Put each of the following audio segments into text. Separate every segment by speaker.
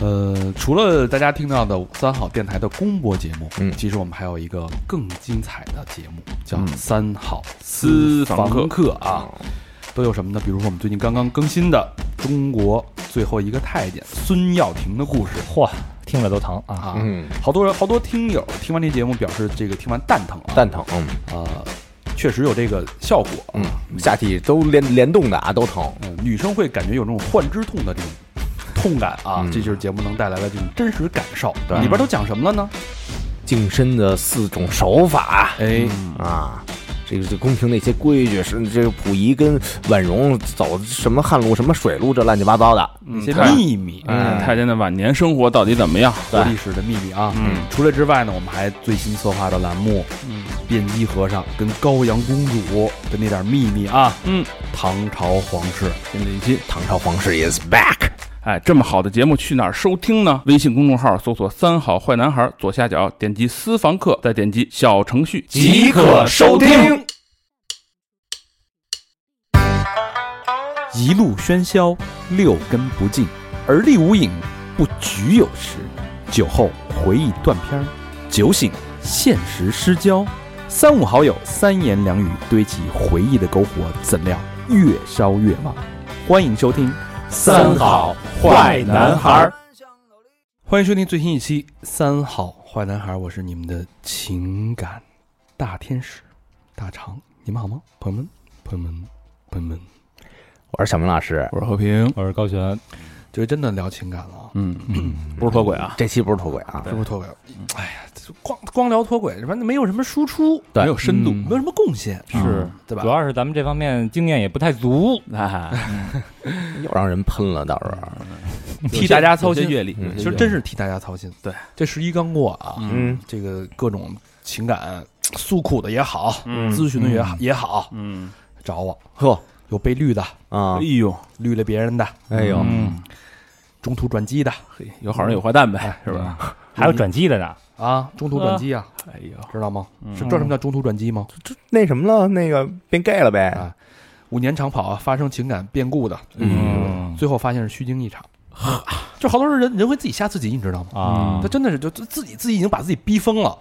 Speaker 1: 呃，除了大家听到的三好电台的公播节目，
Speaker 2: 嗯
Speaker 1: 其实我们还有一个更精彩的节目，叫
Speaker 2: 嗯
Speaker 1: 三好
Speaker 2: 私
Speaker 1: 房
Speaker 2: 房客
Speaker 1: 客啊，都有什么呢？比如说我们最近刚刚更新的《中国最后一个太监》孙耀庭的故事
Speaker 3: 嚯，听着都疼啊！
Speaker 1: 啊，
Speaker 2: 嗯，
Speaker 1: 好多人好多听友听完这节目表示这个听完蛋疼啊，
Speaker 2: 蛋疼，嗯
Speaker 1: 呃，确实有这个效果，啊
Speaker 2: 嗯，下体都联联动的啊，都疼，
Speaker 1: 呃，女生会感觉有这种幻肢痛的这种痛感啊，
Speaker 2: 嗯
Speaker 1: 这就是节目能带来的这种真实感受。
Speaker 2: 对
Speaker 1: 里边都讲什么了呢？
Speaker 2: 净身的四种手法
Speaker 1: 哎，
Speaker 2: 啊。这个这宫廷那些规矩是这个溥仪跟婉容走什么旱路什么水路这乱七八糟的，
Speaker 1: 一些
Speaker 4: 嗯太
Speaker 1: 秘密，
Speaker 2: 嗯
Speaker 4: 嗯，太监的晚年生活到底怎么样？
Speaker 1: 活哎历史的秘密啊。
Speaker 4: 嗯，
Speaker 1: 除了之外呢，我们还最新策划的栏目
Speaker 4: 嗯
Speaker 1: 《辩机和尚》跟高阳公主的那点秘密啊，
Speaker 4: 嗯，
Speaker 1: 唐朝皇室，
Speaker 4: 新的一期，
Speaker 2: 唐朝皇室 is back。
Speaker 4: 哎，这么好的节目去哪儿收听呢？微信公众号搜索“三好坏男孩”，左下角点击私房课，再点击小程序
Speaker 1: 即可收听。一路喧嚣，六根不净，而立无影，不局有时。酒后回忆断片儿，酒醒现实失焦。三五好友，三言两语堆起回忆的篝火，怎料越烧越旺。欢迎收听《
Speaker 5: 三好坏男孩儿》。
Speaker 1: 欢迎收听最新一期《三好坏男孩》，我是你们的情感大天使大肠，你们好吗？朋友们，朋友们，朋友们，
Speaker 2: 我是小明老师，
Speaker 4: 我是和平，
Speaker 3: 我是高璇，
Speaker 1: 这回真的聊情感了啊，
Speaker 4: 嗯，不是脱轨啊，
Speaker 2: 这期不是脱轨啊，
Speaker 1: 是不是脱轨？哎呀，这光光聊脱轨，反正没有什么输出，
Speaker 2: 对
Speaker 4: 没有深度，
Speaker 3: 嗯
Speaker 1: 没有什么贡献，啊
Speaker 4: 是
Speaker 1: 对吧
Speaker 3: 主？要是咱们这方面经验也不太足，
Speaker 4: 哎，
Speaker 2: 又让人喷了，到时候，
Speaker 1: 替大家操
Speaker 4: 有些
Speaker 1: 心，
Speaker 4: 阅历，
Speaker 2: 嗯
Speaker 4: 有些
Speaker 1: 其
Speaker 4: 阅
Speaker 1: 实
Speaker 4: 历
Speaker 1: 真是替大家操心。
Speaker 4: 对，
Speaker 1: 这十一刚过啊，
Speaker 2: 嗯
Speaker 1: 这个各种情感诉苦的也好，
Speaker 4: 嗯
Speaker 1: 咨询的也好也好，
Speaker 4: 嗯，
Speaker 1: 找我
Speaker 2: 呵
Speaker 1: 有被绿的，
Speaker 2: 啊
Speaker 4: 哎，呦，
Speaker 1: 绿了别人的，
Speaker 2: 哎呦，
Speaker 4: 嗯，
Speaker 1: 中途转机的
Speaker 4: 嘿，有好人有坏蛋呗，是吧？
Speaker 3: 还有转机的呢。
Speaker 1: 啊，中途转机啊，
Speaker 4: 哎呦，
Speaker 1: 知道吗？
Speaker 4: 嗯
Speaker 1: 是知道什么叫中途转机吗？
Speaker 2: 那什么了，那个变 gay 了呗，
Speaker 1: 啊，五年长跑啊，发生情感变故的，
Speaker 3: 嗯
Speaker 1: 最后发现是虚惊一场，就好多人人会自己吓自己，你知道吗？
Speaker 3: 啊
Speaker 1: 他，真的是就自自己自己已经把自己逼疯 了，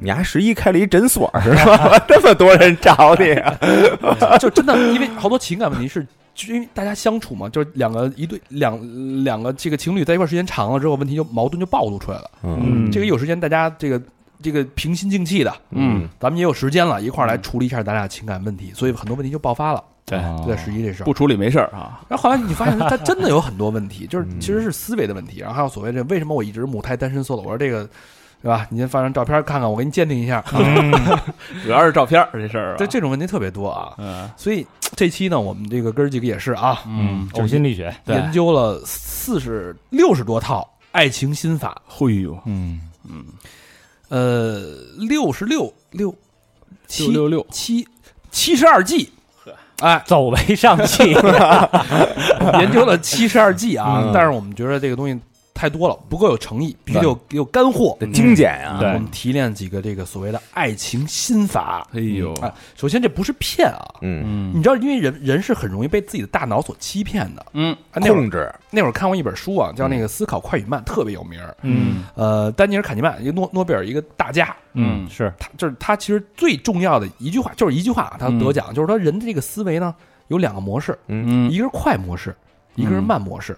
Speaker 2: 你还十一开了一诊所是吧？ 这么多人找你，啊
Speaker 1: 就真的因为好多情感问题是。就因为大家相处嘛，就是两个一对两两个这个情侣在一块儿时间长了之后，问题就矛盾就暴露出来了。
Speaker 3: 嗯
Speaker 1: 这个有时间大家这个这个平心静气的，
Speaker 4: 嗯，
Speaker 1: 咱们也有时间了，一块儿
Speaker 3: 嗯
Speaker 1: 来处理一下咱俩情感问题，所以很多问题就爆发了。
Speaker 4: 对，
Speaker 1: 就
Speaker 3: 啊
Speaker 1: 在十一这事儿，
Speaker 4: 不处理没事儿啊，
Speaker 1: 然后后来你发现他真的有很多问 题，就是
Speaker 2: 嗯
Speaker 1: 其实是思维的问题，然后还有所谓这为什么我一直母胎单身 solo，我说这个。对吧？你先发张照片看看，我给你鉴定一 下。
Speaker 4: 嗯主要是照片儿这事儿啊，
Speaker 1: 对，这种问题特别多啊，
Speaker 4: 嗯
Speaker 1: 所以这期呢，我们这个哥儿几个也是啊，
Speaker 4: 嗯，
Speaker 3: 呕心沥血，
Speaker 4: 对
Speaker 1: 研究了四十六十多套爱情心法，
Speaker 4: 嘿呦，
Speaker 3: 嗯，
Speaker 1: 呃，六十六六
Speaker 4: 六
Speaker 1: 七
Speaker 4: 六六，
Speaker 1: 七七十二计，
Speaker 4: 嗯
Speaker 1: 哎，
Speaker 3: 走为上 计，
Speaker 1: 研究了七十二计啊
Speaker 2: 嗯，
Speaker 1: 但是我们觉得这个东西太多了，不够有诚意，必须得有有干货。啊
Speaker 2: 这精简呀，
Speaker 3: 对
Speaker 1: 我们提炼几个这个所谓的爱情心法。
Speaker 4: 哎呦，
Speaker 1: 啊，首先这不是骗啊，
Speaker 2: 嗯，
Speaker 4: 嗯
Speaker 1: 你知道，因为人人是很容易被自己的大脑所欺骗的。
Speaker 4: 嗯
Speaker 1: 啊、那会儿
Speaker 2: 制，
Speaker 1: 那会儿看过一本书啊，叫那个《思考快与慢》，特别有名儿。
Speaker 3: 嗯
Speaker 1: 呃，丹尼尔·卡尼曼，一个诺诺贝尔一个大家，
Speaker 3: 嗯，是
Speaker 1: 他就是他其实最重要的一句话，就是一句话啊，他得奖，就是说人的这个思维呢有两个模式，
Speaker 4: 嗯
Speaker 1: 一个是快模式，一个是慢模式。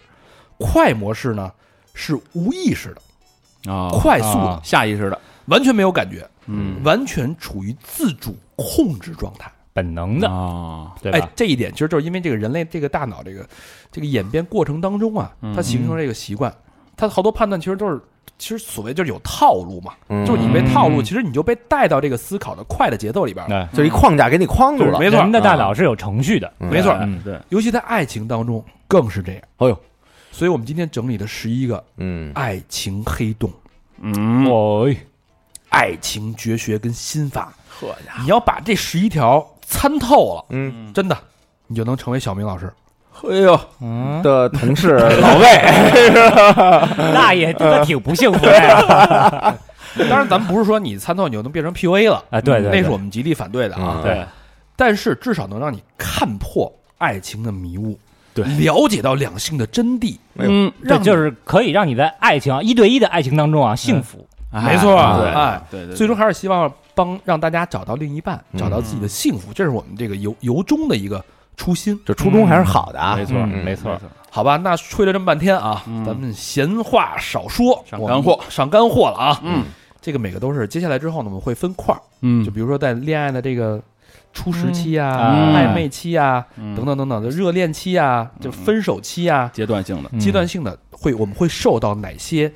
Speaker 1: 快模式呢是无意识的、
Speaker 4: 啊，
Speaker 1: 快速的
Speaker 3: 啊，
Speaker 4: 下意识的，
Speaker 1: 完全没有感觉，
Speaker 4: 嗯
Speaker 1: 完全处于自主控制状态。
Speaker 3: 本能的，
Speaker 4: 啊，
Speaker 3: 对
Speaker 1: 哎
Speaker 3: 吧，？
Speaker 1: 这一点其实就是因为这个人类这个大脑这个这个演变过程当中啊，
Speaker 4: 嗯
Speaker 1: 它形成这个习惯，它好多判断其实都是。其实所谓就是有套路嘛，就是你被套路，
Speaker 3: 嗯
Speaker 1: 其实你就被带到这个思考的快的节奏里边了。
Speaker 3: 哎，
Speaker 2: 就是一框架给你框住了，
Speaker 1: 没错
Speaker 3: 人的大脑是有程序的，
Speaker 2: 嗯
Speaker 1: 没错，
Speaker 4: 嗯对，
Speaker 1: 尤其在爱情当中更是这样。
Speaker 2: 哎呦，
Speaker 1: 所以我们今天整理了十一个
Speaker 2: 嗯，
Speaker 1: 爱情黑洞、
Speaker 4: 嗯，
Speaker 3: 哦，
Speaker 1: 爱情绝学跟心法，
Speaker 4: 呵家
Speaker 1: 你要把这十一条参透了，
Speaker 2: 嗯，
Speaker 1: 真的，你就能成为小明老师。
Speaker 4: 伙，哎呦，
Speaker 3: 嗯，
Speaker 2: 的同事老魏，
Speaker 4: 嗯
Speaker 3: 那也真的挺不幸福 的呀
Speaker 1: 当然，咱们不是说你参透你就能变成 PUA 了，嗯
Speaker 3: 啊！对对，
Speaker 1: 那是
Speaker 3: 对
Speaker 1: 我们极力反对的啊。
Speaker 2: 嗯
Speaker 3: 对，
Speaker 1: 但是至少能让你看破爱情的迷雾，
Speaker 4: 对
Speaker 1: 了解到两性的真谛。
Speaker 2: 哎呦
Speaker 4: 嗯，
Speaker 3: 对，
Speaker 1: 让你
Speaker 3: 就是可以让你在爱情啊一对一的爱情当
Speaker 4: 嗯
Speaker 3: 中啊幸福。
Speaker 4: 没错
Speaker 2: 哎
Speaker 4: 啊对
Speaker 1: 哎，
Speaker 4: 对对，
Speaker 1: 最终还是希望帮让大家找到另一半，
Speaker 2: 嗯
Speaker 1: 找到自己的幸福，这是我们这个由由衷的一个初心，
Speaker 2: 这初衷还是好的啊
Speaker 4: 没。错
Speaker 2: 嗯
Speaker 4: 没错，
Speaker 1: 好吧？那吹了这么半天啊，
Speaker 4: 嗯
Speaker 1: 咱们闲话少说，
Speaker 4: 上
Speaker 1: 我们
Speaker 4: 干货
Speaker 1: 上干货了啊！
Speaker 4: 嗯
Speaker 1: 这个每个都是，接下来之后呢，我们会分块儿，
Speaker 4: 嗯
Speaker 1: 就比如说在恋爱的这个初时期啊、
Speaker 3: 嗯
Speaker 1: 暧昧期啊、
Speaker 4: 嗯嗯
Speaker 1: 等等等等的热恋期啊、就分手期啊，
Speaker 4: 阶段性的，
Speaker 1: 阶段性的会我们会受到哪些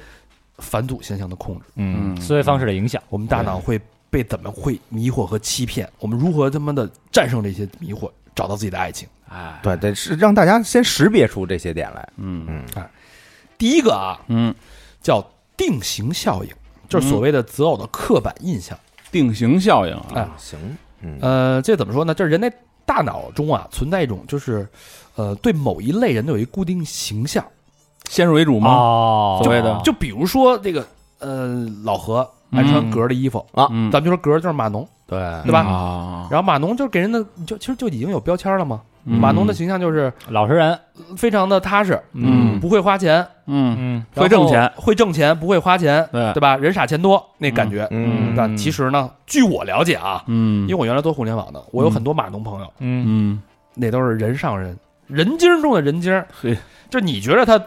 Speaker 1: 反祖现象的控制？
Speaker 2: 嗯，
Speaker 3: 思维方式的影响，
Speaker 1: 我们大脑会被怎么会迷惑和欺骗？我们如何他妈的战胜这些迷惑，找到自己的爱情？
Speaker 4: 哎，
Speaker 2: 对，得是让大家先识别出这些点来。
Speaker 4: 嗯
Speaker 2: 嗯
Speaker 1: 第一个啊，
Speaker 4: 嗯，
Speaker 1: 叫定型效应，就是所谓的择偶的刻板印象。
Speaker 4: 定型效应啊，
Speaker 1: 哎，
Speaker 2: 行，嗯
Speaker 1: 呃，这怎么说呢？就是人类大脑中啊存在一种就是，呃，对某一类人都有一固定形象。
Speaker 4: 先入为主吗？
Speaker 3: 哦，
Speaker 4: 嗯所谓的
Speaker 1: 就比如说这个，呃，老何爱穿
Speaker 4: 啊嗯
Speaker 1: 格儿的衣服，
Speaker 4: 嗯，
Speaker 1: 咱们就说格儿就是码农，
Speaker 2: 对，
Speaker 1: 对吧？
Speaker 4: 啊，
Speaker 1: 然后码农就给人的就其实就已经有标签了嘛。
Speaker 4: 嗯
Speaker 1: 码农的形象就是
Speaker 3: 老实人，
Speaker 1: 非常的踏实，
Speaker 4: 嗯
Speaker 1: 不会花钱，
Speaker 4: 嗯，
Speaker 3: 嗯，
Speaker 1: 然后
Speaker 4: 会挣钱
Speaker 1: 会挣钱，不会花钱，
Speaker 4: 对
Speaker 1: 对吧？人傻钱多那感觉。
Speaker 2: 嗯
Speaker 1: 但其实呢，据我了解啊，
Speaker 4: 嗯，
Speaker 1: 因为我原来做互联网的，我有很多码农朋友，
Speaker 3: 嗯，
Speaker 4: 嗯，
Speaker 1: 那都是人上人，人精儿中的人精儿。
Speaker 4: 嘿，
Speaker 1: 就你觉得他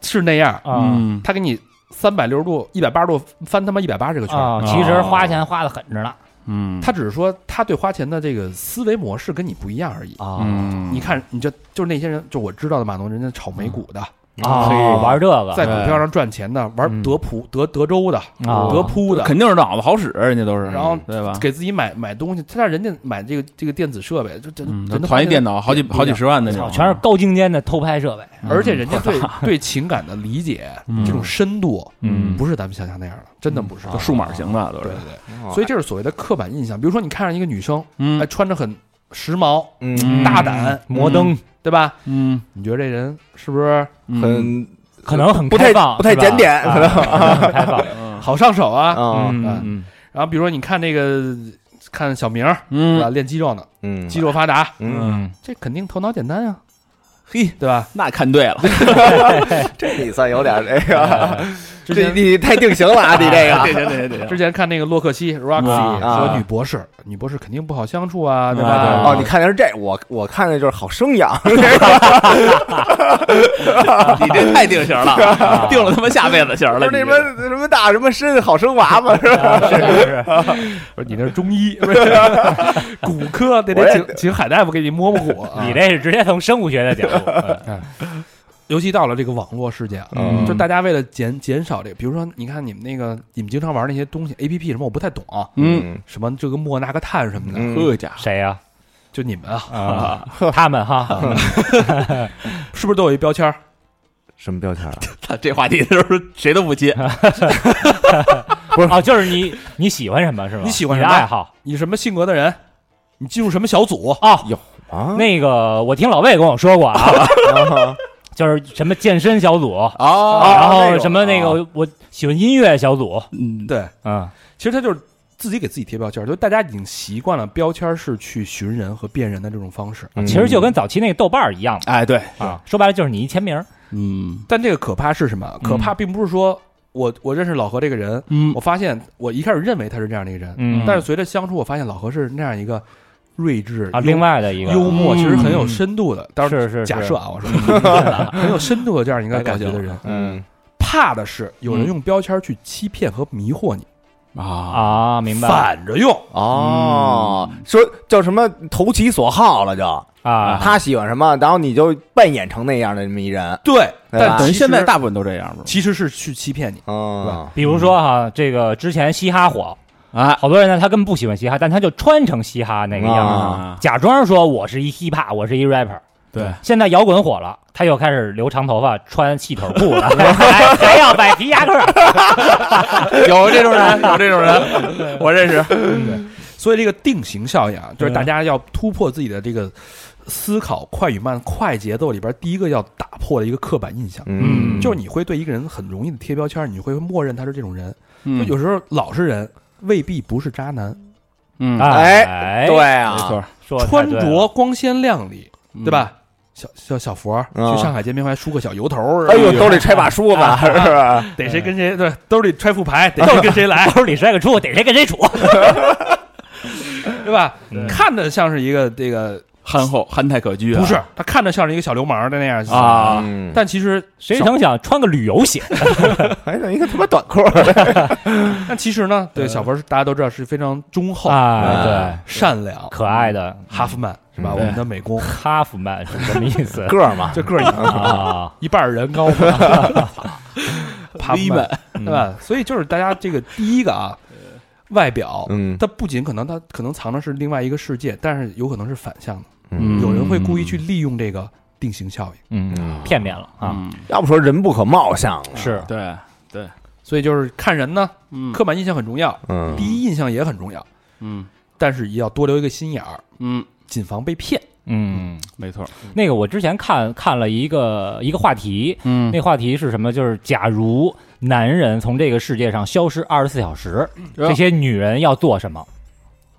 Speaker 1: 是那样，
Speaker 3: 啊
Speaker 4: 嗯，
Speaker 1: 他给你三百六十度、一百八十度翻他妈一百八十个圈儿。
Speaker 3: 啊，其实花钱花的狠着呢
Speaker 4: 嗯，
Speaker 1: 他只是说他对花钱的这个思维模式跟你不一样而已。
Speaker 3: 啊
Speaker 4: 嗯，
Speaker 1: 你看，你就就是那些人，就我知道的码农，人家炒美股的，
Speaker 2: 嗯
Speaker 3: 啊
Speaker 4: 可以，
Speaker 3: 玩这个
Speaker 1: 在股票上赚钱的，玩德普、德德州的、
Speaker 3: 啊
Speaker 1: 德扑的，
Speaker 4: 嗯肯定是脑子好使，人家都是，
Speaker 1: 然后
Speaker 4: 对吧？
Speaker 1: 给自己买买东西，他让人家买这个这个电子设备，就这
Speaker 4: 嗯，
Speaker 1: 人都
Speaker 4: 团一电
Speaker 1: 脑，
Speaker 4: 脑好几好几十万的那种，
Speaker 3: 全是高精尖的偷拍设备，
Speaker 1: 而且人家对对情感的理解，
Speaker 4: 嗯
Speaker 1: 这种深度，
Speaker 4: 嗯
Speaker 1: 不是咱们想象那样的，真的不是。啊
Speaker 4: 就数码型的都
Speaker 1: 对
Speaker 4: 是
Speaker 1: 对，对，
Speaker 2: 嗯
Speaker 1: 所以这是所谓的刻板印象。比如说，你看上一个女生，哎，
Speaker 4: 嗯
Speaker 1: 穿着很时髦、
Speaker 2: 嗯
Speaker 1: 大胆，
Speaker 3: 摩登
Speaker 1: 对吧？
Speaker 4: 嗯，
Speaker 1: 你觉得这人是不是
Speaker 2: 很
Speaker 3: 可能很
Speaker 2: 不太
Speaker 3: 开放
Speaker 2: 不太
Speaker 3: 是吧
Speaker 2: 检点
Speaker 3: 啊
Speaker 2: 可能
Speaker 3: 很开放，
Speaker 1: 好上手啊？
Speaker 2: 啊
Speaker 4: 嗯
Speaker 1: 然后比如说，你看那个看小明儿，对吧？
Speaker 4: 嗯
Speaker 1: 练肌肉呢，
Speaker 2: 嗯
Speaker 1: 肌肉发达，
Speaker 2: 嗯，
Speaker 1: 这肯定头脑简单啊，
Speaker 4: 嘿，
Speaker 1: 对吧？
Speaker 4: 那看对了，
Speaker 2: 这你算有点这个，
Speaker 1: 之
Speaker 2: 这
Speaker 1: 前
Speaker 2: 你太定型了啊！你这个，
Speaker 4: 对对对对
Speaker 1: 之前看那个洛克希 Roxy
Speaker 2: 啊
Speaker 1: 和女博士，女博士肯定不好相处啊，对
Speaker 4: 啊
Speaker 1: 吧？
Speaker 2: 哦，你看的是这，我我看的就是好生养，
Speaker 4: 你这太定 型了，定了他妈下辈子型
Speaker 2: 不 是
Speaker 4: 了
Speaker 2: 那什么什么大什么深好生娃嘛，是吧？
Speaker 3: 啊是是是，
Speaker 1: 不是你那是中医，骨科得
Speaker 2: 我
Speaker 1: 得
Speaker 2: 也
Speaker 1: 请请海大夫给你摸摸骨啊。
Speaker 3: 你这是直接从生物学的角度，嗯
Speaker 1: 尤其到了这个网络世界啊，
Speaker 2: 嗯
Speaker 1: 就大家为了减减少这个，比如说，你看你们那个，你们经常玩那些东西，A P P 什么，我不太懂啊，
Speaker 4: 嗯，
Speaker 1: 什么这个莫那个碳什么的，
Speaker 2: 嗯
Speaker 4: 呵家伙，
Speaker 3: 谁呀？
Speaker 1: 就你们啊，
Speaker 3: 啊，他们哈，
Speaker 1: 是不是都有一标签儿？
Speaker 2: 什么标签？啊
Speaker 4: 他这话题的时候谁都 不接，
Speaker 3: 不是哦，就是你你喜欢什么是吗？
Speaker 1: 你喜欢
Speaker 3: 你
Speaker 1: 什么
Speaker 3: 的爱好
Speaker 1: 你什么性格的人？你进入什么小组？
Speaker 3: 哦。
Speaker 2: 有啊，
Speaker 3: 那个我听老魏跟我说过啊， 就是什么健身小组，
Speaker 4: 哦，
Speaker 1: 啊
Speaker 3: 然后
Speaker 2: 那
Speaker 3: 什么那
Speaker 2: 种
Speaker 3: 个我喜欢音乐小组，
Speaker 4: 嗯，
Speaker 1: 对，
Speaker 3: 嗯
Speaker 1: 其实他就是自己给自己贴标签儿，就大家已经习惯了标签儿是去寻人和辨人的这种方式。
Speaker 2: 嗯
Speaker 3: 其实就跟早期那个豆瓣儿一样嘛
Speaker 4: 哎对，
Speaker 3: 啊，说白了就是你一签名儿，
Speaker 4: 嗯
Speaker 1: 但这个可怕是什
Speaker 3: 嗯
Speaker 1: 么？可怕并不是说我我认识老何这个人，
Speaker 4: 嗯
Speaker 1: 我发现我一开始认为他是这样的一个人，
Speaker 3: 嗯
Speaker 1: 但是随着相处，我发现老何是那样一个睿智幽
Speaker 3: 啊，另外的一个嗯
Speaker 1: 幽默，
Speaker 4: 嗯
Speaker 1: 其实很有深度的。当然
Speaker 3: 是是
Speaker 1: 假
Speaker 3: 是
Speaker 1: 设啊，我说 很有深度的这样一个感觉的人，
Speaker 2: 嗯
Speaker 1: 怕的是有
Speaker 3: 嗯
Speaker 1: 人用标签去欺骗和迷惑你，
Speaker 4: 啊，
Speaker 3: 啊，明白了
Speaker 1: 反着用。
Speaker 2: 哦，说叫什么投其所好了就。
Speaker 3: 啊，
Speaker 2: 他喜欢什么，然后你就扮演成那样的这么一人。
Speaker 1: 对，
Speaker 2: 对
Speaker 1: 但
Speaker 2: 吧
Speaker 4: 等于
Speaker 1: 其实
Speaker 4: 现在大部分都这样吧？
Speaker 1: 其实是去欺骗你。
Speaker 2: 嗯，
Speaker 3: 比如说哈，这个之前嘻哈火，
Speaker 4: 啊
Speaker 3: 好多人呢他根本不喜欢嘻哈，但他就穿成嘻哈那个样子，
Speaker 4: 啊，
Speaker 3: 假装说我是一 hiphop，我是一 rapper。
Speaker 4: 对，
Speaker 3: 现在摇滚火了，他又开始留长头发、穿细腿裤了，还还要摆皮夹克。
Speaker 4: 有这种人，有这种人，我认识，
Speaker 1: 所以这个定型效应啊，就是大家要突破自己的这个思考快与慢、快节奏里边，第一个要打破的一个刻板印象。
Speaker 2: 嗯
Speaker 1: 就是你会对一个人很容易的贴标签，你会默认他是这种人。就
Speaker 4: 嗯
Speaker 1: 有时候老实人未必不是渣男，
Speaker 4: 嗯，
Speaker 2: 哎
Speaker 3: 哎，
Speaker 2: 对
Speaker 4: 没
Speaker 2: 啊，
Speaker 4: 错，嗯
Speaker 3: 说得太
Speaker 1: 穿
Speaker 3: 对了
Speaker 1: 着光鲜亮丽，对吧？小小小佛儿
Speaker 2: 啊
Speaker 1: 去上海见面会，还梳个小油头儿，
Speaker 2: 哎呦，兜里揣把梳子是吧？
Speaker 1: 逮谁跟谁，对，兜里揣副牌，逮谁跟谁 来，
Speaker 3: 兜里摔个出，逮谁跟谁处。
Speaker 1: 对吧
Speaker 3: 对？
Speaker 1: 看着像是一个这个，
Speaker 4: 憨厚憨态可掬啊，
Speaker 1: 不是他看着像是一个小流氓的那样
Speaker 4: 啊
Speaker 2: 嗯，
Speaker 1: 但其实
Speaker 3: 谁成想穿个旅游鞋，
Speaker 2: 还整一个他妈短裤儿，
Speaker 1: 但其实呢，对小佛是大家都知道是非常忠厚、
Speaker 3: 啊，
Speaker 1: 善良
Speaker 3: 对，、可爱的
Speaker 1: 哈夫曼是吧？
Speaker 2: 嗯
Speaker 1: 我们的美工，
Speaker 3: 哈夫曼是什么意 思
Speaker 2: 个儿嘛，
Speaker 1: 这个儿一
Speaker 3: 啊？
Speaker 1: 一半儿人高嘛，哈夫曼嗯对吧？所以就是大家这个第一个啊，外表。
Speaker 2: 嗯
Speaker 1: 它不仅可能它可能藏的是另外一个世界，但是有可能是反向的。
Speaker 4: 嗯
Speaker 1: 有人会故意去利用这个定型效应，
Speaker 3: 嗯，
Speaker 2: 嗯，
Speaker 3: 片面了啊，
Speaker 4: 嗯，
Speaker 2: 要不说人不可貌相，
Speaker 3: 是
Speaker 4: 对对，
Speaker 1: 所以就是看人呢，
Speaker 4: 嗯
Speaker 1: 刻板印象很重要，
Speaker 2: 嗯
Speaker 1: 第一印象也很重要，
Speaker 4: 嗯
Speaker 1: 但是也要多留一个心眼儿，
Speaker 4: 嗯，
Speaker 1: 谨防被骗。
Speaker 3: 嗯，
Speaker 4: 没错，
Speaker 3: 那个我之前看看了一个一个话题，
Speaker 4: 嗯
Speaker 3: 那话题是什么？就是假如男人从这个世界上消失二十四小时，这些女人要做什么？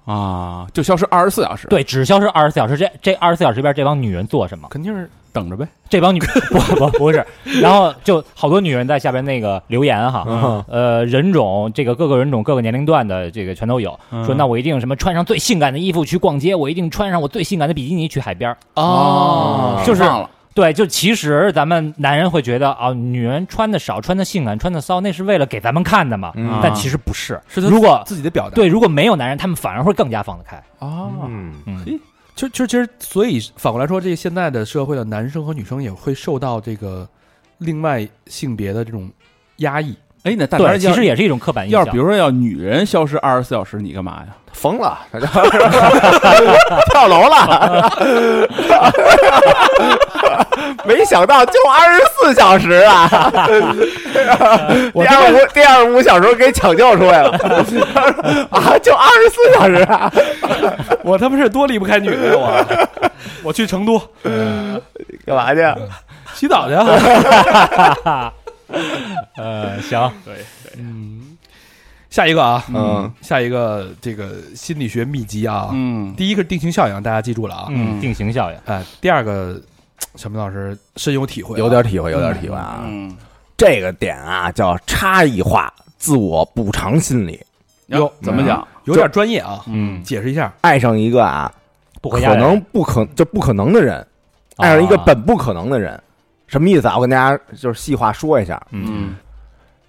Speaker 4: 啊，就消失二十四小时，，
Speaker 3: 对，只消失二十四小时，这这二十四小时里边这帮女人做什么？
Speaker 1: 肯定是
Speaker 4: 等着呗，
Speaker 3: 这帮女不不不是，然后就好多女人在下边那个留言哈，
Speaker 2: 嗯
Speaker 3: 呃，人种这个各个人种各个年龄段的这个全都有，
Speaker 4: 嗯
Speaker 3: 说那我一定什么穿上最性感的衣服去逛街，我一定穿上我最性感的比基尼去海边儿。
Speaker 1: 啊
Speaker 4: 哦
Speaker 3: 就是
Speaker 4: 忘了
Speaker 3: 对，就其实咱们男人会觉得啊、女人穿的少、穿的性感、穿的骚，那是为了给咱们看的嘛。
Speaker 2: 嗯
Speaker 3: 但其实不是，
Speaker 1: 是他
Speaker 3: 如果
Speaker 1: 自己的表达。，
Speaker 3: 对如果没有男人，他们反而会更加放得开。
Speaker 4: 啊，
Speaker 2: 嗯
Speaker 3: 嗯
Speaker 4: 嘿
Speaker 1: 就就其实，所以反过来说，这现在的社会的男生和女生也会受到这个另外性别的这种压抑。
Speaker 4: 哎，那大
Speaker 3: 对，
Speaker 4: 白
Speaker 3: 其实也是一种刻板印
Speaker 4: 要
Speaker 3: 象。
Speaker 4: 是比如说要女人消失二十四小时，你干嘛呀？
Speaker 2: 疯了，跳楼了，没想到就二十四小时啊！第二五第二五小时给抢救出来了啊，就二十四小时啊！
Speaker 1: 我他妈是多离不开女的我， 我去成都
Speaker 2: 干嘛去？啊
Speaker 1: 洗澡去啊。
Speaker 3: 呃，行，
Speaker 1: 嗯，下一个啊，
Speaker 2: 嗯
Speaker 1: 下一个这个心理学秘籍啊，
Speaker 4: 嗯
Speaker 1: 第一个是定型效应，大家记住了啊。
Speaker 3: 嗯，
Speaker 4: 嗯
Speaker 3: 定型效应。
Speaker 1: 哎，第二个，小明老师深有体会啊，
Speaker 2: 有点体会，有点体会啊！
Speaker 4: 嗯，
Speaker 2: 这个点啊，叫差异化自我补偿心理。
Speaker 1: 哟
Speaker 4: 哟，怎么讲？
Speaker 1: 有点专业啊，
Speaker 4: 嗯
Speaker 1: 解释一下。
Speaker 2: 爱上一个啊，
Speaker 3: 不
Speaker 2: 可
Speaker 3: 回家的人
Speaker 2: 能不可就不可能的人，
Speaker 3: 啊
Speaker 2: 爱上一个本不可能的人，什么意思啊？我跟大家就是细化说一下，
Speaker 4: 嗯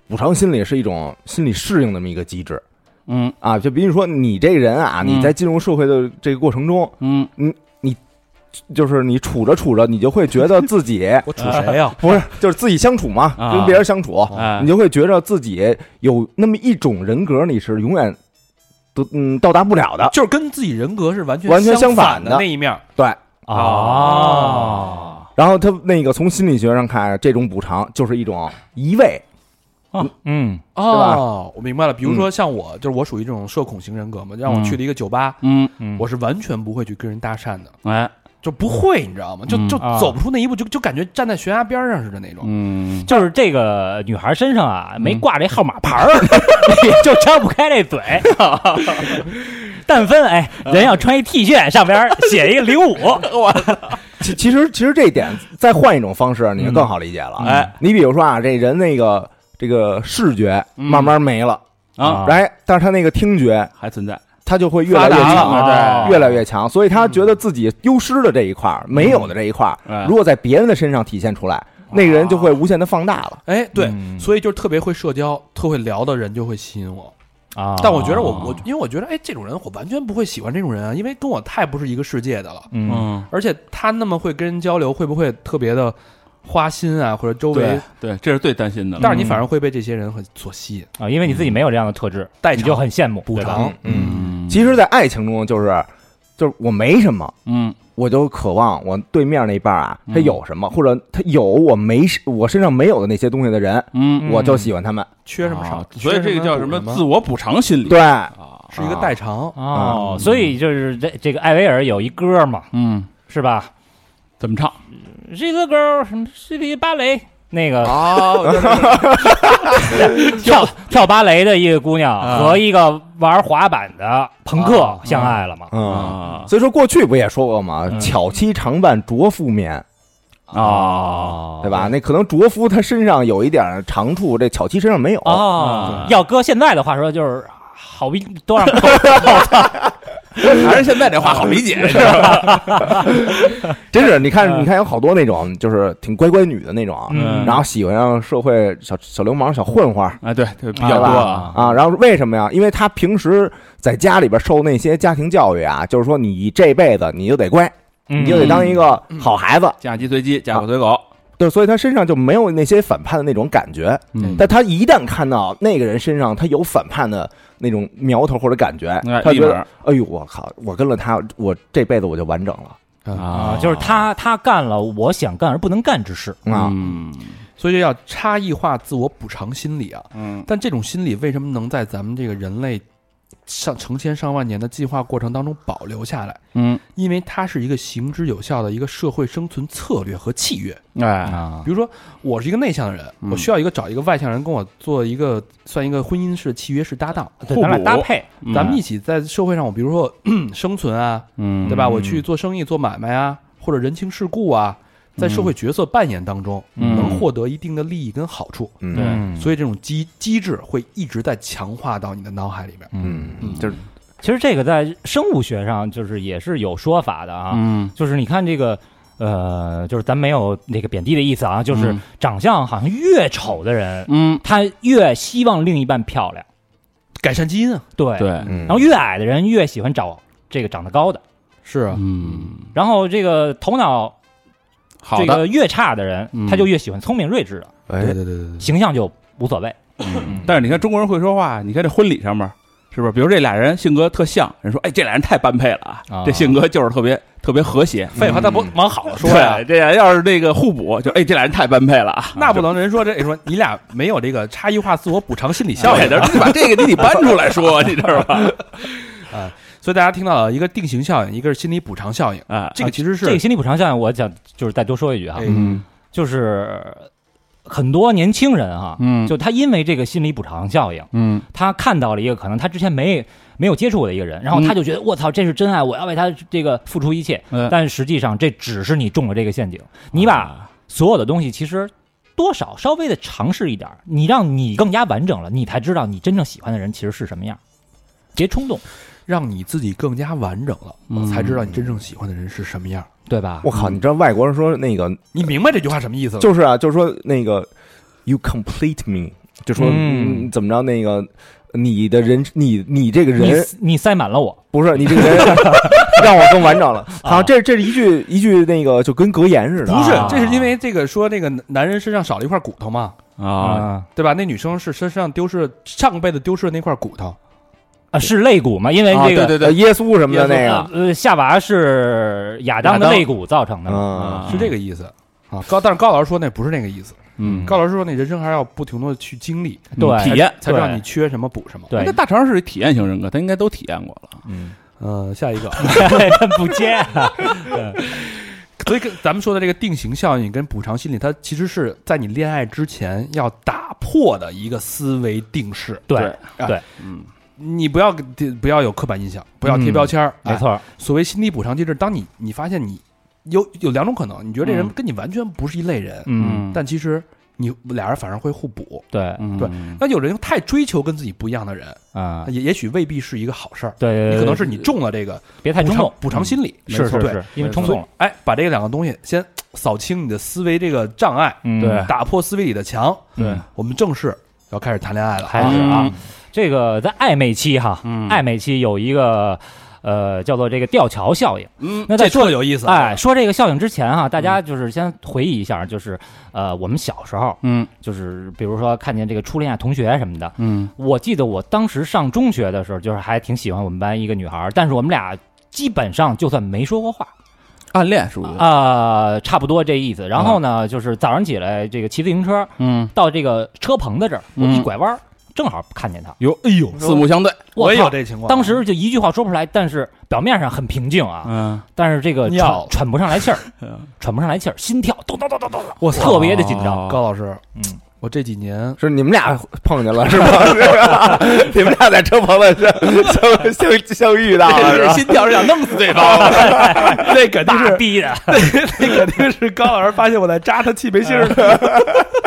Speaker 2: 补偿心理是一种心理适应的这么一个机制
Speaker 4: 嗯
Speaker 2: 啊。就比如说你这人啊，
Speaker 4: 嗯
Speaker 2: 你在进入社会的这个过程中，
Speaker 4: 嗯，
Speaker 2: 就是你处着处着，你就会觉得自 己
Speaker 1: 我处谁啊呀？
Speaker 2: 不是就是自己相处嘛，
Speaker 4: 啊
Speaker 2: 跟别人相处，
Speaker 4: 哎
Speaker 2: 你就会觉得自己有那么一种人格，你是永远都嗯到达不了的。
Speaker 1: 就是跟自己人格是完全
Speaker 2: 完全
Speaker 1: 相
Speaker 2: 相反
Speaker 1: 的
Speaker 2: 的
Speaker 1: 那一面。
Speaker 2: 对，
Speaker 1: 啊
Speaker 3: 哦，
Speaker 2: 然后他那个从心理学上看，这种补偿就是一种一味。
Speaker 3: 嗯
Speaker 1: 哦，我明白了。比
Speaker 4: 嗯
Speaker 1: 如说像我，就是我属于这种社恐型人格嘛，让我去了一个酒吧，
Speaker 4: 嗯
Speaker 3: 嗯，
Speaker 1: 我是完全不会去跟人搭讪的，
Speaker 4: 哎
Speaker 1: 就不会，你知道吗？就
Speaker 4: 嗯
Speaker 1: 就
Speaker 3: 啊
Speaker 1: 走不出那一步，就就感觉站在悬崖边上似的那种。
Speaker 4: 嗯
Speaker 3: 就是这个女孩身上啊，没
Speaker 4: 嗯
Speaker 3: 挂这号码牌儿， 你就张不开这嘴。但分哎，人要穿一 T 恤，上边儿写一个零五，
Speaker 2: 其其实其实这一点再换一种方式，你就更好理解了。
Speaker 4: 嗯哎，
Speaker 2: 你比如说啊，这人那个这个视觉
Speaker 4: 嗯
Speaker 2: 慢慢没了，
Speaker 4: 啊，
Speaker 2: 哎，但是他那个听觉，
Speaker 4: 还存在，
Speaker 2: 他就会越来越
Speaker 4: 发达
Speaker 2: 强，
Speaker 4: 了啊
Speaker 3: 哦
Speaker 2: 越来越强，所以他觉得自己丢失的这一块儿，没有的这一块儿，
Speaker 4: 哎
Speaker 2: 如果在别人的身上体现出来，那个人就会无限的放大了。
Speaker 1: 哎，对，
Speaker 3: 嗯
Speaker 1: 所以就是特别会社交、特会聊的人就会吸引我。
Speaker 3: 啊
Speaker 1: 但我觉得我我因为我觉得哎，这种人我完全不会喜欢这种人啊，因为跟我太不是一个世界的了。
Speaker 3: 嗯
Speaker 4: 嗯，
Speaker 1: 而且他那么会跟人交流，会不会特别的花心啊，或者周围
Speaker 4: 对？嗯对，这是最担心的了。
Speaker 1: 但是你反而会被这些人很所吸引，
Speaker 3: 啊，因为你自己没有这样的特质，
Speaker 1: 代
Speaker 3: 你
Speaker 1: 偿
Speaker 3: 就很羡慕
Speaker 1: 补
Speaker 3: 对吧
Speaker 1: 偿。
Speaker 2: 嗯，
Speaker 4: 嗯
Speaker 2: 其实，在爱情中就是就是我没什么，
Speaker 4: 嗯
Speaker 2: 我就渴望我对面那半儿啊，他
Speaker 4: 嗯
Speaker 2: 有什么，或者他有我没我身上没有的那些东西的人，
Speaker 4: 嗯，
Speaker 2: 我就喜欢他们。
Speaker 1: 缺什么少
Speaker 4: 啊，所以这个叫什么自我补偿心理
Speaker 2: 对，
Speaker 4: 啊？
Speaker 1: 是一个代 偿。
Speaker 3: 哦，所以就是这这个艾薇儿有一歌嘛，
Speaker 4: 嗯，
Speaker 3: 是吧
Speaker 4: 怎么唱？
Speaker 3: ？She's a girl，什么 s h 芭蕾那个
Speaker 1: 哦，
Speaker 3: 跳跳芭蕾的一个姑娘和一个玩滑板的朋克相爱了嘛？
Speaker 2: 嗯，
Speaker 4: 啊，
Speaker 2: 所以说过去不也说过吗？
Speaker 3: 嗯
Speaker 2: 巧妻常伴浊妇眠，
Speaker 4: 啊，
Speaker 3: 哦
Speaker 2: 对吧？那可能卓夫他身上有一点长处，这巧妻身上没有。
Speaker 4: 啊
Speaker 3: 哦，要搁现在的话说，就是好兵都让
Speaker 4: 还是现在这话好理解，嗯是吧？
Speaker 2: 真 是，你看，你看，有好多那种就是挺乖乖女的那种啊，
Speaker 3: 嗯
Speaker 2: 然后喜欢上社会小小流氓、小混花
Speaker 4: 啊，对，对比较多啊，
Speaker 2: 啊。然后为什么呀？因为他平时在家里边受那些家庭教育啊，就是说你这辈子你就得乖，
Speaker 3: 嗯
Speaker 2: 你就得
Speaker 4: 嗯
Speaker 2: 当一个好孩子。
Speaker 4: 嫁鸡随鸡，嫁狗随狗，
Speaker 2: 对，所以他身上就没有那些反叛的那种感觉。
Speaker 4: 嗯
Speaker 2: 但他一旦看到那个人身上他有反叛的那种苗头或者感觉，
Speaker 4: 哎
Speaker 2: 他
Speaker 4: 立
Speaker 2: 觉得
Speaker 4: 马，
Speaker 2: 哎呦，我靠，我跟了他，我这辈子我就完整了
Speaker 3: 啊，就是他他干了我想干而不能干之事，
Speaker 2: 啊！
Speaker 4: 嗯
Speaker 1: 所以这叫差异化自我补偿心理啊。
Speaker 4: 嗯，
Speaker 1: 但这种心理为什么能在咱们这个人类上成千上万年的进化过程当中保留下来？
Speaker 4: 嗯，
Speaker 1: 因为它是一个行之有效的一个社会生存策略和契约。
Speaker 4: 哎，
Speaker 1: 比如说，我是一个内向的人，
Speaker 4: 嗯
Speaker 1: 我需要一个找一个外向人跟我做一个算一个婚姻式契约式搭档，
Speaker 3: 对，咱俩搭配，
Speaker 4: 嗯
Speaker 1: 咱们一起在社会上，我比如说 生存啊，
Speaker 4: 嗯，
Speaker 1: 对吧？我去做生意、做买卖啊，或者人情世故啊，在社会角色扮演当中，
Speaker 4: 嗯
Speaker 1: 能获得一定的利益跟好处。
Speaker 4: 对
Speaker 2: 嗯
Speaker 3: 嗯，
Speaker 1: 所以这种机机制会一直在强化到你的脑海里边。
Speaker 2: 嗯，就是
Speaker 3: 其实这个在生物学上就是也是有说法的啊，
Speaker 4: 嗯，
Speaker 3: 就是你看这个。呃，就是咱没有那个贬低的意思啊，就是
Speaker 4: 嗯
Speaker 3: 长相好像越丑的人，
Speaker 4: 嗯，
Speaker 3: 他越希望另一半漂亮，
Speaker 1: 改善基因啊，
Speaker 3: 对。
Speaker 4: 对，
Speaker 2: 然
Speaker 3: 然后越矮的人越喜欢找这个长得高的，
Speaker 1: 是啊，
Speaker 4: 嗯，
Speaker 3: 然后这个头脑
Speaker 4: 好
Speaker 3: 这
Speaker 4: 的，
Speaker 3: 个越差的人
Speaker 4: 嗯，
Speaker 3: 他就越喜欢聪明睿智的，
Speaker 1: 嗯对
Speaker 2: 哎，嗯
Speaker 1: 对对对对，
Speaker 3: 形象就无所谓。
Speaker 4: 但是你看中国人会说话，你看这婚礼上面是不是？比如这俩人性格特像，人说哎这俩人太般配了啊
Speaker 3: 啊，
Speaker 4: 这性格就是特别特别和谐。
Speaker 1: 废话，那不往好了说
Speaker 4: 对
Speaker 1: 呀
Speaker 4: 啊，？这俩人要是那个互补，就哎这俩人太般配了啊，
Speaker 1: 嗯那不能人说这说你俩没有这个差异化自我补偿心理效
Speaker 4: 对
Speaker 1: 应，
Speaker 4: 的，你把这个你得搬出来说，你知道吧？
Speaker 1: 所以大家听到了一个定型效应，一个是心理补偿效应，
Speaker 4: 啊，
Speaker 1: 这个其实
Speaker 3: 这个
Speaker 1: 是
Speaker 3: 心理补偿效应，我想就是再多说一句哈
Speaker 1: 哎，
Speaker 4: 嗯
Speaker 3: 就是很多年轻人哈，
Speaker 4: 嗯
Speaker 3: 就他因为这个心理补偿效应，
Speaker 4: 嗯
Speaker 3: 他看到了一个可能他之前没没有接触过的一个人，然后
Speaker 4: 嗯
Speaker 3: 他就觉得我操，这是真爱，我要为他这个付出一切。
Speaker 4: 嗯啊
Speaker 3: 但实际上，这只是你中了这个陷阱。你把所有的东西其实多少稍微的尝试一点儿，你让你更加完整了，你才知道你真正喜欢的人其实是什么样。别冲动，
Speaker 1: 让你自己更加完整了，
Speaker 4: 嗯
Speaker 1: 才知道你真正喜欢的人是什么样。
Speaker 3: 对吧？
Speaker 2: 我靠，你知道外国人说那个
Speaker 1: 你明白这句话什么意思了？
Speaker 2: 就是啊，就是说那个，you complete me，就说、
Speaker 3: 嗯
Speaker 2: 嗯、怎么着那个，你的人，你你这个
Speaker 3: 你
Speaker 2: 人
Speaker 3: 你塞满了我，
Speaker 2: 不是你这个人，让我更完整了。好，这这是一句一句那个，就跟格言似的
Speaker 1: 不
Speaker 2: 啊。
Speaker 1: 是
Speaker 3: 啊，
Speaker 1: 这是因为这个说那个男人身上少了一块骨头嘛，
Speaker 3: 嗯
Speaker 4: 啊，
Speaker 1: 对吧？那女生是身上丢失上辈子丢失的那块骨头，
Speaker 3: 啊，是肋骨嘛？因为
Speaker 2: 啊
Speaker 3: 这个
Speaker 2: 对对对，耶稣什么的那个，
Speaker 3: 呃，夏娃是亚当的
Speaker 2: 亚当
Speaker 3: 肋骨造成的嘛。
Speaker 4: 啊
Speaker 2: 嗯，
Speaker 1: 是这个意思啊。高，但是高老师说那不是那个意思，
Speaker 4: 嗯，
Speaker 1: 高老师说你人生还要不停的去经历，
Speaker 2: 嗯
Speaker 3: 对，
Speaker 4: 体验
Speaker 1: 才知道
Speaker 3: 对
Speaker 1: 你缺什么补什么。
Speaker 3: 嗯对嗯
Speaker 4: 那大肠是体验型人格，他应该都体验过了。
Speaker 1: 呃，下一个，
Speaker 3: 不接啊，
Speaker 1: 所以跟咱们说的这个定型效应跟补偿心理，它其实是在你恋爱之前要打破的一个思维定式。
Speaker 3: 对，
Speaker 2: 啊
Speaker 4: 嗯
Speaker 1: 你不要不要有刻板印象，不要贴标签儿，
Speaker 3: 没
Speaker 1: 哎
Speaker 3: 错
Speaker 2: 啊
Speaker 3: 儿，
Speaker 1: 所谓心理补偿机制，当你你发现你有有两种可能，你觉得这人
Speaker 4: 嗯
Speaker 1: 跟你完全不是一类人，
Speaker 4: 嗯，
Speaker 1: 但其实你俩人反而会互补。
Speaker 3: 对，
Speaker 4: 对
Speaker 1: 对那有人太追求跟自己不一样的人，
Speaker 3: 啊，
Speaker 1: 也也许未必是一个好事儿。
Speaker 3: 对，
Speaker 1: 你可能是你中了这个
Speaker 3: 别太
Speaker 1: 补
Speaker 3: 冲
Speaker 1: 偿
Speaker 3: 动，嗯
Speaker 1: 补偿心理，
Speaker 3: 是是
Speaker 1: 对
Speaker 3: 是，因为冲
Speaker 1: 所以
Speaker 3: 动了，
Speaker 1: 哎，把这两个东西先扫清你的思维这个障碍，
Speaker 3: 嗯
Speaker 4: 对
Speaker 1: 打破思维里的墙。
Speaker 4: 对，
Speaker 1: 我们正式要开始谈恋爱了啊，
Speaker 3: 开始啊，哎这个在暧昧期哈，
Speaker 4: 嗯
Speaker 3: 暧昧期有一个呃叫做这个吊桥效应。
Speaker 4: 嗯
Speaker 3: 那在
Speaker 1: 这
Speaker 3: 说
Speaker 1: 特有意思。啊嗯
Speaker 3: 哎，，说这个效应之前哈，大家就是先回忆一下，就是呃我们小时候，
Speaker 4: 嗯
Speaker 3: 就是比如说看见这个初恋啊同学什么的，
Speaker 4: 嗯
Speaker 3: 我记得我当时上中学的时候，就是还挺喜欢我们班一个女孩儿，但是我们俩基本上就算没说过话
Speaker 4: 暗恋属
Speaker 1: 嗯
Speaker 4: 于
Speaker 3: 啊、呃差不多这意思。然后呢，就是早上起来这个骑自行车
Speaker 4: 嗯
Speaker 3: 到这个车棚子这儿，我
Speaker 4: 嗯
Speaker 3: 一拐弯儿、正好看见她，
Speaker 4: 哟哎呦四目相对，
Speaker 1: 我也
Speaker 3: 操
Speaker 1: 有这情况。
Speaker 3: 当时就一句话说不出来，但是表面上很平静啊，
Speaker 4: 嗯
Speaker 3: 但是这个
Speaker 1: 尿了
Speaker 3: 喘喘不上来气儿
Speaker 4: 嗯，
Speaker 3: 喘不上来气儿，心跳咚咚咚咚咚咚，
Speaker 1: 我操
Speaker 3: 特别的紧张。
Speaker 4: 哦
Speaker 1: 啊高老师，
Speaker 3: 嗯，
Speaker 1: 我这几年
Speaker 2: 是你们俩碰见了是吧？是 吧你们俩在车棚子上相相相遇到 了是吧？
Speaker 1: 心啊跳是想弄死对方， 那肯定
Speaker 3: 大
Speaker 1: 是
Speaker 3: 逼的，
Speaker 1: 那肯定是高老师发现我在扎他气没信儿了。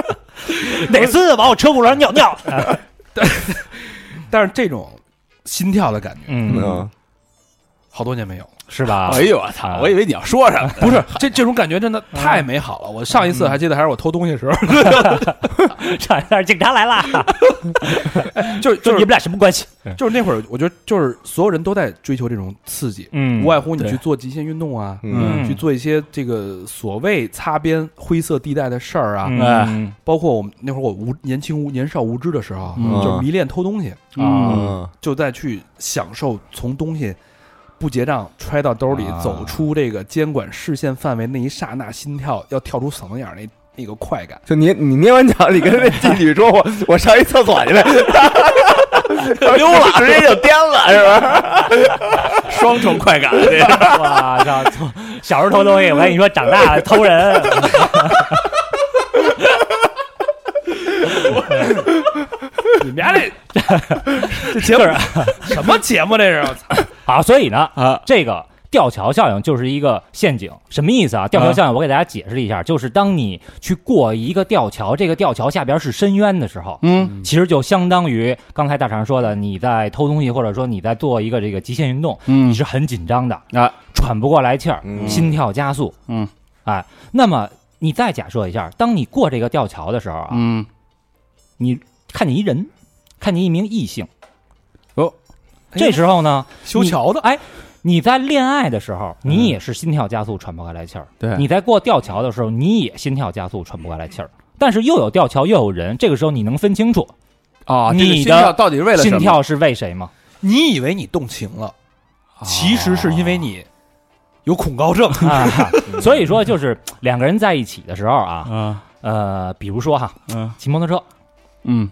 Speaker 3: 哪次往我车轱辘上尿 尿？
Speaker 1: 但是这种心跳的感觉，
Speaker 3: 嗯，
Speaker 2: 嗯，
Speaker 1: 好多年没有了。
Speaker 3: 是吧？
Speaker 4: 哎呦我操！我以为你要说什么，
Speaker 1: 不 是这这种感觉真的太美好了。我上一次还记得还是我偷东西的时候，
Speaker 3: 差点警察来 了，
Speaker 1: 就
Speaker 3: 说
Speaker 1: 嗯 就是
Speaker 3: 你们俩什么关系？
Speaker 1: 就是那会儿，我觉得就是所有人都在追求这种刺激，
Speaker 3: 嗯
Speaker 1: 无外乎你
Speaker 3: 对
Speaker 1: 去做极限运动啊，
Speaker 2: 嗯
Speaker 1: 去做一些这个所谓擦边灰色地带的事儿啊，
Speaker 3: 嗯
Speaker 1: 包括我们那会儿我无年轻无年少无知的时候，
Speaker 3: 嗯
Speaker 1: 就迷恋偷东西，啊
Speaker 3: 嗯
Speaker 2: 嗯
Speaker 1: 就在去享受从东西。不结账，揣到兜里，
Speaker 2: 啊
Speaker 1: 走出这个监管视线范围那一刹那，心跳要跳出嗓子眼儿那那个快感，
Speaker 2: 就你你捏完脚，你跟那妓女说我我上一厕所去了，溜了，直接就颠了是吧？
Speaker 4: 双重快 感。这个
Speaker 3: 哇操！从小时候偷东西，我跟你说，长大了偷人。
Speaker 1: 你们家 这这节目什么节目这是？
Speaker 3: 好，所以呢，啊，这个吊桥效应就是一个陷阱，什么意思啊？吊桥效应，我给大家解释一下，就是当你去过一个吊桥，这个吊桥下边是深渊的时候，
Speaker 4: 嗯，
Speaker 3: 其实就相当于刚才大肠说的，你在偷东西，或者说你在做一个这个极限运动，
Speaker 4: 嗯
Speaker 3: 你是很紧张的
Speaker 4: 啊，
Speaker 3: 喘不过来气儿，
Speaker 2: 嗯
Speaker 3: 心跳加速，
Speaker 4: 嗯，
Speaker 3: 哎，那么你再假设一下，当你过这个吊桥的时候啊，
Speaker 4: 嗯，
Speaker 3: 你看见一人，看见一名异性，
Speaker 4: 哦，
Speaker 3: 这时候呢，
Speaker 1: 哎修桥的，
Speaker 3: 哎，你在恋爱的时候，
Speaker 4: 嗯
Speaker 3: 你也是心跳加速，喘不过来气儿；
Speaker 4: 对
Speaker 3: 你在过吊桥的时候，你也心跳加速，喘不过来气儿。但是又有吊桥，又有人，这个时候你能分清楚
Speaker 4: 啊，这个
Speaker 3: 你
Speaker 4: 心
Speaker 3: 的
Speaker 4: 跳到底是为了什
Speaker 3: 心
Speaker 4: 么？
Speaker 3: 跳是为 谁吗？
Speaker 1: 你以为你动情了，其实是因为你有恐高症。
Speaker 3: 啊，
Speaker 4: 嗯
Speaker 3: 所以说就是两个人在一起的时候啊，
Speaker 4: 啊，
Speaker 3: 呃，比如说哈，
Speaker 4: 嗯
Speaker 3: 骑摩托车
Speaker 4: 嗯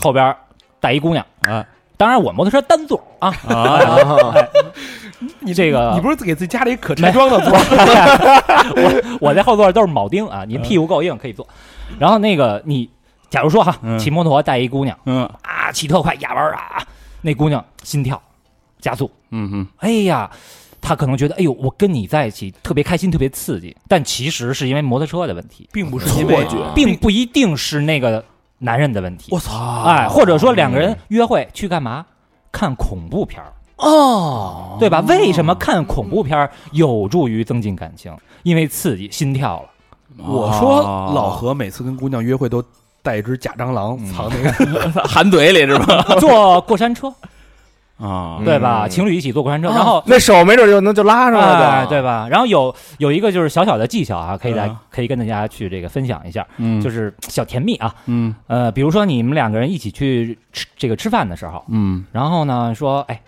Speaker 3: 后边带一姑娘，
Speaker 4: 啊
Speaker 3: 当然我摩托车单座啊，
Speaker 4: 啊，
Speaker 3: 你这个
Speaker 1: 你不是给自己家里可拆 装的做？
Speaker 3: 我我在后座都是铆钉啊，您屁股够硬可以坐。然后那个你，假如说哈，
Speaker 4: 嗯
Speaker 3: 骑摩托带一姑娘
Speaker 4: 嗯
Speaker 3: 啊，骑特快压弯儿啊，那姑娘心跳加速，
Speaker 4: 嗯嗯，
Speaker 3: 哎呀，她可能觉得哎呦，我跟你在一起特别开心，特别刺激，但其实是因为摩托车的问题，
Speaker 1: 并不是因为
Speaker 2: 错
Speaker 4: 啊
Speaker 2: 觉
Speaker 3: 并不一定是那个男人的问题
Speaker 1: 我。操！
Speaker 3: 哎，或者说两个人约会去干嘛？看恐怖片儿。
Speaker 1: 哦，
Speaker 3: 对吧？为什么看恐怖片儿有助于增进感情？因为刺激心跳了。
Speaker 1: 我说
Speaker 4: 啊
Speaker 1: 老何每次跟姑娘约会都带一只假蟑螂藏那个，
Speaker 4: 含嘴里是吧？
Speaker 3: 坐过山车，
Speaker 4: 啊，
Speaker 3: 对吧？
Speaker 2: 嗯
Speaker 3: 情侣一起坐过山车，然后。
Speaker 2: 那手没准就能就拉上
Speaker 3: 哎
Speaker 2: 了，
Speaker 3: 对吧？然后有有一个就是小小的技巧啊，可以来
Speaker 4: 嗯
Speaker 3: 可以跟大家去这个分享一下，
Speaker 4: 嗯，
Speaker 3: 就是是小甜蜜啊。
Speaker 4: 嗯
Speaker 3: 呃，比如说你们两个人一起去吃这个吃饭的时候，
Speaker 4: 嗯
Speaker 3: 然后呢说，哎，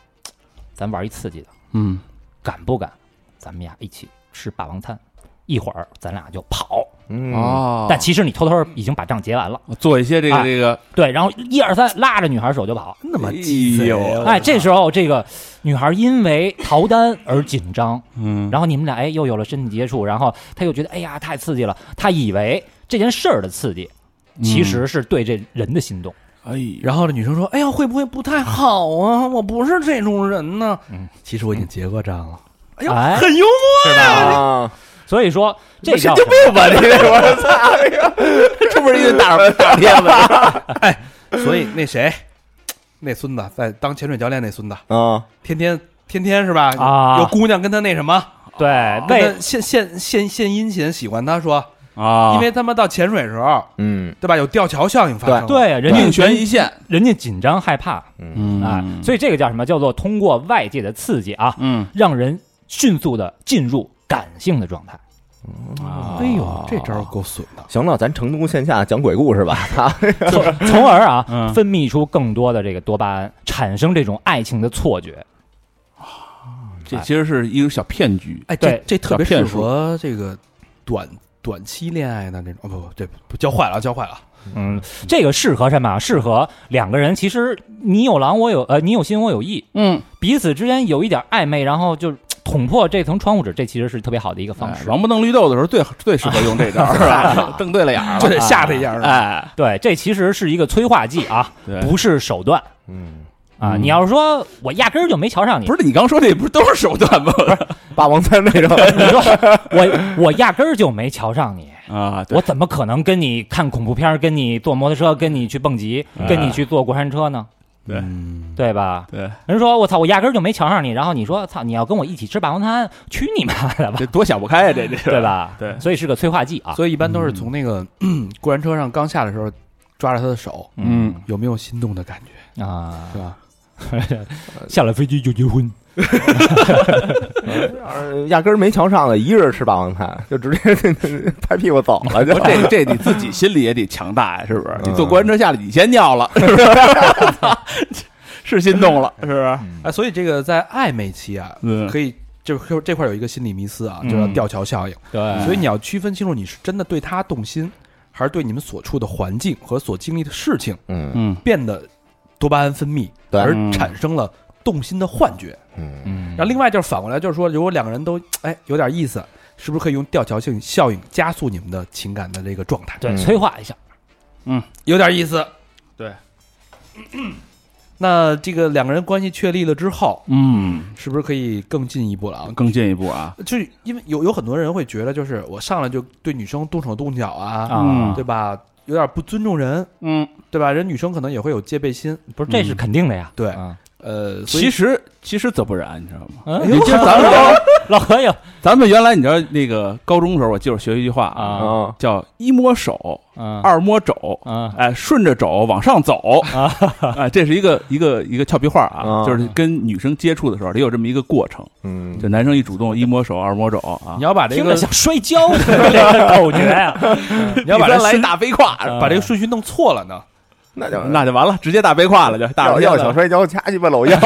Speaker 3: 咱玩一刺激的，
Speaker 4: 嗯
Speaker 3: 敢不敢？咱们呀一起吃霸王餐，一会儿咱俩就跑。
Speaker 2: 嗯
Speaker 4: 哦，
Speaker 3: 但其实你偷偷已经把账结完了，
Speaker 4: 做一些这个
Speaker 3: 哎
Speaker 4: 这个，
Speaker 3: 对。然后一二三，拉着女孩手就跑。
Speaker 1: 那么鸡贼
Speaker 2: 嗯
Speaker 4: 嗯
Speaker 1: 啊
Speaker 3: 哎，这时候这个女孩因为逃单而紧张，
Speaker 4: 嗯，
Speaker 3: 然后你们俩哎又有了身体接触，然后他又觉得哎呀太刺激了，他以为这件事儿的刺激，其实是对这人的心动。
Speaker 4: 哎呀，
Speaker 1: 然后这女生说：“哎呀，会不会不太好啊？我不是这种人呢。”其实我已经结过账了。哎呦，
Speaker 3: 哎，
Speaker 1: 很幽默呀！
Speaker 2: 啊，
Speaker 3: 所以说这
Speaker 2: 神
Speaker 3: 叫
Speaker 2: 经
Speaker 3: 什么
Speaker 2: 病吧你这我操，这不是一个大大骗子
Speaker 1: 所以那谁，那孙子在当潜水教练，那孙子
Speaker 2: 啊？
Speaker 1: 天天天天是吧？
Speaker 3: 啊哎
Speaker 1: 有姑娘跟他那什么，
Speaker 4: 哦
Speaker 3: 对
Speaker 1: 跟
Speaker 3: 为
Speaker 1: 他献献献献殷勤，喜欢他说，
Speaker 4: 啊，
Speaker 1: 因为他妈到潜水时候，
Speaker 2: 嗯，
Speaker 1: 对吧？有吊桥效应发
Speaker 4: 哦
Speaker 1: 生，，
Speaker 3: 对人
Speaker 4: 命
Speaker 3: 家
Speaker 4: 悬一线，
Speaker 3: 人家紧张害怕
Speaker 4: 嗯
Speaker 3: 啊，所以这个叫什么叫做通过外界的刺激啊，
Speaker 4: 嗯
Speaker 3: 让人迅速的进入感性的状态。
Speaker 4: 啊
Speaker 1: 哎呦，这招够损的。
Speaker 2: 行了，咱成都线下讲鬼故事吧。
Speaker 3: 从从而啊，
Speaker 4: 嗯
Speaker 3: 分泌出更多的这个多巴胺，产生这种爱情的错觉。
Speaker 4: 这其实是一个小骗局，
Speaker 1: 哎，
Speaker 3: 对
Speaker 1: 这这特别
Speaker 4: 小
Speaker 1: 适
Speaker 4: 骗术
Speaker 1: 合这个短短期恋爱的那种。哦，不不，对，不教坏了，教坏了。
Speaker 3: 嗯，这个适合什么啊？适合两个人，其实你有狼，我有呃，你有心，我有意，
Speaker 4: 嗯
Speaker 3: 彼此之间有一点暧昧，然后就捅破这层窗户纸，这其实是特别好的一个方
Speaker 4: 哎
Speaker 3: 式。
Speaker 4: 王八瞪绿豆的时候最 最适合用这 招，是吧？瞪对了眼儿
Speaker 1: 就
Speaker 4: 了，
Speaker 1: 得吓他一下是吧？
Speaker 4: 哎，
Speaker 3: 对，这其实是一个催化剂啊，
Speaker 4: 对
Speaker 3: 不是手段
Speaker 2: 嗯，
Speaker 3: 啊。
Speaker 4: 嗯
Speaker 3: 你要是说我压根儿就没瞧上你，
Speaker 4: 不是你刚说这不是都是手段吗？
Speaker 2: 霸王餐那种，
Speaker 3: 你说我我压根儿就没瞧上你，
Speaker 4: 啊，对
Speaker 3: 我怎么可能跟你看恐怖片儿、跟你坐摩托车、跟你去蹦极、跟你去坐过山车呢？
Speaker 4: 对
Speaker 1: 嗯
Speaker 3: 对吧？
Speaker 4: 对，
Speaker 3: 人说我操，我压根儿就没瞧上你，然后你说操，你要跟我一起吃霸王餐， 去你妈的吧，
Speaker 4: 这多想不开啊，这这
Speaker 3: 对？吧？
Speaker 4: 对
Speaker 3: 所以是个催化剂啊。嗯
Speaker 1: 所以一般都是从那个过山车上刚下的时候抓着他的手，
Speaker 4: 嗯，
Speaker 1: 有没有心动的感觉？
Speaker 3: 啊，
Speaker 1: 是吧？
Speaker 3: 下了飞机就结婚，
Speaker 2: 呃压根儿没瞧上的，一个人吃霸王餐，就直接拍屁股走了，就
Speaker 4: 不，哦这这你自己心里也得强大呀，是不是？
Speaker 2: 嗯
Speaker 4: 你坐过山车下来，你先尿了， 是不是？是心动了，是不是？
Speaker 3: 嗯
Speaker 1: 哎，所以这个在暧昧期啊，
Speaker 4: 嗯
Speaker 1: 可以就就这块有一个心理迷思啊，
Speaker 3: 嗯
Speaker 1: 就叫吊桥效应。
Speaker 3: 对
Speaker 1: 所以你要区分清楚，你是真的对他动心，还是对你们所处的环境和所经历的事情
Speaker 2: 嗯
Speaker 4: 嗯
Speaker 1: 变得多巴胺分泌，
Speaker 2: 对
Speaker 1: 而产生了动心的幻觉。
Speaker 2: 嗯，
Speaker 3: 嗯
Speaker 1: 然后另外就是反过来，就是说，如果两个人都哎有点意思，是不是可以用吊桥性效应加速你们的情感的这个状态？
Speaker 3: 对
Speaker 2: 嗯
Speaker 3: 催化一下，
Speaker 1: 有点意思。
Speaker 4: 对。
Speaker 1: 那这个两个人关系确立了之后，
Speaker 4: 嗯，
Speaker 1: 是不是可以更进一步了啊？
Speaker 4: 更进一步啊，
Speaker 1: 就是因为有有很多人会觉得，就是我上来就对女生动手动脚啊，
Speaker 4: 嗯
Speaker 1: 对吧？有点不尊重人，
Speaker 4: 嗯，
Speaker 1: 对吧？人女生可能也会有戒备心，
Speaker 3: 不是这是肯定的呀。
Speaker 1: 对
Speaker 3: 啊
Speaker 1: 呃，所以哎
Speaker 4: 其实其实则不然，你知道吗？
Speaker 3: 嗯，
Speaker 4: 你这咱们聊
Speaker 3: 老何有
Speaker 4: 咱们原来你知道那个高中时候，我记得我学一句话
Speaker 3: 啊
Speaker 2: 啊，
Speaker 4: 叫一摸手，
Speaker 3: 嗯
Speaker 4: 二摸肘，
Speaker 3: 嗯
Speaker 4: 哎，顺着肘往上走啊，哎，这是一个一个一个俏皮话啊，
Speaker 2: 啊
Speaker 4: 就是跟女生接触的时候得有这么一个过程，
Speaker 2: 嗯，
Speaker 4: 就男生一主动，一摸手，二摸肘啊
Speaker 1: 你，要把这
Speaker 3: 听
Speaker 1: 个
Speaker 3: 着像摔跤的这个口诀呀。
Speaker 1: 你要把这
Speaker 4: 一边来
Speaker 1: 顺
Speaker 4: 大背胯，
Speaker 3: 嗯
Speaker 1: 把这个顺序弄错了呢，
Speaker 2: 那就
Speaker 4: 那就完了，直接大背胯了，就大
Speaker 2: 嗯要
Speaker 4: 耳
Speaker 2: 要
Speaker 4: 掉
Speaker 2: 想
Speaker 4: 了。
Speaker 2: 摔跤，掐鸡巴搂 腰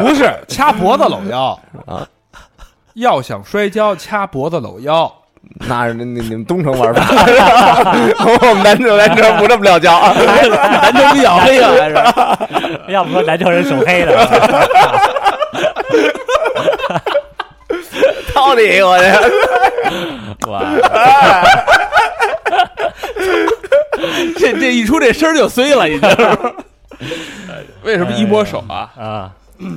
Speaker 1: 不是掐脖子搂腰
Speaker 2: 啊。
Speaker 1: 要想摔跤，掐脖子搂腰，
Speaker 2: 那你你们东城玩吧， 我们南城南城不这么撂跤啊，
Speaker 4: 男生比较黑啊， 是吧？
Speaker 3: 要不说南城人手黑的，
Speaker 2: 操你我这，
Speaker 3: 哇，
Speaker 4: 这这一出这声儿就衰了，你知 道吗？为什么一摸手啊？
Speaker 3: 啊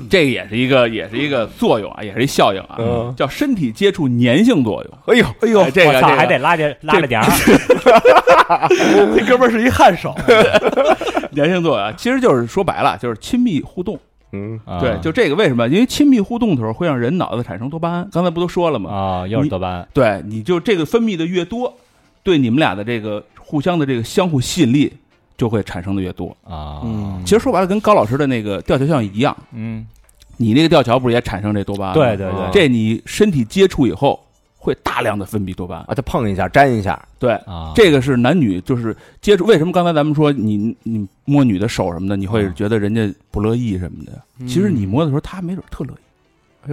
Speaker 4: 这个也是一个，也是一个作用啊，也是一效应啊，
Speaker 2: 嗯
Speaker 4: 叫身体接触粘性作用。
Speaker 2: 哎呦哎呦，
Speaker 4: 哎这
Speaker 3: 我
Speaker 4: 个
Speaker 3: 操，
Speaker 4: 这个
Speaker 3: 还得拉着拉着点儿，
Speaker 1: 这哥们儿是一汗手，
Speaker 4: 粘性作用啊，其实就是说白了，就是亲密互动。
Speaker 2: 嗯
Speaker 3: 啊
Speaker 4: 对，就这个为什么？因为亲密互动的时候会让人脑子产生多巴胺，刚才不都说了吗？
Speaker 3: 啊，又是多巴胺，
Speaker 4: 对，你就这个分泌的越多，对你们俩的这个互相的这个相互吸引力就会产生的越多。
Speaker 3: 啊，
Speaker 1: 嗯，
Speaker 4: 其实说白了，跟高老师的那个吊桥效应一样，
Speaker 3: 嗯，
Speaker 4: 你那个吊桥不是也产生这多巴胺吗？
Speaker 3: 对对对，
Speaker 4: 这你身体接触以后会大量的分泌多巴胺。
Speaker 2: 啊，就碰一下粘一下，
Speaker 4: 对，
Speaker 3: 啊，
Speaker 4: 这个是男女就是接触。为什么刚才咱们说你你摸女的手什么的，你会觉得人家不乐意什么的？其实你摸的时候，他没准特乐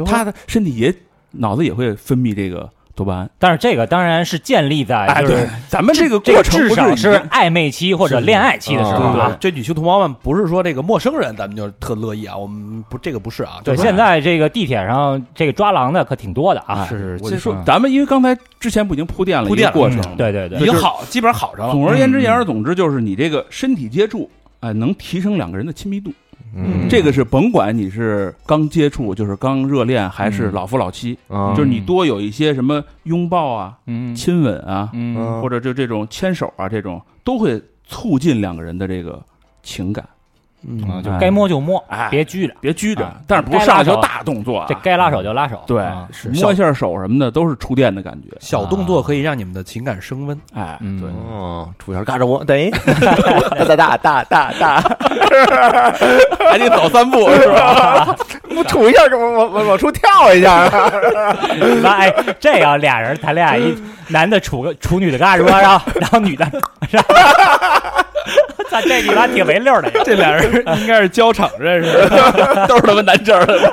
Speaker 4: 意，他的身体也脑子也会分泌这个多巴胺。
Speaker 3: 但是这个当然是建立
Speaker 1: 哎
Speaker 3: 在就
Speaker 4: 哎对
Speaker 3: 是，
Speaker 4: 咱们这个
Speaker 3: 这
Speaker 4: 过
Speaker 3: 个
Speaker 4: 程
Speaker 3: 至
Speaker 4: 不
Speaker 3: 少
Speaker 4: 已经
Speaker 3: 是暧昧期或者恋爱期的时候
Speaker 2: 嗯
Speaker 3: 啊
Speaker 4: 哦
Speaker 1: 啊，。这女性同胞们不是说这个陌生人，咱们就特乐意啊，我们不这个不是啊，
Speaker 3: 对，
Speaker 1: 就是
Speaker 3: 现在这个地铁上这个抓狼的可挺多的啊，
Speaker 1: 是
Speaker 4: 我
Speaker 1: 我
Speaker 4: 就
Speaker 1: 就
Speaker 4: 说
Speaker 1: 说，
Speaker 4: 咱们因为刚才之前不已经铺垫了
Speaker 1: 铺
Speaker 4: 一
Speaker 1: 垫
Speaker 4: 个
Speaker 1: 了嗯
Speaker 4: 过程，
Speaker 3: 嗯对对对
Speaker 1: 已，经好，基本上好上了。
Speaker 4: 总而言之，言而总之，就是你这个身体接触，哎、能提升两个人的亲密度。
Speaker 2: 嗯
Speaker 4: 这个是甭管你是刚接触，就是刚热恋，还是老夫老妻，
Speaker 2: 啊
Speaker 4: 就是你多有一些什么拥抱啊、
Speaker 3: 嗯
Speaker 4: 亲吻啊，
Speaker 3: 嗯
Speaker 2: 嗯
Speaker 4: 或者就这种牵手啊，这种都会促进两个人的这个情感。
Speaker 3: 啊，
Speaker 1: 嗯，
Speaker 3: 就该摸就摸
Speaker 4: 哎，
Speaker 3: 别拘着，
Speaker 4: 别拘着，
Speaker 3: 啊
Speaker 4: 但是不是上来就大动作啊
Speaker 3: 这？该拉手就拉手，
Speaker 4: 对，
Speaker 3: 啊
Speaker 1: 是
Speaker 4: 摸一下手什么的都是触电的感觉。
Speaker 1: 小动作可以让你们的情感升温。
Speaker 4: 哎，
Speaker 3: 嗯
Speaker 4: 对，
Speaker 2: 哦，出小嘎着我， 等一，大大大大大，
Speaker 4: 还得走三步是吧？
Speaker 2: 我杵一下，我我我往出跳一下，
Speaker 3: 那 哎，这要俩人谈恋 爱，一男的杵个杵女的嘎吱窝，然后 然后女的，是吧？ 咱这你妈挺没溜儿的呀，
Speaker 1: 这俩 人 应该是交场认识的，
Speaker 4: 都是他妈男生 的。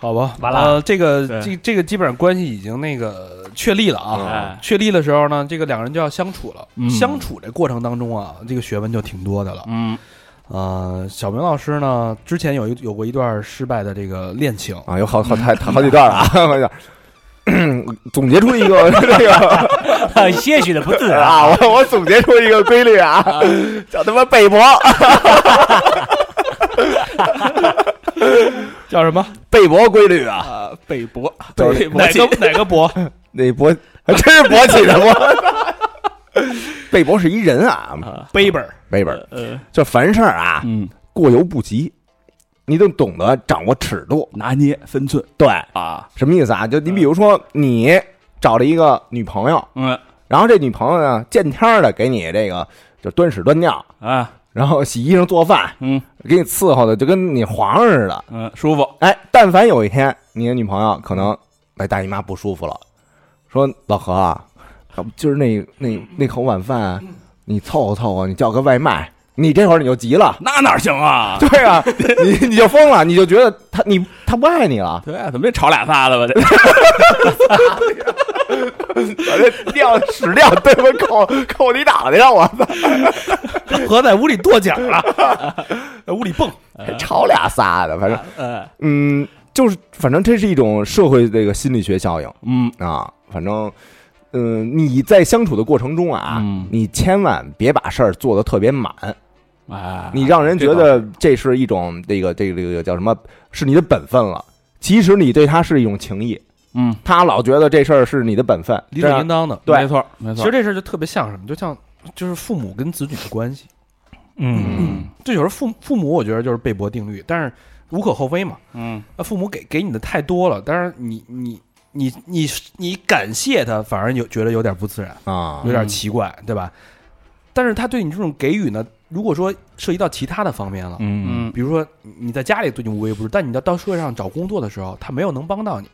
Speaker 1: 好吧，
Speaker 5: 完了
Speaker 1: 呃，这个
Speaker 5: 对
Speaker 1: 这这个基本上关系已经那个确立了啊。
Speaker 5: 哎
Speaker 1: 确立的时候呢，这个两个人就要相处了。
Speaker 3: 嗯
Speaker 1: 相处这过程当中啊，这个学问就挺多的了。
Speaker 3: 嗯，
Speaker 1: 呃，小明老师呢，之前有一有过一段失败的这个恋情，
Speaker 2: 啊，有好好太好几段了啊，好几段。 总结出一个 这个
Speaker 5: 些许的不自然。
Speaker 2: 啊，我我总结出一个规律啊， 叫他妈北 博，
Speaker 1: 叫什么？
Speaker 2: 北博规律啊，
Speaker 1: 啊，北博，
Speaker 2: 就是
Speaker 1: 哪个哪个博？
Speaker 2: 那 博还真是博起的博。 贝博是一人啊，
Speaker 1: 北本
Speaker 2: 贝本
Speaker 5: 呃，
Speaker 2: 就凡事啊
Speaker 4: 嗯，
Speaker 2: 过犹不及，你得懂得掌握尺度。
Speaker 4: 拿捏分寸
Speaker 2: 对，
Speaker 4: 啊，
Speaker 2: 什么意思啊？就你比如说，你找了一个女朋友，
Speaker 4: 嗯
Speaker 2: 然后这女朋友呢，见天儿的给你这个就端屎端尿，
Speaker 4: 啊，
Speaker 2: 然后洗衣裳做饭，
Speaker 4: 嗯
Speaker 2: 给你伺候的就跟你皇上似的。
Speaker 4: 嗯，舒服，
Speaker 2: 哎，但凡有一天你的女朋友可能哎大姨妈不舒服了，说老何啊，要不今儿那那那口晚饭你凑合凑合，你叫个外卖，你这会儿你就急了，
Speaker 4: 那哪行啊？
Speaker 2: 对啊，你你就疯了，你就觉得他你他不爱你了，
Speaker 4: 对啊，怎么也炒俩仨的吧？这
Speaker 2: 尿屎尿对我扣扣你脑袋上，我操，
Speaker 1: 和在屋里跺脚了，在屋里蹦。哎
Speaker 2: 吵俩仨的，反正
Speaker 5: 呃，
Speaker 2: 嗯，就是反正这是一种社会这个心理学效应。
Speaker 4: 嗯
Speaker 2: 啊，反正，嗯、你在相处的过程中啊，
Speaker 4: 嗯
Speaker 2: 你千万别把事儿做得特别满，
Speaker 1: 哎
Speaker 4: 啊，
Speaker 2: 你让人
Speaker 4: 这
Speaker 2: 觉得这是一种这个这个这个叫什么，是你的本分了。其实你对他是一种情谊，
Speaker 4: 嗯，
Speaker 2: 他老觉得这事儿是你的本分，
Speaker 1: 理
Speaker 2: 这
Speaker 1: 所
Speaker 2: 样
Speaker 1: 应当的。
Speaker 2: 对
Speaker 4: 没错没
Speaker 1: 其实，
Speaker 4: 错
Speaker 1: 这事儿就特别像什么，就像就是父母跟子女的关系。
Speaker 3: 嗯，
Speaker 4: 嗯
Speaker 1: 这有时候父父母，我觉得就是贝博定律，但是无可厚非嘛。
Speaker 4: 嗯
Speaker 1: 啊，父母给给你的太多了，但是你你你你你感谢他，反而有觉得有点不自然，
Speaker 2: 啊
Speaker 1: 有点
Speaker 4: 嗯
Speaker 1: 奇怪，对吧？但是他对你这种给予呢，如果说涉及到其他的方面了，
Speaker 3: 嗯，
Speaker 4: 嗯，
Speaker 1: 比如说你你在家里对你无微不至，但你要到社会上找工作的时候，他没有能帮到你，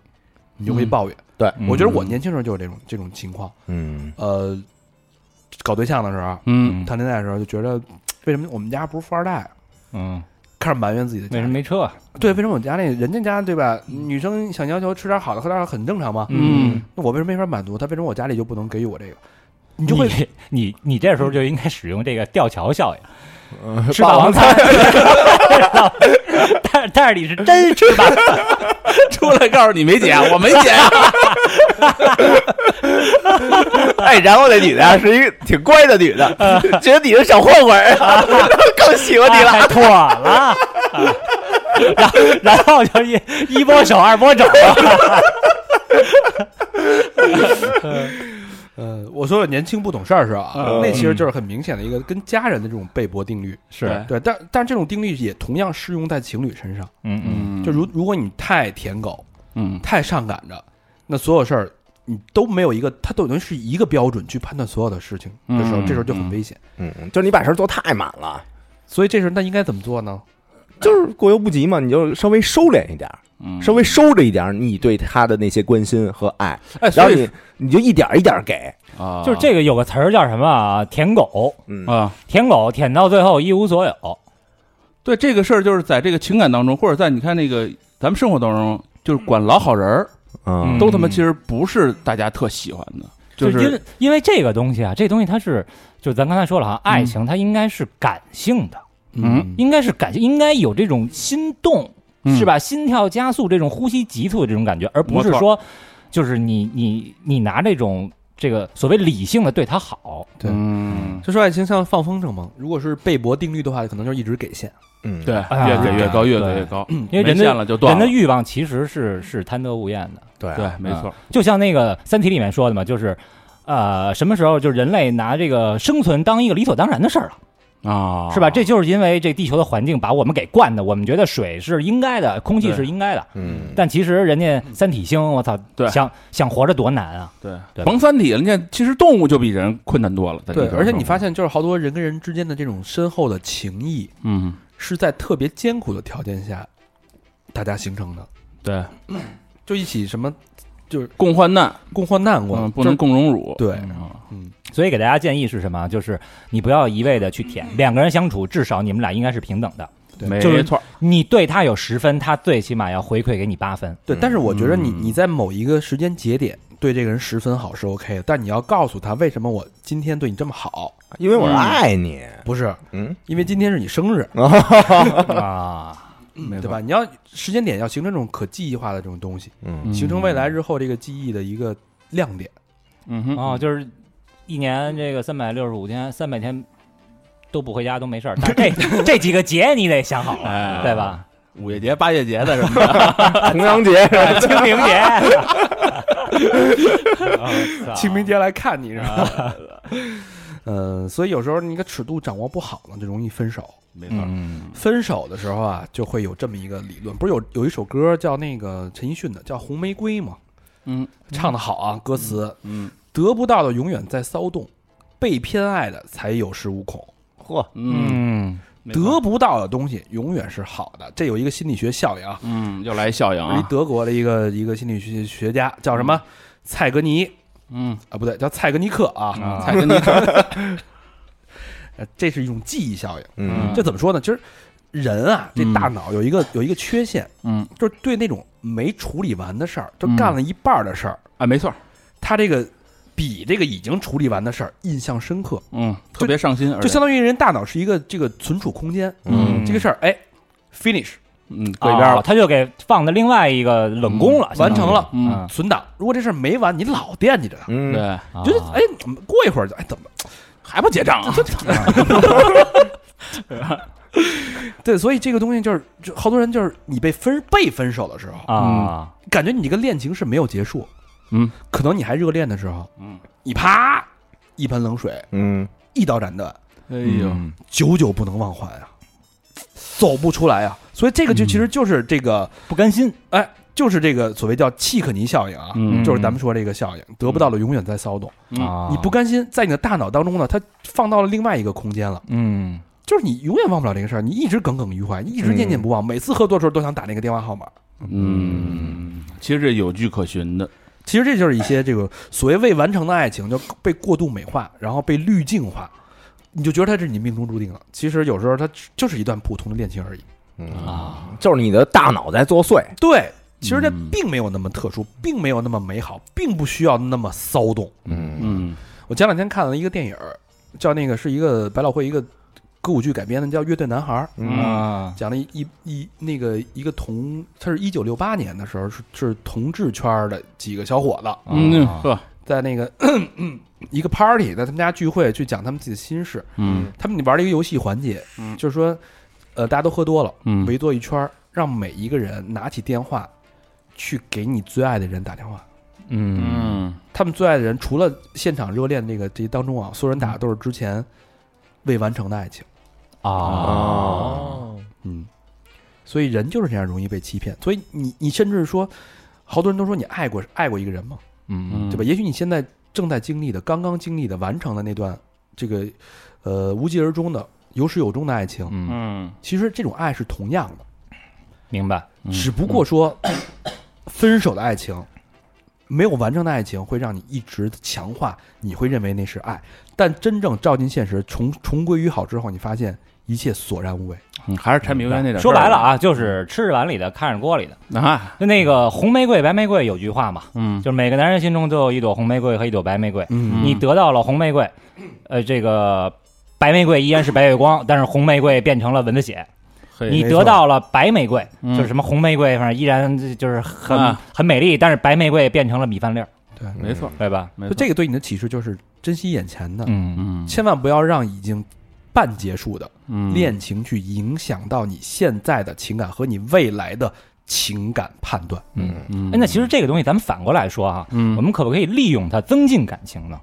Speaker 1: 你就会
Speaker 4: 嗯
Speaker 1: 抱怨。
Speaker 2: 对
Speaker 1: 我觉得我年轻时候就有这种这种情况，
Speaker 2: 嗯
Speaker 1: 呃，搞对象的时候，啊
Speaker 4: 嗯
Speaker 1: 谈恋爱的时候就觉得，为什么我们家不是富二代啊？
Speaker 3: 嗯，
Speaker 1: 开始埋怨自己的家
Speaker 3: 为什么没车啊？
Speaker 1: 对，为什么我家那人家家对吧？女生想要求吃点好的、喝点好的很正常嘛。
Speaker 4: 嗯
Speaker 1: 那我为什么没法满足她？为什么我家里就不能给予我这个？你就会
Speaker 3: 你你你这时候就应该使用这个吊桥效应，吃
Speaker 2: 霸
Speaker 3: 霸
Speaker 2: 王
Speaker 3: 王餐。 但但是你哎是真吃霸，
Speaker 4: 出来告诉你没 姐，我没姐，
Speaker 2: 哎，然后那女的
Speaker 4: 啊
Speaker 2: 呀、是一个挺乖的女 的，
Speaker 3: 啊
Speaker 2: 觉得你是小混混儿啊，更喜欢你了。
Speaker 3: 还妥了。啊然后然后就一一波手，二波肘，
Speaker 1: 呃，我说我年轻不懂事儿是吧？啊那其实就是很明显的一个跟家人的这种背驳定律。
Speaker 3: 是
Speaker 1: 对，但但这种定律也同样适用在情侣身上。
Speaker 3: 嗯嗯
Speaker 4: 嗯
Speaker 1: 就如如果你太舔狗、
Speaker 4: 嗯
Speaker 1: 太上赶着，那所有事儿你都没有一个，它都等于是一个标准去判断所有的事情的时候，
Speaker 4: 嗯
Speaker 1: 这时候就很危险。
Speaker 2: 嗯，就是你把事儿做太满了，
Speaker 1: 所以这时候那应该怎么做呢？
Speaker 2: 就是过犹不及嘛，你就稍微收敛一点儿，
Speaker 4: 嗯
Speaker 2: 稍微收着一点儿你对他的那些关心和爱。
Speaker 4: 哎，
Speaker 2: 然
Speaker 4: 所
Speaker 2: 后
Speaker 4: 以
Speaker 2: 你你就一点儿一点儿给，
Speaker 4: 啊，
Speaker 3: 就是这个有个词儿叫什么啊？舔狗，
Speaker 2: 嗯
Speaker 4: 啊，
Speaker 3: 舔狗舔到最后一无所有。
Speaker 4: 对这个事儿，就是在这个情感当中，或者在你看那个咱们生活当中，就是管老好人儿，
Speaker 2: 嗯
Speaker 4: 都他妈其实不是大家特喜欢的，
Speaker 3: 就因
Speaker 4: 是
Speaker 3: 为因为这个东西啊，这东西它是就咱刚才说了啊，爱情它应该是感性的，
Speaker 4: 嗯
Speaker 3: 应该是感性，应该有这种心动，
Speaker 4: 嗯
Speaker 3: 是吧？心跳加速，这种呼吸急促的这种感觉，而不是
Speaker 4: 没错
Speaker 3: 说就是你你你拿这种这个所谓理性的对他好，
Speaker 1: 对
Speaker 4: 嗯，
Speaker 1: 就说爱情像放风筝嘛，如果是贝博定律的话，可能就是一直给线。
Speaker 2: 嗯，
Speaker 4: 对，
Speaker 3: 啊
Speaker 4: 越给越高，
Speaker 3: 对啊
Speaker 4: 越给越高，因
Speaker 3: 因为人的
Speaker 4: 见了就断
Speaker 3: 人
Speaker 4: 了
Speaker 3: 的，欲望其实是是贪得无厌的，
Speaker 2: 对啊
Speaker 4: 对，没错，
Speaker 3: 就像那个《三体》里面说的嘛，就是。呃，什么时候就是人类拿这个生存当一个理所当然的事儿了？
Speaker 4: 啊，
Speaker 3: 是吧？这就是因为这地球的环境把我们给惯的，我们觉得水是应该的，空气是应该的，
Speaker 2: 嗯，
Speaker 3: 但其实人家三体星，我操，
Speaker 4: 对
Speaker 3: 想想活着多难啊！
Speaker 4: 对，
Speaker 3: 对
Speaker 4: 甭三体了，你看其实动物就比人困难多了，在
Speaker 1: 对，
Speaker 4: 这个
Speaker 1: 而且你
Speaker 4: 生活
Speaker 1: 发现，就是好多人跟人之间的这种深厚的情谊，
Speaker 4: 嗯，
Speaker 1: 是在特别艰苦的条件下，大家形成的，
Speaker 4: 对，
Speaker 1: 就一起什么
Speaker 4: 共患难，
Speaker 1: 共患难过，
Speaker 4: 嗯，不
Speaker 1: 就
Speaker 4: 能
Speaker 1: 是
Speaker 4: 共荣辱，
Speaker 1: 对
Speaker 4: 啊
Speaker 3: 所以给大家建议是什么？就是你不要一味的去舔，两个人相处，至少你们俩应该是平等的。
Speaker 1: 对
Speaker 4: 没
Speaker 3: 就是
Speaker 4: 错儿，
Speaker 3: 你对他有十分，他最起码要回馈给你八 分。
Speaker 1: 对，但是我觉得你
Speaker 4: 嗯
Speaker 1: 你在某一个时间节点对这个人十分好是 OK 的，但你要告诉他为什么我今天对你这么好，
Speaker 2: 因为我是爱你，
Speaker 4: 哎
Speaker 1: 不是
Speaker 2: 嗯，
Speaker 1: 因为今天是你生
Speaker 4: 嗯
Speaker 1: 日，
Speaker 3: 啊，
Speaker 4: 没
Speaker 1: 对
Speaker 4: 错
Speaker 1: 吧？你要时间点要形成这种可记忆化的这种东西，
Speaker 2: 嗯
Speaker 1: 形成未来
Speaker 4: 日，
Speaker 1: 日后这个记忆的一个亮点。
Speaker 4: 嗯哼，
Speaker 3: 哦，就是一年这个三百六十五天，三百天都不回家都没事儿， 但是这这几个节你得想好
Speaker 4: 哎
Speaker 3: 了，对吧？
Speaker 4: 五月节、八月节的什 么的，
Speaker 2: 重阳节是吧？
Speaker 3: 清明 节，哦
Speaker 4: 啊
Speaker 1: 清明节来看你是吧？ 嗯，所以有时候你个尺度掌握不好呢，就容易分手。
Speaker 4: 没错儿，
Speaker 3: 嗯，
Speaker 1: 分手的时候啊，就会有这么一个理论，不是有有一首歌叫那个陈奕迅的叫《红玫瑰》吗？
Speaker 4: 嗯
Speaker 1: 唱的好啊，歌词
Speaker 4: 嗯
Speaker 1: 得不到的永远在骚动，被偏爱的才有恃无恐。
Speaker 2: 嚯，
Speaker 4: 嗯，没错
Speaker 1: 得
Speaker 4: 儿，
Speaker 1: 不到的东西永远是好的，这有一个心理学效应啊，
Speaker 4: 嗯，又来效应
Speaker 1: 一
Speaker 4: 啊，
Speaker 1: 德国的一个一个心理学学家叫什么蔡格尼
Speaker 4: 嗯，
Speaker 1: 啊，不对，叫蔡格尼克啊，
Speaker 4: 才跟你
Speaker 1: 呃这是一种记忆效应。
Speaker 2: 嗯
Speaker 1: 这怎么说呢？其实人啊，这
Speaker 4: 嗯
Speaker 1: 大脑有一个有一个缺陷，
Speaker 4: 嗯
Speaker 1: 就是对那种没处理完的事儿，就
Speaker 4: 嗯
Speaker 1: 干了一半儿的事儿，
Speaker 4: 啊，没错儿，
Speaker 1: 他这个比这个已经处理完的事儿印象深刻，
Speaker 4: 嗯，特别上心，而
Speaker 1: 就
Speaker 4: 且
Speaker 1: 相当于人大脑是一个这个存储空间，
Speaker 4: 嗯
Speaker 1: 这个事儿哎，finish
Speaker 4: 嗯
Speaker 3: 对
Speaker 4: 对边儿了，
Speaker 3: 啊他就给放到另外一个冷宫了，
Speaker 1: 完成了，
Speaker 4: 嗯，
Speaker 1: 存档。如果这事儿没完，你老惦记着它，
Speaker 2: 嗯，
Speaker 4: 对，啊
Speaker 3: 相
Speaker 1: 觉得哎，过一会儿就哎怎么
Speaker 4: 还不结账 啊？
Speaker 1: 对，所以这个东西就是就好多人就是你被分被分手的时
Speaker 4: 哎
Speaker 1: 候，
Speaker 3: 啊，
Speaker 1: 感觉你这个恋情是没有结束，
Speaker 4: 嗯，
Speaker 1: 可能你还热恋的时候，
Speaker 4: 嗯，
Speaker 1: 你啪一盆冷水，
Speaker 2: 嗯，
Speaker 1: 一刀斩断，
Speaker 4: 哎呦，
Speaker 1: 久久不能忘怀啊，走不出来啊。所以这个就其实就是这个，
Speaker 3: 不甘心，
Speaker 1: 哎，就是这个所谓叫契可尼效应啊，
Speaker 4: 嗯
Speaker 1: 就是咱们说这个效应，得不到的永远在骚动，
Speaker 4: 嗯
Speaker 3: 啊
Speaker 1: 你不甘心，在你的大脑当中呢，它放到了另外一个空间了。
Speaker 3: 嗯
Speaker 1: 就是你永远忘不了这个事儿，你一直耿耿于怀，你一直念念不忘，每次喝多的时候都想打那个电话号码。
Speaker 4: 嗯，其实这有据可循的，
Speaker 1: 其实这就是一些这个所谓未完成的爱情，就被过度美化，然后被滤镜化，你就觉得它是你命中注定了。其实有时候它就是一段普通的恋情而已。
Speaker 4: 嗯
Speaker 3: 啊，
Speaker 2: 嗯就是你的大脑在作祟，
Speaker 1: 对，其实它
Speaker 4: 嗯
Speaker 1: 并没有那么特殊，并没有那么美好，并不需要那么骚动。
Speaker 2: 嗯
Speaker 4: 嗯
Speaker 1: 我前两天看了一个电影儿，叫那个是一个百老汇一个歌舞剧改编的，叫《乐队男孩》。儿》。
Speaker 4: 嗯
Speaker 2: 嗯
Speaker 3: 啊，
Speaker 1: 讲了一一一那个一个同，他是一九六八年的时候是是同志圈儿的几个小伙子，
Speaker 4: 嗯，
Speaker 3: 啊
Speaker 4: 呵，
Speaker 1: 在那个 一个 party，在他们家聚会去讲他们自己的心事。
Speaker 4: 嗯
Speaker 1: 他们玩了一个游戏环节，
Speaker 4: 嗯
Speaker 1: 就是说，呃，大家都喝多了，
Speaker 4: 嗯，
Speaker 1: 围坐一圈儿，让每一个人拿起电话，去给你最爱的人打电话。
Speaker 3: 嗯
Speaker 4: 嗯
Speaker 1: 他们最爱的人，除了现场热恋这个这当中啊，所有人打的都是之前未完成的爱情。
Speaker 3: 啊，
Speaker 2: 哦，
Speaker 1: 嗯，所以人就是这样容易被欺骗。所以你你甚至说，好多人都说你爱过爱过一个人吗？
Speaker 4: 嗯，
Speaker 1: 对吧？？也许你现在正在经历的、刚刚经历的、完成的那段这个呃无疾而终的、有始有终的爱情，
Speaker 3: 嗯，
Speaker 4: 嗯，
Speaker 1: 其实这种爱是同样的，
Speaker 3: 明白，
Speaker 1: 只不过说分手的爱情。没有完成的爱情会让你一直强化，你会认为那是爱，但真正照进现实，重重归于好之后，你发现一切索然无味。
Speaker 4: 嗯还是柴米油盐那点。
Speaker 3: 说白了，啊，就是吃着碗里的，看着锅里的。
Speaker 4: 啊，
Speaker 3: 就那个红玫瑰、白玫瑰有句话嘛，
Speaker 4: 嗯，
Speaker 3: 就是每个男人心中都有一朵红玫瑰和一朵白玫瑰。
Speaker 1: 嗯
Speaker 3: 你得到了红玫瑰，呃，这个白玫瑰依然是白月光，但是红玫瑰变成了蚊子血。
Speaker 4: 嘿
Speaker 3: 你
Speaker 1: 没
Speaker 3: 得
Speaker 1: 错
Speaker 3: 到了白玫瑰，
Speaker 4: 嗯
Speaker 3: 就是什么红玫瑰，反正依然就是很、
Speaker 4: 啊
Speaker 3: 很美丽，但是白玫瑰变成了米饭粒儿，
Speaker 4: 没错，
Speaker 3: 对吧？
Speaker 4: 嗯没
Speaker 1: 就
Speaker 4: 错，
Speaker 1: 这个对你的启示就是珍惜眼前的，
Speaker 3: 嗯
Speaker 4: 嗯，
Speaker 1: 千万不要让已经半结束的
Speaker 4: 嗯
Speaker 1: 恋情去影响到你现在的情感和你未来的情感判断。
Speaker 3: 嗯。
Speaker 4: 嗯
Speaker 3: 哎，那其实这个东西咱们反过来说啊，
Speaker 4: 嗯
Speaker 3: 我们可不可以利用它增进感情呢？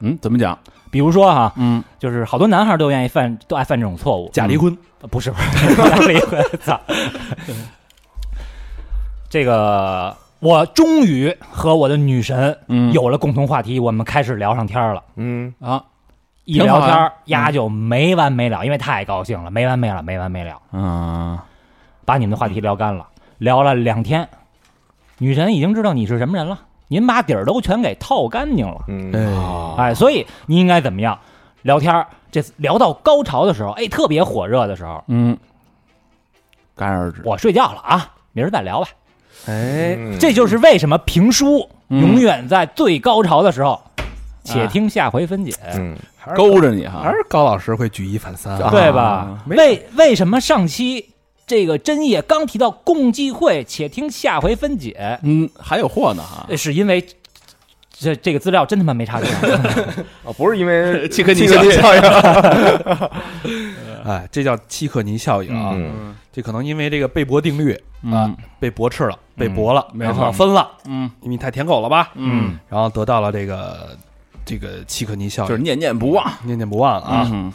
Speaker 4: 嗯怎么讲？
Speaker 3: 比如说哈，
Speaker 4: 嗯
Speaker 3: 就是好多男孩都愿意犯，都爱犯这种错误，
Speaker 1: 假离婚，
Speaker 3: 呃不是 不是假离婚，操！这个我终于和我的女神
Speaker 4: 嗯
Speaker 3: 有了共同话题，我们开始聊上天儿了。
Speaker 2: 嗯
Speaker 4: 啊，
Speaker 3: 一
Speaker 4: 挺好啊
Speaker 3: 聊天儿，丫就没完没了，因为太高兴了，没完没了，没完没了，
Speaker 4: 嗯
Speaker 3: 把你们的话题聊干了，聊了两天，女神已经知道你是什么人了，您把底儿都全给套干净了，
Speaker 2: 嗯，
Speaker 1: 哎，
Speaker 3: 哎，所以你应该怎么样？聊天儿，这次聊到高潮的时候，哎，特别火热的时候，
Speaker 4: 嗯戛然而止。
Speaker 3: 我睡觉了啊，明儿再聊吧。
Speaker 1: 哎，
Speaker 2: 嗯
Speaker 3: 这就是为什么评书
Speaker 4: 嗯
Speaker 3: 永远在最高潮的时候，且
Speaker 4: 哎
Speaker 3: 听下回分解，
Speaker 2: 嗯，
Speaker 1: 还是
Speaker 4: 勾着你
Speaker 1: 还
Speaker 4: 哈，
Speaker 1: 是高老师会举一反三啊，
Speaker 3: 对
Speaker 4: 啊
Speaker 3: 吧？
Speaker 1: 没
Speaker 3: 为为什么上期这个真叶刚提到共济会，且听下回分解，
Speaker 4: 嗯，还有货呢哈，
Speaker 3: 是因为这这个资料真他妈没查出来。
Speaker 2: 啊不是因为
Speaker 4: 契克尼
Speaker 2: 契克尼效应，
Speaker 4: 嗯
Speaker 1: 哎，这叫契克尼效应啊，
Speaker 2: 嗯
Speaker 1: 这可能因为这个贝博定律啊
Speaker 4: 嗯
Speaker 1: 被驳斥了，被驳了，
Speaker 4: 没错
Speaker 1: 然后分了，
Speaker 4: 嗯
Speaker 1: 因为太舔狗了吧，
Speaker 4: 嗯，
Speaker 1: 然后得到了这个这个契克尼效
Speaker 4: 就是
Speaker 1: 应，
Speaker 4: 念念不忘
Speaker 1: 念念不忘啊。
Speaker 4: 嗯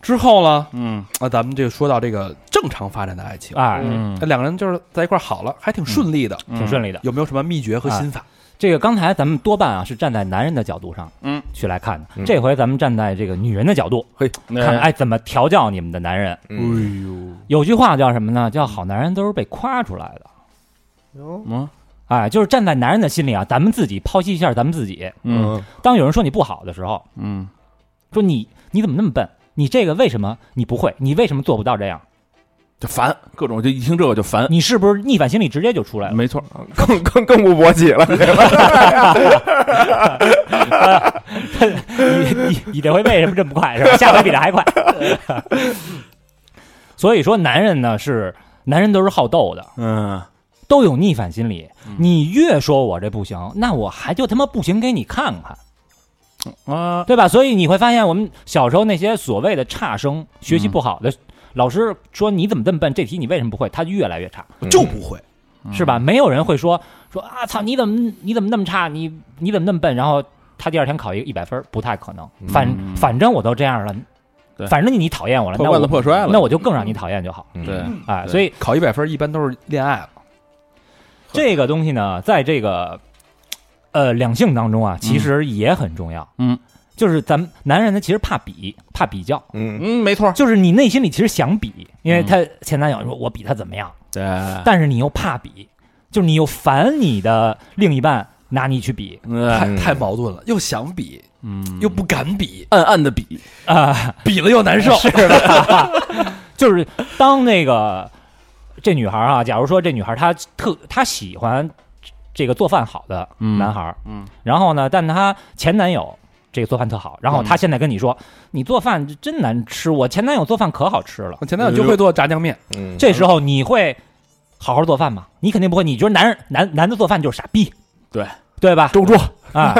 Speaker 1: 之后呢，
Speaker 4: 嗯
Speaker 1: 啊，咱们这个说到这个正常发展的爱情，
Speaker 3: 哎，
Speaker 4: 嗯
Speaker 1: 那两个人就是在一块儿好了，还挺顺利的，
Speaker 3: 挺顺利的。
Speaker 1: 有没有什么秘诀和心法？
Speaker 3: 这个刚才咱们多半啊是站在男人的角度上，
Speaker 4: 嗯，
Speaker 3: 去来看的。
Speaker 2: 嗯
Speaker 3: 这回咱们站在这个女人的角度，看哎怎么调教你们的男人。
Speaker 2: 嗯
Speaker 3: 有句话叫什么呢？叫好男人都是被夸出来的。
Speaker 4: 嗯
Speaker 3: 哎，就是站在男人的心里啊，咱们自己剖析一下咱们自己。
Speaker 4: 嗯
Speaker 3: 当有人说你不好的时候，
Speaker 4: 嗯
Speaker 3: 说你你怎么那么笨？你这个为什么你不会？你为什么做不到这样？
Speaker 4: 就烦各种，就一听这个就烦，
Speaker 3: 你是不是逆反心理直接就出 来了？
Speaker 4: 没错，
Speaker 2: 更更更不勃起了，
Speaker 3: 你你你这回为什么这么快 是吧？下回比这还快。 所以说，男人呢是男人都是好斗的，
Speaker 4: 嗯
Speaker 3: 都有逆反心理。你越说我这不行，那我还就他妈不行给你看看，
Speaker 4: 啊，
Speaker 3: 对吧？所以你会发现，我们小时候那些所谓的差生，学习不好
Speaker 4: 嗯
Speaker 3: 的，老师说你怎么这么笨，这题你为什么不会？他越来越差，
Speaker 2: 嗯
Speaker 1: 就不会，
Speaker 3: 是吧？没有人会说说啊操，你怎么你怎么那么差，你你怎么那么笨？然后他第二天考一个一百分儿，不太可能。反
Speaker 4: 嗯
Speaker 3: 反正我都这样了
Speaker 4: 对，
Speaker 3: 反正你讨厌我了，
Speaker 4: 破
Speaker 3: 那
Speaker 4: 罐子
Speaker 3: 我
Speaker 4: 破摔了，
Speaker 3: 那我就更让你讨厌就好。
Speaker 4: 对，
Speaker 3: 哎，
Speaker 4: 对
Speaker 3: 所以
Speaker 1: 嗯考一百分一般都是恋爱了，
Speaker 3: 这个东西呢，在这个呃两性当中啊，其实也很重要。
Speaker 4: 嗯，
Speaker 3: 就是咱们男人呢，其实怕比，怕比较，
Speaker 2: 嗯
Speaker 4: 嗯，没错，
Speaker 3: 就是你内心里其实想比，因为他前男友说我比他怎么样，
Speaker 1: 哎
Speaker 4: 对，
Speaker 3: 但是你又怕比，就是你又烦你的另一半拿你去比
Speaker 2: 嗯
Speaker 1: 太太矛盾了，又想比
Speaker 4: 嗯，
Speaker 1: 又不敢比，
Speaker 4: 暗暗的比，
Speaker 3: 啊、
Speaker 1: 比了又难受，
Speaker 3: 是吧？就是当那个这女孩啊，假如说这女孩她特她喜欢这个做饭好的男孩，
Speaker 4: 嗯嗯
Speaker 3: 然后呢，但她前男友这个做饭特好，然后
Speaker 4: 嗯
Speaker 3: 她现在跟你说，你做饭真难吃，我前男友做饭可好吃
Speaker 4: 嗯
Speaker 3: 了。
Speaker 1: 我前男友就会做炸酱面，
Speaker 2: 嗯，
Speaker 3: 这时候你会好好做饭吗？你肯定不会，你觉得男人男男的做饭就是傻逼，
Speaker 4: 对哎
Speaker 3: 对吧？
Speaker 2: 周桌
Speaker 3: 啊，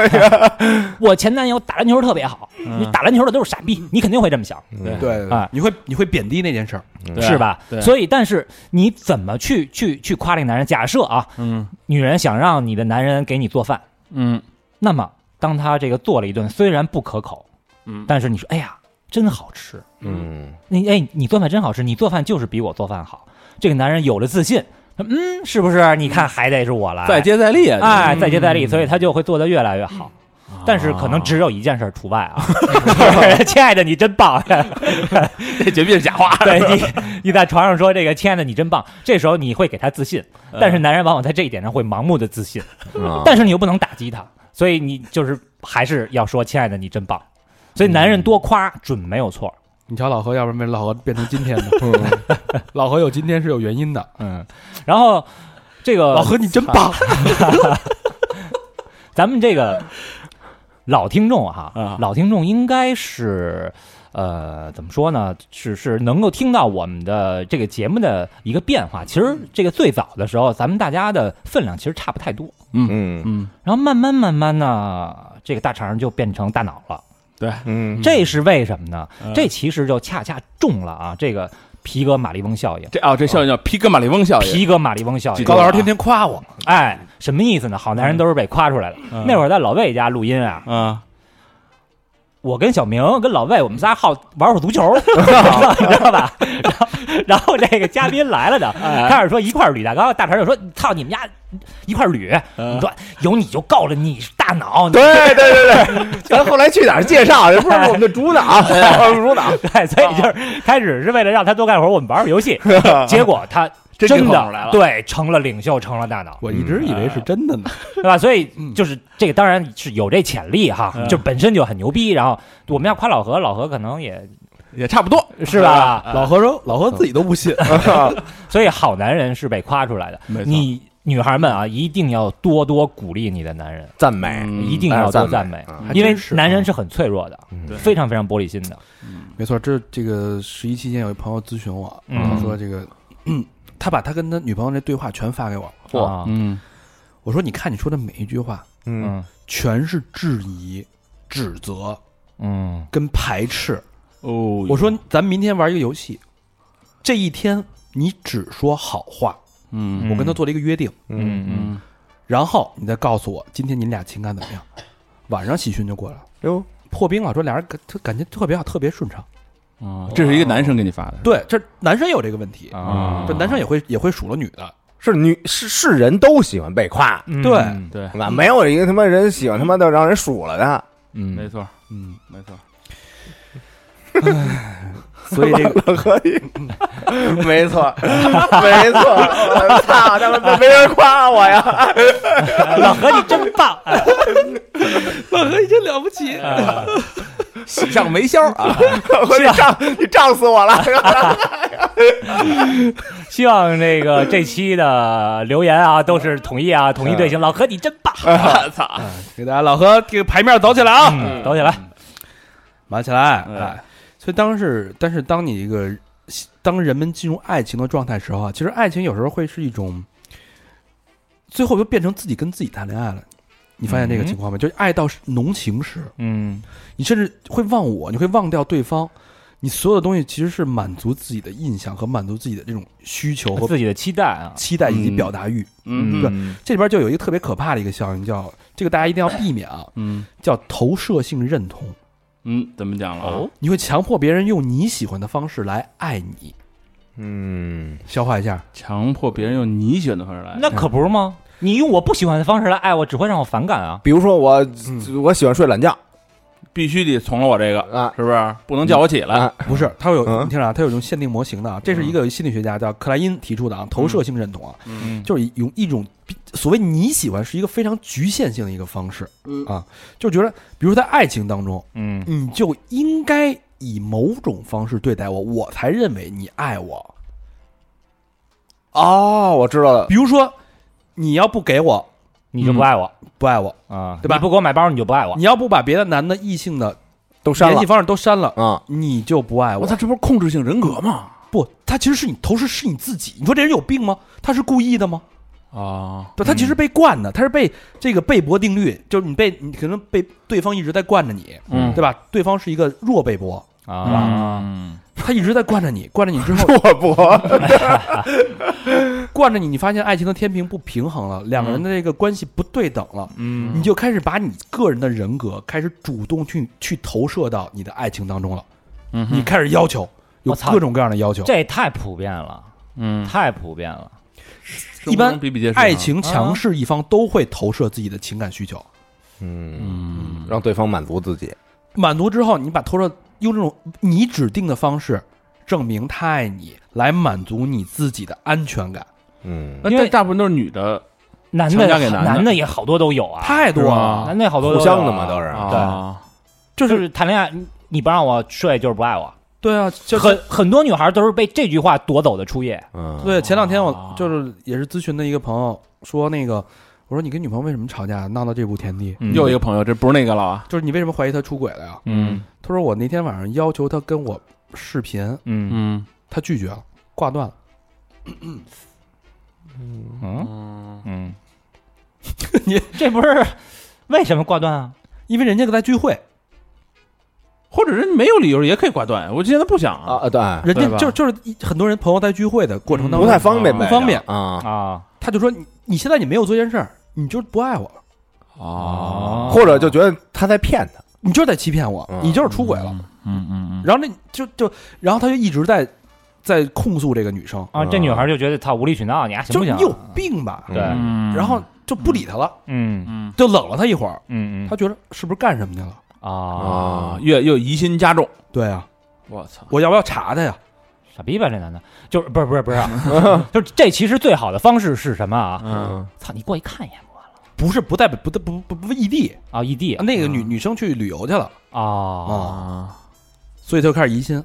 Speaker 3: 我前男友打篮球特别好，
Speaker 4: 嗯
Speaker 3: 你打篮球的都是傻逼，你肯定会这么想。
Speaker 2: 对
Speaker 1: 对对
Speaker 4: 啊
Speaker 3: 哎
Speaker 1: 你会你会贬低那件事儿，
Speaker 4: 对啊
Speaker 3: 是吧？
Speaker 4: 对
Speaker 3: 所以，但是你怎么去去去夸这个男人？假设啊，
Speaker 4: 嗯
Speaker 3: 女人想让你的男人给你做饭，
Speaker 4: 嗯
Speaker 3: 那么当他这个做了一顿，虽然不可口，
Speaker 4: 嗯
Speaker 3: 但是你说，哎呀，真好吃！
Speaker 2: 嗯
Speaker 3: 你哎，你做饭真好吃，你做饭就是比我做饭好。这个男人有了自信，嗯，是不是？你看，还得是我来，
Speaker 4: 再接再厉啊，
Speaker 3: 哎，再接再厉，所以他就会做得越来越好。
Speaker 4: 嗯
Speaker 3: 但是可能只有一件事儿除外 啊，亲爱的，你真棒！
Speaker 4: 这绝壁是假话，
Speaker 3: 对你，你在床上说这个“亲爱的，你真棒”，这时候你会给他自信，
Speaker 4: 嗯
Speaker 3: 但是男人往往在这一点上会盲目的自信，
Speaker 2: 啊
Speaker 3: 但是你又不能打击他，所以你就是还是要说“亲爱的，你真棒”。所以男人多夸准没有错，
Speaker 1: 你瞧老何，要不然被老何变成今天的， 老何有今天是有原因的，
Speaker 3: 嗯。然后这
Speaker 1: 老
Speaker 4: 呃
Speaker 3: 个
Speaker 1: 何你真棒，
Speaker 4: 嗯
Speaker 3: 咱们这个老听众哈
Speaker 4: 啊，
Speaker 3: 老听众应该是。呃，怎么说呢？是是能够听到我们的这个节目的一个变化。其实这个最早的时候，咱们大家的分量其实差不太多。
Speaker 2: 嗯
Speaker 4: 嗯
Speaker 3: 然后慢慢慢慢呢，这个大肠就变成大脑了，
Speaker 2: 嗯
Speaker 3: 这是为什么呢？
Speaker 4: 嗯
Speaker 3: 这其实就恰恰中了啊，这个皮革马利翁效应。
Speaker 4: 这啊这效应叫皮格马利翁效应，
Speaker 3: 皮革马利翁效应，
Speaker 1: 高老
Speaker 4: 啊
Speaker 1: 师天天夸我，
Speaker 3: 哎，什么意思呢？好男人都是被夸出来的。
Speaker 4: 嗯
Speaker 3: 那会儿在老魏家录音啊，
Speaker 4: 啊
Speaker 3: 我跟小明跟老魏，我们仨好玩会儿足球，你知道吧？ 然后然后这个嘉宾来了呢，开始说一块儿捋大纲，大肠就说：“操你们家一块儿捋。”你说有你就够了，你是大脑，你
Speaker 2: 对对对对，咱后来去哪儿介绍？哎这不是我们的主打， 我们主打，
Speaker 3: 对， 所以就是开始是为了让他多干活，我们玩会儿游戏，结果他
Speaker 4: 真
Speaker 3: 真
Speaker 4: 给哄来
Speaker 3: 的
Speaker 4: 了
Speaker 3: 对成了领袖，成了大脑，
Speaker 1: 我一直以为
Speaker 4: 啊
Speaker 1: 是真的呢，
Speaker 3: 对吧？所以就是这个当然是有这潜力哈，就本身就很牛逼。然后我们要夸老何，老何可能也
Speaker 4: 也差不多。
Speaker 3: 是吧？
Speaker 4: 啊
Speaker 1: 老何说，老何自己都不信，
Speaker 3: 所以好男人是被夸出来的。
Speaker 4: 没错
Speaker 3: 你女孩们啊，一定要多多鼓励你的男人，
Speaker 2: 赞美，
Speaker 4: 嗯
Speaker 3: 一定要多赞
Speaker 2: 美
Speaker 3: 美，
Speaker 2: 啊
Speaker 1: 嗯哎还
Speaker 3: 因为
Speaker 1: 真是
Speaker 3: 男人是很脆弱的，
Speaker 2: 嗯
Speaker 3: 非常非常玻璃心的。
Speaker 1: 没错，这这个十一期间有一朋友咨询我，
Speaker 3: 嗯
Speaker 1: 他说这个，嗯他把他跟他女朋友那对话全发给我了。
Speaker 2: 嚯
Speaker 3: 啊
Speaker 4: 嗯，
Speaker 1: 我说你看你说的每一句话，
Speaker 2: 嗯，
Speaker 3: 嗯
Speaker 1: 全是质疑、指责
Speaker 3: 嗯
Speaker 1: 跟排斥。
Speaker 4: 哦，
Speaker 1: 我说咱们明天玩一个游戏，这一天你只说好话，
Speaker 4: 嗯
Speaker 1: 我跟他做了一个约定，
Speaker 2: 嗯，
Speaker 3: 嗯
Speaker 1: 然后你再告诉我今天你俩情感怎么样。晚上喜讯就过来了，
Speaker 2: 哟，
Speaker 1: 破冰了，说俩人感他感觉特别好，特别顺畅。
Speaker 4: 啊，这是一个男生给你发的
Speaker 1: 对，这男生也有这个问题，
Speaker 4: 啊
Speaker 1: 这，男生也会也会数落女的，
Speaker 2: 是女是是人都喜欢被夸，
Speaker 3: 嗯，
Speaker 1: 对
Speaker 3: 嗯
Speaker 4: 对，
Speaker 2: 对吧？没有一个他妈人喜欢他妈的让人数了的，
Speaker 4: 没
Speaker 3: 嗯，
Speaker 4: 错，
Speaker 1: 嗯，
Speaker 4: 没错，
Speaker 1: 所以这 个
Speaker 2: 可以，没错， 没错，我操，他们没人夸我呀，
Speaker 3: 老何你真棒，
Speaker 1: 你真了不起，
Speaker 3: 啊
Speaker 4: 喜上眉梢啊，
Speaker 2: 我你胀你胀死我了，
Speaker 3: 希望这个这期的留言啊都是统一啊，统一队形。老何你真棒，
Speaker 1: 给大家老何这个牌面走起来啊，
Speaker 3: 嗯走起来，
Speaker 1: 忙起来，
Speaker 4: 嗯
Speaker 1: 哎，所以当时，但是当你一个当人们进入爱情的状态时候啊，其实爱情有时候会是一种，最后就变成自己跟自己谈恋爱了。你发现这个情况吗？就是爱到浓情时，
Speaker 3: 嗯
Speaker 1: 你甚至会忘我，你会忘掉对方，你所有的东西其实是满足自己的印象和满足自己的这种需求和
Speaker 3: 自己的期待啊，
Speaker 1: 期待以及
Speaker 4: 嗯
Speaker 1: 表达欲。
Speaker 4: 嗯
Speaker 1: 对
Speaker 4: 嗯
Speaker 1: 这里边就有一个特别可怕的一个效应，叫这个大家一定要避免啊，
Speaker 4: 嗯
Speaker 1: 叫投射性认同。
Speaker 4: 嗯，怎么讲了啊？
Speaker 3: 哦
Speaker 1: 你会强迫别人用你喜欢的方式来爱你。
Speaker 2: 嗯，
Speaker 1: 消化一下，
Speaker 4: 强迫别人用你选的方式来，
Speaker 3: 那可不是吗？你用我不喜欢的方式来爱我，只会让我反感啊。
Speaker 2: 比如说我我喜欢睡懒觉
Speaker 4: 必须得从了我这个，
Speaker 2: 啊
Speaker 4: 是不是？不能叫我起来
Speaker 2: 啊，
Speaker 1: 不是它有、
Speaker 2: 嗯
Speaker 1: 你听着啊，它有一种限定模型的啊，这是一个心理学家叫克莱因提出的啊，投射性认同啊，
Speaker 3: 嗯
Speaker 1: 就是一种一种所谓你喜欢是一个非常局限性的一个方式、啊，就觉得比如在爱情当中，
Speaker 3: 嗯
Speaker 1: 你就应该以某种方式对待我，我才认为你爱我。
Speaker 2: 哦，我知道了，
Speaker 1: 比如说，你要不给我
Speaker 3: 你就不爱我
Speaker 1: 不爱我，
Speaker 3: 啊，
Speaker 1: 对吧
Speaker 3: 你不给我买包，你就不爱我。
Speaker 1: 你要不把别的男的异性的
Speaker 2: 都删
Speaker 1: 联
Speaker 2: 了
Speaker 1: 系方式都删了，
Speaker 2: 啊，
Speaker 1: 你就不爱我。
Speaker 4: 我操，这不是控制性人格吗？
Speaker 1: 不，他其实是你投射是你自己。你说这人有病吗？他是故意的吗？
Speaker 4: 啊，
Speaker 1: 对，他其实被惯的，他是被这个贝博定律，就是你被你可能被对方一直在惯着你，
Speaker 4: 嗯
Speaker 1: 对吧？对方是一个弱贝博，
Speaker 3: 啊，
Speaker 1: 他一直在惯着你，惯着你之 后，
Speaker 2: 我不，
Speaker 1: 惯着你，你发现爱情的天平不平衡了，两个人的这个关系不对等了，
Speaker 4: 嗯
Speaker 1: 你就开始把你个人的人格开始主动去去投射到你的爱情当中了，
Speaker 4: 嗯
Speaker 1: 你
Speaker 4: 哼
Speaker 1: 开始要求，有
Speaker 3: 我操
Speaker 1: 各种各样的要求。
Speaker 3: 这也太普遍了，
Speaker 4: 嗯，
Speaker 3: 太普遍了。
Speaker 1: 一般
Speaker 4: 比比皆是啊，
Speaker 1: 爱情强势一方都会投射自己的情感需求，
Speaker 2: 嗯，
Speaker 4: 嗯，
Speaker 2: 让对方满足自己，
Speaker 1: 满足之后，你把投射用这种你指定的方式证明他爱你，来满足你自己的安全感，
Speaker 2: 嗯
Speaker 4: 那
Speaker 3: 因
Speaker 4: 大
Speaker 3: 为
Speaker 4: 大部分都是女的
Speaker 3: 男
Speaker 4: 强
Speaker 3: 的
Speaker 4: 加给男的
Speaker 3: 男的也好多都有啊，
Speaker 1: 太多
Speaker 4: 是
Speaker 1: 了
Speaker 4: 吗。
Speaker 3: 男的也好多
Speaker 2: 互
Speaker 3: 都有啊
Speaker 2: 相的嘛都是，
Speaker 4: 啊，
Speaker 3: 就是谈恋爱，你你不让我睡就是不爱我。
Speaker 1: 对啊，就
Speaker 3: 很很多女孩都是被这句话夺走的初夜。
Speaker 2: 嗯，
Speaker 1: 对。前两天我
Speaker 4: 啊
Speaker 1: 就是也是咨询的一个朋友说，那个我说你跟女朋友为什么吵架，闹到这步田地？
Speaker 4: 嗯又一个朋友，这不是那个了啊，
Speaker 1: 就是你为什么怀疑她出轨了呀？
Speaker 4: 嗯
Speaker 1: 他说我那天晚上要求她跟我视频，
Speaker 3: 嗯
Speaker 4: 嗯
Speaker 1: 她拒绝了，挂断了。
Speaker 3: 嗯
Speaker 4: 嗯
Speaker 3: 嗯， 你这不是为什么挂断啊？
Speaker 1: 因为人家在聚会，
Speaker 4: 或者人没有理由也可以挂断，我现在不想
Speaker 2: 啊，啊，对，
Speaker 1: 人
Speaker 4: 对
Speaker 1: 家
Speaker 4: 吧
Speaker 1: 就是就是一很多人朋友在聚会的过程当
Speaker 2: 不
Speaker 1: 中，
Speaker 2: 太方便呗，
Speaker 1: 不方便
Speaker 2: 啊，
Speaker 3: 啊
Speaker 1: 他就说你你现在你没有做这件事儿，你就不爱我了，
Speaker 4: 啊
Speaker 2: 或者就觉得他在骗他，
Speaker 1: 你就是在欺骗我，
Speaker 2: 嗯
Speaker 1: 你就是出轨了。
Speaker 4: 嗯嗯
Speaker 1: 然后那就就然后他就一直在在控诉这个女生，
Speaker 3: 啊！这
Speaker 2: 嗯
Speaker 3: 女孩就觉得操无理取闹，你还行
Speaker 1: 就
Speaker 3: 不
Speaker 1: 是
Speaker 3: 行啊？
Speaker 1: 你有病吧？
Speaker 3: 对
Speaker 4: 嗯嗯，
Speaker 1: 然后就不理他了，
Speaker 3: 嗯
Speaker 4: 嗯
Speaker 1: 就冷了他一会儿，
Speaker 3: 嗯嗯
Speaker 1: 他觉得是不是干什么去了？
Speaker 2: 啊
Speaker 3: 啊，
Speaker 4: 啊，，越又疑心加重，
Speaker 1: 对啊，
Speaker 4: 我操，
Speaker 1: 我要不要查他呀？
Speaker 3: 傻逼吧这男的，就是不是不是不是啊，就是这其实最好的方式是什么啊？
Speaker 4: 嗯
Speaker 3: 操，你过去看一眼吧
Speaker 1: 不是不代表不不不不异地，
Speaker 4: 嗯
Speaker 3: 啊，异地
Speaker 1: 那个女女生去旅游去了，
Speaker 3: 啊
Speaker 1: 啊，
Speaker 4: 啊，
Speaker 1: 所以他就开始疑心。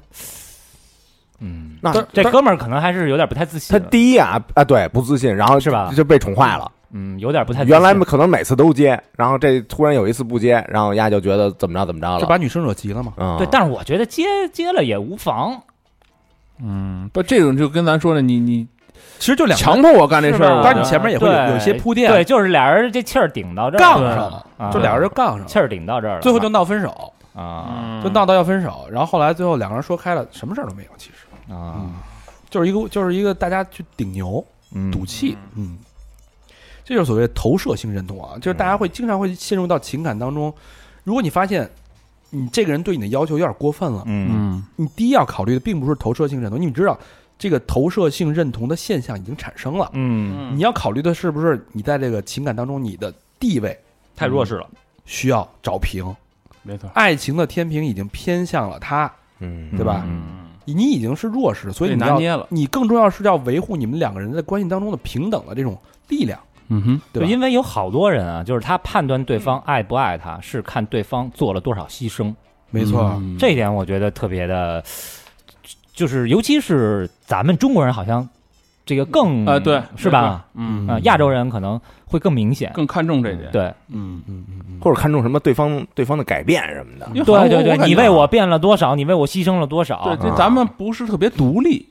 Speaker 6: 嗯，
Speaker 2: 那
Speaker 3: 这哥们儿可能还是有点不太自信
Speaker 2: 他
Speaker 3: 了，
Speaker 2: 第一啊啊对不自信，然后
Speaker 3: 是吧
Speaker 2: 就被宠坏了。
Speaker 3: 嗯有点不太自信
Speaker 2: 原来可能每次都接，然后这突然有一次不接，然后丫就觉得怎么着怎么着
Speaker 1: 这
Speaker 2: 了。
Speaker 1: 把女生惹急了嘛？
Speaker 2: 嗯，
Speaker 3: 对，但是我觉得接接了也无妨，
Speaker 4: 嗯，不，这种就跟咱说的，你你
Speaker 1: 其实就两个人
Speaker 4: 强迫我干这事儿，
Speaker 3: 是吧
Speaker 4: 我
Speaker 1: 当然你前面也会有
Speaker 3: 对
Speaker 1: 有些铺垫
Speaker 3: 对，就是俩人这气儿顶到这儿
Speaker 1: 杠上了，
Speaker 3: 啊
Speaker 1: 就俩人就杠上了，
Speaker 3: 气儿顶到这儿了，
Speaker 1: 最后就闹分手，
Speaker 3: 啊
Speaker 4: 嗯
Speaker 1: 就闹到要分手。然后后来最后两个人说开了，什么事儿都没有，其实
Speaker 3: 啊，
Speaker 1: 嗯就是一个就是一个大家去顶牛
Speaker 6: 嗯
Speaker 1: 赌气，嗯，这就是所谓的投射性认同啊，就是大家
Speaker 3: 嗯
Speaker 1: 会经常会陷入到情感当中。如果你发现你这个人对你的要求有点过分了，
Speaker 6: 嗯
Speaker 4: 嗯，
Speaker 1: 你第一要考虑的并不是投射性认同，你知道这个投射性认同的现象已经产生了，
Speaker 6: 嗯
Speaker 1: 你要考虑的是不是你在这个情感当中你的地位嗯
Speaker 3: 太弱势了，
Speaker 1: 需要找平，
Speaker 4: 没错，
Speaker 1: 爱情的天平已经偏向了他，
Speaker 2: 嗯
Speaker 1: 对吧？
Speaker 4: 嗯，
Speaker 1: 你已经是弱势，所以
Speaker 4: 被
Speaker 1: 你
Speaker 4: 拿
Speaker 1: 要
Speaker 4: 捏了，
Speaker 1: 你更重要是要维护你们两个人在关系当中的平等的这种力量，
Speaker 4: 嗯哼，
Speaker 1: 对吧？
Speaker 3: 因为有好多人啊，就是他判断对方爱不爱他，是看对方做了多少牺牲，
Speaker 1: 没错，
Speaker 4: 嗯
Speaker 3: 这一点我觉得特别的，就是尤其是咱们中国人好像这个更
Speaker 4: 啊，对，
Speaker 3: 是吧？
Speaker 4: 没错？嗯，
Speaker 3: 啊，亚洲人可能会更明显，
Speaker 4: 更看重这一点，，
Speaker 3: 对
Speaker 4: 嗯，
Speaker 1: 嗯嗯嗯，
Speaker 2: 或者看重什么对方对方的改变什么的。
Speaker 4: 因为韩国
Speaker 3: 对对对
Speaker 4: 感，觉
Speaker 3: 你为我
Speaker 4: 啊，
Speaker 3: 变了多少，你为我牺牲了多少
Speaker 4: 对，，这咱们不是特别独立，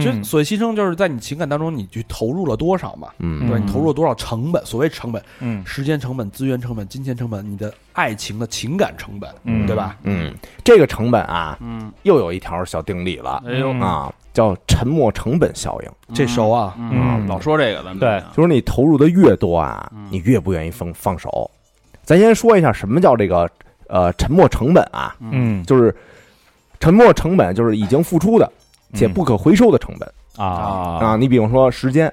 Speaker 1: 其实所谓牺牲就是在你情感当中你去投入了多少嘛，
Speaker 2: 嗯
Speaker 1: 对吧？
Speaker 3: 嗯
Speaker 1: 你投入了多少成本？所谓成本，
Speaker 6: 嗯
Speaker 1: 时间成本、资源成本、金钱成本，你的爱情的情感成本，
Speaker 6: 嗯
Speaker 1: 对吧？
Speaker 2: 嗯，这个成本啊，
Speaker 4: 嗯，
Speaker 2: 又有一条小定理了
Speaker 4: 哎
Speaker 3: 嗯
Speaker 4: 呦，
Speaker 2: 啊，叫沉没成本效应。
Speaker 1: 这熟啊，
Speaker 4: 嗯，老说这个，咱们啊
Speaker 3: 对
Speaker 2: 就是你投入的越多啊，你越不愿意放放手。咱先说一下什么叫这个呃沉没成本啊，
Speaker 6: 嗯
Speaker 2: 就是沉没成本就是已经付出的且不可回收的成本
Speaker 3: 啊，
Speaker 2: 啊。你比方说时间，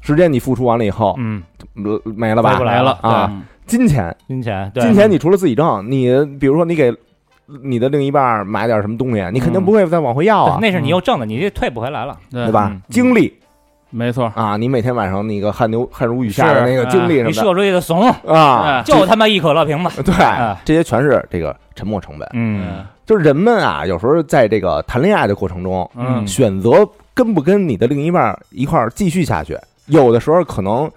Speaker 2: 时间你付出完了以后
Speaker 6: 嗯
Speaker 2: 呃没了
Speaker 3: 回不
Speaker 2: 吧？
Speaker 3: 来了
Speaker 2: 啊，
Speaker 4: 嗯
Speaker 2: 金钱，
Speaker 3: 金钱，对
Speaker 2: 金钱你除了自己挣，你比如说你给你的另一半买点什么东西，你肯定不会再往回要
Speaker 3: 对
Speaker 2: 啊，
Speaker 3: 那是你又挣的，你这退不回来了，
Speaker 4: 对
Speaker 2: 对？吧
Speaker 3: 嗯？
Speaker 2: 精力
Speaker 4: 没错，
Speaker 2: 啊，你每天晚上那个汗流汗如雨下的
Speaker 4: 是啊
Speaker 2: 那个精力什
Speaker 3: 你
Speaker 2: 么
Speaker 3: 射出去的怂，
Speaker 2: 的啊。
Speaker 4: 哎
Speaker 3: 就他妈一可乐瓶子，
Speaker 2: 对
Speaker 3: 哎，
Speaker 2: 这些全是这个沉没成本。
Speaker 6: 嗯
Speaker 2: 就是人们啊，有时候在这个谈恋爱的过程中，
Speaker 6: 嗯
Speaker 2: 选择跟不跟你的另一半一块儿继续下去，有的时候可能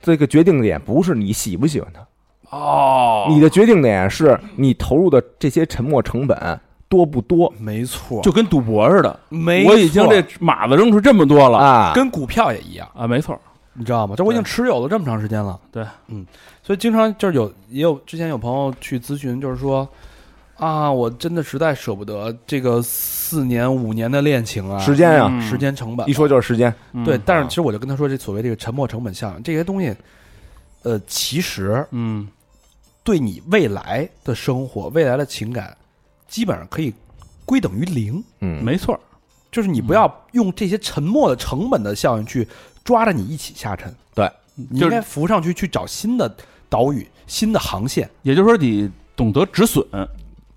Speaker 2: 这个决定点不是你喜不喜欢他，
Speaker 4: 哦
Speaker 2: 你的决定点是你投入的这些沉没成本多不多
Speaker 1: 嗯没错，
Speaker 4: 就跟赌博似的，
Speaker 1: 没
Speaker 4: 我已经
Speaker 1: 错
Speaker 4: 这码子扔出这么多了
Speaker 2: 啊。
Speaker 1: 跟股票也一样，
Speaker 4: 啊，没错，
Speaker 1: 你知道吗？这我已经持有了这么长时间了。
Speaker 4: 对，
Speaker 1: 嗯，所以经常就是有也有之前有朋友去咨询，就是说啊，我真的实在舍不得这个四年五年的恋情啊，
Speaker 2: 时间啊，
Speaker 4: 嗯
Speaker 1: 时间成本
Speaker 2: 一说就是时间，
Speaker 1: 对。但是
Speaker 2: 啊
Speaker 1: 其实我就跟他说，这所谓这个沉没成本效应，这些东西，呃，其实
Speaker 4: 嗯，
Speaker 1: 对你未来的生活、未来的情感，基本上可以归等于零。
Speaker 2: 嗯，
Speaker 4: 没错，
Speaker 1: 就是你不要用这些沉没的成本的效应去抓着你一起下沉，你
Speaker 4: 就
Speaker 1: 应
Speaker 4: 是
Speaker 1: 该浮上去去找新的岛屿、新的航线。
Speaker 4: 也就是说你懂得止损，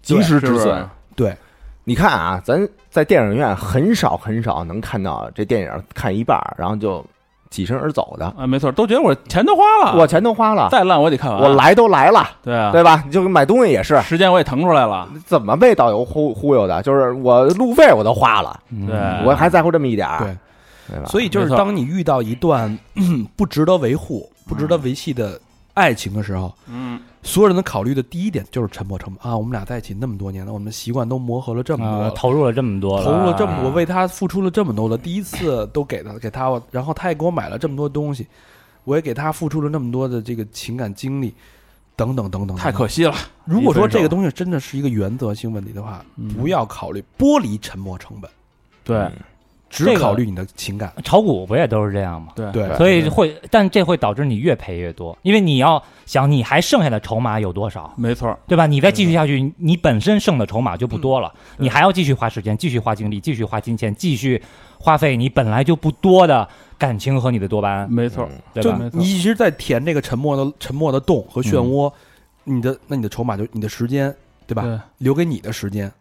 Speaker 2: 及时
Speaker 4: 是不
Speaker 2: 止
Speaker 4: 是
Speaker 2: 损。
Speaker 1: 对，
Speaker 2: 你看啊，咱在电影院很少很少能看到这电影看一半儿，然后就起身而走的。
Speaker 4: 啊，没错，都觉得我钱都花了，
Speaker 2: 我钱都花了，
Speaker 4: 再烂我也得看完，
Speaker 2: 我，来都来了，
Speaker 4: 对啊，
Speaker 2: 对吧？你就跟买东西也是，
Speaker 4: 时间我也腾出来了，
Speaker 2: 怎么被导游忽忽悠的？就是我路费我都花了，
Speaker 1: 嗯
Speaker 4: 对，
Speaker 2: 我还在乎这么一点儿，
Speaker 1: 对，
Speaker 2: 对吧？
Speaker 1: 所以就是
Speaker 4: 啊没错
Speaker 1: 当你遇到一段 不值得维护、不值得维系的爱情的时候，
Speaker 4: 嗯，
Speaker 1: 所有人能考虑的第一点就是沉没成本啊。我们俩在一起那么多年了，我们的习惯都磨合了这么多
Speaker 3: 啊
Speaker 1: 了，
Speaker 3: 投入了这么多了，
Speaker 1: 投入了这么多，为他付出了这么多了，第一次都给他给他，然后他也给我买了这么多东西，我也给他付出了那么多的这个情感经历，等等等等。
Speaker 4: 太
Speaker 1: 等等
Speaker 4: 可惜了，
Speaker 1: 如果说
Speaker 4: 一分手
Speaker 1: 这个东西真的是一个原则性问题的话
Speaker 4: 嗯，
Speaker 1: 不要考虑剥离沉没成本，
Speaker 4: 对
Speaker 1: 只
Speaker 3: 这个
Speaker 1: 考虑你的情感。
Speaker 3: 炒股不也都是这样吗？
Speaker 4: 哎对
Speaker 1: 对
Speaker 3: 所以会，但这会导致你越赔越多，因为你要想你还剩下的筹码有多少，
Speaker 4: 没错，
Speaker 3: 对吧？你再继续下去，你本身剩的筹码就不多了，
Speaker 4: 对
Speaker 3: 你还要继续花时间，继续花精力，继续花金钱，继续花费你本来就不多的感情和你的多巴胺，
Speaker 4: 没错，
Speaker 2: 嗯
Speaker 3: 对
Speaker 1: 就
Speaker 3: 吧？
Speaker 4: 没错嗯
Speaker 1: 你一直在填这个沉默的沉默的洞和漩涡，你的那你的筹码就你的时间，对吧？
Speaker 4: 对，
Speaker 1: 留给你的时间，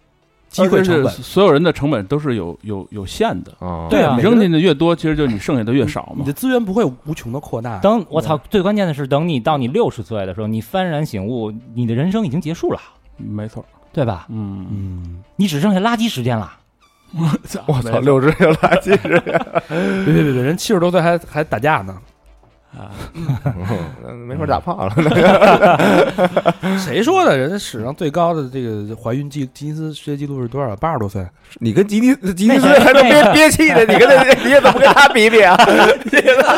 Speaker 1: 机会成
Speaker 4: 而
Speaker 1: 本
Speaker 4: 且是，所有人的成本都是有有有限的，
Speaker 2: 嗯，
Speaker 3: 对啊
Speaker 4: 你扔进去越多，其实就你剩下的越少
Speaker 1: 你
Speaker 4: 嘛
Speaker 1: 的，资源不会无穷的扩大。
Speaker 3: 等我操，最关键的是，等你到你六十岁的时候，你幡然醒悟，你的人生已经结束了，
Speaker 4: 没错，
Speaker 3: 对吧？
Speaker 4: 嗯，
Speaker 1: 嗯，
Speaker 3: 你只剩下垃圾时间了，
Speaker 4: 我操，
Speaker 2: 我操，六十有垃圾时间，
Speaker 1: 别别别别，人七十多岁还还打架 呢，
Speaker 2: 嗯没法打炮了。
Speaker 1: 谁说的？人家史上最高的这个怀孕记吉尼斯世界纪录是多少？八十多岁，
Speaker 2: 你跟吉尼吉尼斯
Speaker 3: 那个
Speaker 2: 还能
Speaker 3: 那
Speaker 2: 憋
Speaker 3: 个
Speaker 2: 憋气呢，你跟他你怎么跟他比比啊？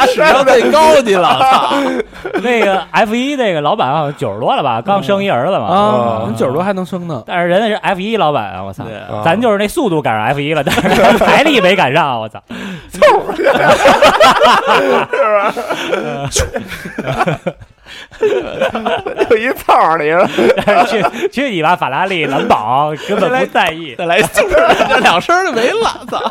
Speaker 5: 史上最高级 了，
Speaker 3: 那个 F 一那个老板好像九十多了吧，刚生一儿子嘛。
Speaker 1: 啊，
Speaker 3: 嗯
Speaker 1: 人九十多还能生呢。
Speaker 3: 但是人家是 F 一老板啊，我操！
Speaker 2: 啊
Speaker 3: 咱就是那速度赶上 F 一了，但是财力没赶上啊，我操！
Speaker 2: 就一炮儿，你说
Speaker 3: 但是去去你妈法拉利、蓝宝，根本不在 意。
Speaker 5: 再来一次，这两声就没了， 操，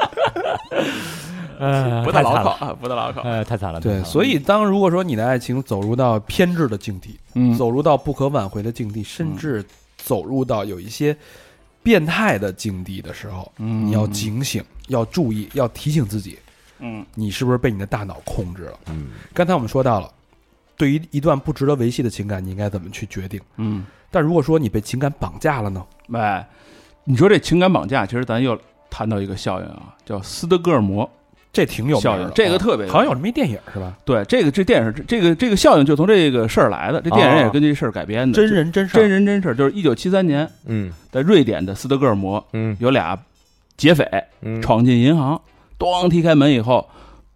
Speaker 3: 嗯，
Speaker 5: 不太
Speaker 3: 太
Speaker 5: 牢
Speaker 3: 惨
Speaker 5: 靠
Speaker 3: 了，
Speaker 5: 啊，不太牢靠。
Speaker 3: 呃，太惨了。
Speaker 1: 对，所以当如果说你的爱情走入到偏执的境地，
Speaker 4: 嗯，
Speaker 1: 走入到不可挽回的境地，
Speaker 5: 嗯
Speaker 1: 甚至走入到有一些变态的境地的时候，
Speaker 4: 嗯
Speaker 1: 你要警醒，要注意，要提醒自己，
Speaker 4: 嗯
Speaker 1: 你是不是被你的大脑控制了？嗯，刚才我们说到了，对于一段不值得维系的情感，你应该怎么去决定？
Speaker 4: 嗯，
Speaker 1: 但如果说你被情感绑架了呢？
Speaker 4: 哎，你说这情感绑架，其实咱又谈到一个效应啊，叫斯德哥尔摩
Speaker 1: 这挺有名
Speaker 4: 效
Speaker 1: 儿
Speaker 4: 应
Speaker 1: 的，，哦
Speaker 4: 这个特别
Speaker 1: 好像有这么一电影是吧？
Speaker 4: 对，这个这电影是这个这个效应就从这个事儿来的，这电影也
Speaker 2: 哦
Speaker 4: 是根据这事儿改编的，
Speaker 1: 真人真事
Speaker 4: 真
Speaker 1: 儿，
Speaker 4: 人真事儿，就是一九七三年
Speaker 2: 嗯
Speaker 4: 在瑞典的斯德哥尔摩
Speaker 2: 嗯
Speaker 4: 有俩劫匪
Speaker 2: 嗯
Speaker 4: 闯进银行，咣踢开门以后，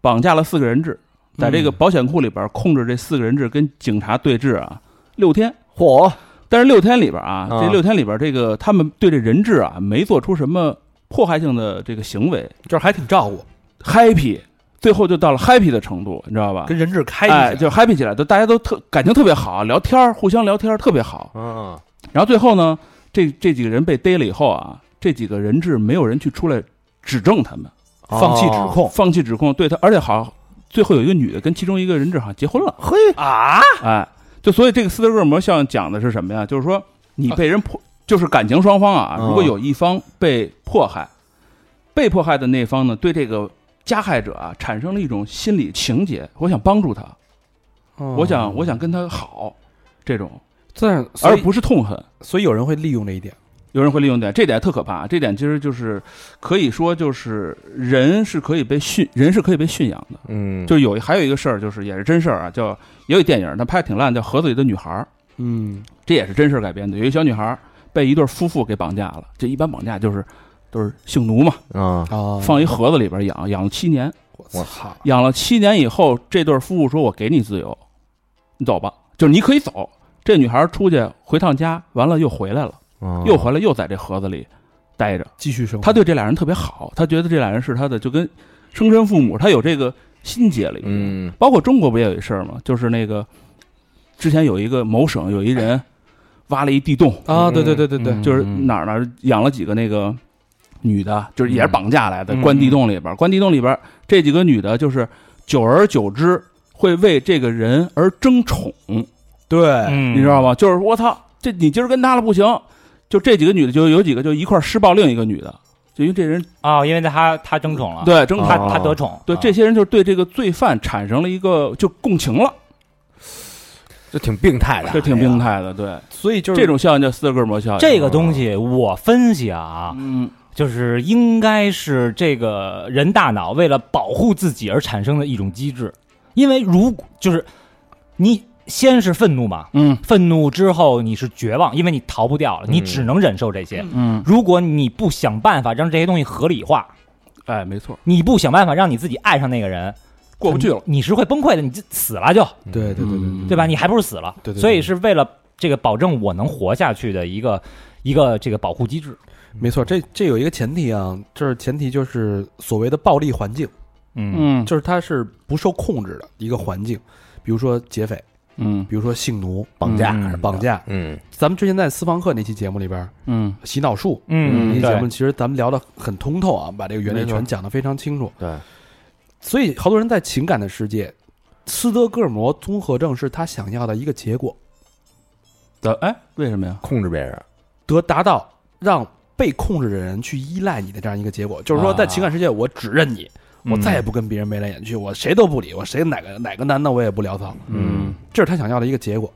Speaker 4: 绑架了四个人质，在这个保险库里边控制这四个人质跟警察对峙啊，六天。
Speaker 2: 嚯，
Speaker 4: 但是六天里边啊，
Speaker 2: 啊
Speaker 4: 这六天里边，这个他们对这人质啊没做出什么迫害性的这个行为
Speaker 1: 就是还挺照顾，
Speaker 4: ，happy，最后就到了 happy 的程度，你知道吧？
Speaker 1: 跟人质开一
Speaker 4: 哎，
Speaker 1: 下，
Speaker 4: 就 happy 起来，都大家都特感情特别好，聊天儿互相聊天儿特别好。
Speaker 2: 嗯
Speaker 4: 然后最后呢，这这几个人被逮了以后啊，这几个人质没有人去出来指证他们，
Speaker 1: 放弃指
Speaker 2: 哦
Speaker 1: 控，
Speaker 4: 放弃指控对他，而且好像最后有一个女的跟其中一个人质好像结婚了，
Speaker 2: 嘿
Speaker 5: 啊，
Speaker 4: 哎，就所以这个斯德哥尔摩效应讲的是什么呀？就是说你被人迫，就是感情双方啊，
Speaker 2: 啊嗯
Speaker 4: 如果有一方被迫害，被迫害的那方呢，对这个加害者啊产生了一种心理情结，我想帮助他，
Speaker 1: 哦
Speaker 2: 哦
Speaker 4: 我想我想跟他好，这种，
Speaker 1: 但
Speaker 4: 而
Speaker 1: 而不，
Speaker 4: 不是痛恨。
Speaker 1: 所以有人会利用这一点。
Speaker 4: 有人会利用点，这点特可怕。这点其实就是可以说，就是人是可以被驯，人是可以被驯养的。
Speaker 2: 嗯
Speaker 4: 就是有一还有一个事儿，就是也是真事儿啊，叫也有一电影，它拍的挺烂，叫《盒子里的女孩》，儿
Speaker 1: 嗯，》，
Speaker 4: 这也是真事儿改编的。有一小女孩儿被一对夫妇给绑架了，这一般绑架就是都是性奴嘛，
Speaker 2: 啊
Speaker 1: 啊，
Speaker 4: 放一盒子里边养，养了七年，
Speaker 1: 我操，
Speaker 4: 养了七年以后，这对夫妇说：“我给你自由，你走吧，就是你可以走。”这女孩儿出去回趟家，完了又回来了，
Speaker 2: 哦
Speaker 4: 又回来又在这盒子里待着。
Speaker 1: 继续生活。
Speaker 4: 他对这俩人特别好，他觉得这俩人是他的，就跟生身父母，他有这个心结了。，
Speaker 2: 嗯
Speaker 4: 包括中国不也有一事儿吗？就是那个之前有一个某省有一人挖了一地洞，
Speaker 1: 啊，对对对对对，
Speaker 3: 嗯
Speaker 4: 就是哪儿哪儿养了几个那个女的，就是也是绑架来的，
Speaker 3: 嗯
Speaker 4: 关地洞里边儿。关地洞里边儿这几个女的，就是久而久之会为这个人而争宠，
Speaker 1: 对，
Speaker 3: 嗯，
Speaker 4: 你知道吗？就是我操，这你今儿跟他了不行，就这几个女的就有几个就一块儿施暴另一个女的，就因为这人
Speaker 3: 啊？因为他他争宠了，，
Speaker 4: 对争
Speaker 3: 他
Speaker 2: 哦
Speaker 4: 他
Speaker 3: 他得宠，
Speaker 4: 对
Speaker 3: 啊
Speaker 5: 哎
Speaker 4: 这些人就对这个罪犯产生了一个就共情了，
Speaker 2: 这挺病态的，啊
Speaker 4: 这挺病态的。对，
Speaker 1: 所以就是
Speaker 4: 这种效应叫斯德哥尔摩效应。
Speaker 3: 这个东西，我分析啊，
Speaker 4: 嗯，
Speaker 3: 就是应该是这个人大脑为了保护自己而产生的一种机制，因为如果就是你先是愤怒嘛，
Speaker 4: 嗯
Speaker 3: 愤怒之后你是绝望，因为你逃不掉了，你
Speaker 2: 嗯
Speaker 3: 只能忍受这些。
Speaker 4: 嗯，
Speaker 3: 如果你不想办法让这些东西合理化，
Speaker 4: 哎，没错，
Speaker 3: 你不想办法让你自己爱上那个人，
Speaker 4: 过不去了。
Speaker 3: 你，你是会崩溃的，你就死了就，
Speaker 1: 对对对对
Speaker 4: 嗯
Speaker 3: 对吧？你还不如死了。
Speaker 1: 对对对
Speaker 3: 所以是为了这个保证我能活下去的一个一个这个保护机制。
Speaker 1: 没错，这这有一个前提啊，这前提就是所谓的暴力环境，
Speaker 3: 嗯
Speaker 4: 嗯，
Speaker 1: 就是它是不受控制的一个环境，比如说劫匪，
Speaker 4: 嗯
Speaker 1: 比如说性奴、
Speaker 2: 绑架
Speaker 4: 嗯
Speaker 1: 绑架。
Speaker 2: 嗯
Speaker 1: 咱们之前在私房课那期节目里边，
Speaker 4: 嗯
Speaker 1: 洗脑术那
Speaker 3: 嗯
Speaker 1: 期
Speaker 3: 对
Speaker 1: 节目，其实咱们聊的很通透啊，把这个原理全讲得非常清楚。
Speaker 2: 对，
Speaker 1: 所以好多人在情感的世界，斯德哥尔摩综合症是他想要的一个结果。
Speaker 4: 的，哎，为什么呀？
Speaker 2: 控制别人，
Speaker 1: 得达到让被控制的人去依赖你的这样一个结果，就是
Speaker 3: 啊
Speaker 1: 说，在情感世界，我只认你，
Speaker 3: 嗯
Speaker 1: 我再也不跟别人眉来眼去，我谁都不理，我谁哪个哪个男的我也不聊骚，
Speaker 2: 嗯
Speaker 1: 这是他想要的一个结果。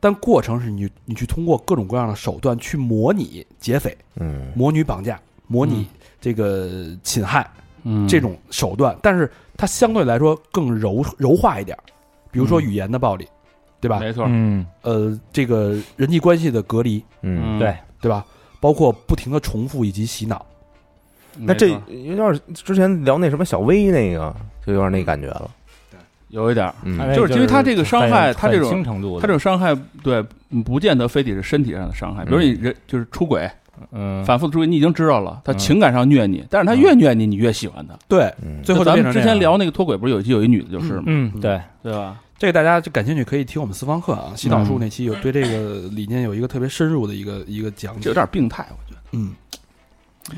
Speaker 1: 但过程是你你去通过各种各样的手段去模拟劫匪、
Speaker 2: 嗯，
Speaker 1: 模拟绑架、模
Speaker 3: 嗯
Speaker 1: 拟这个侵害
Speaker 4: 嗯
Speaker 1: 这种手段，但是它相对来说更柔柔化一点儿，比如说语言的暴力，对吧？
Speaker 4: 嗯没错，
Speaker 3: 嗯，
Speaker 1: 呃，这个人际关系的隔离，
Speaker 2: 嗯，
Speaker 3: 对，
Speaker 1: 对吧？包括不停的重复以及洗脑，
Speaker 2: 那这
Speaker 4: 没错
Speaker 2: 有点之前聊那什么小薇那个，就有点那感觉了。
Speaker 4: 有一点儿，
Speaker 2: 嗯，
Speaker 3: 哎
Speaker 4: 就是因为他这个伤害他这种
Speaker 3: 轻程度
Speaker 4: 他这
Speaker 3: 的，
Speaker 4: 种伤害对，不见得非得是身体上的伤害，比如你人就是出轨，
Speaker 3: 嗯，
Speaker 4: 反复出轨，你已经知道了，他
Speaker 3: 嗯
Speaker 4: 情感上虐你，但是他越虐你，你越喜欢他。
Speaker 1: 对，
Speaker 2: 嗯
Speaker 1: 最后就
Speaker 4: 咱
Speaker 1: 变
Speaker 4: 们
Speaker 1: 成
Speaker 4: 之
Speaker 1: 这样
Speaker 4: 前聊那个脱轨，不是有一期有一女的就是嘛，
Speaker 3: 嗯，对，
Speaker 4: 对吧？
Speaker 1: 这个大家就感兴趣可以听我们私房课啊，洗脑术那期有对这个理念有一个特别深入的一个一个讲解
Speaker 4: 这嗯有。点病态，我觉得。
Speaker 1: 嗯，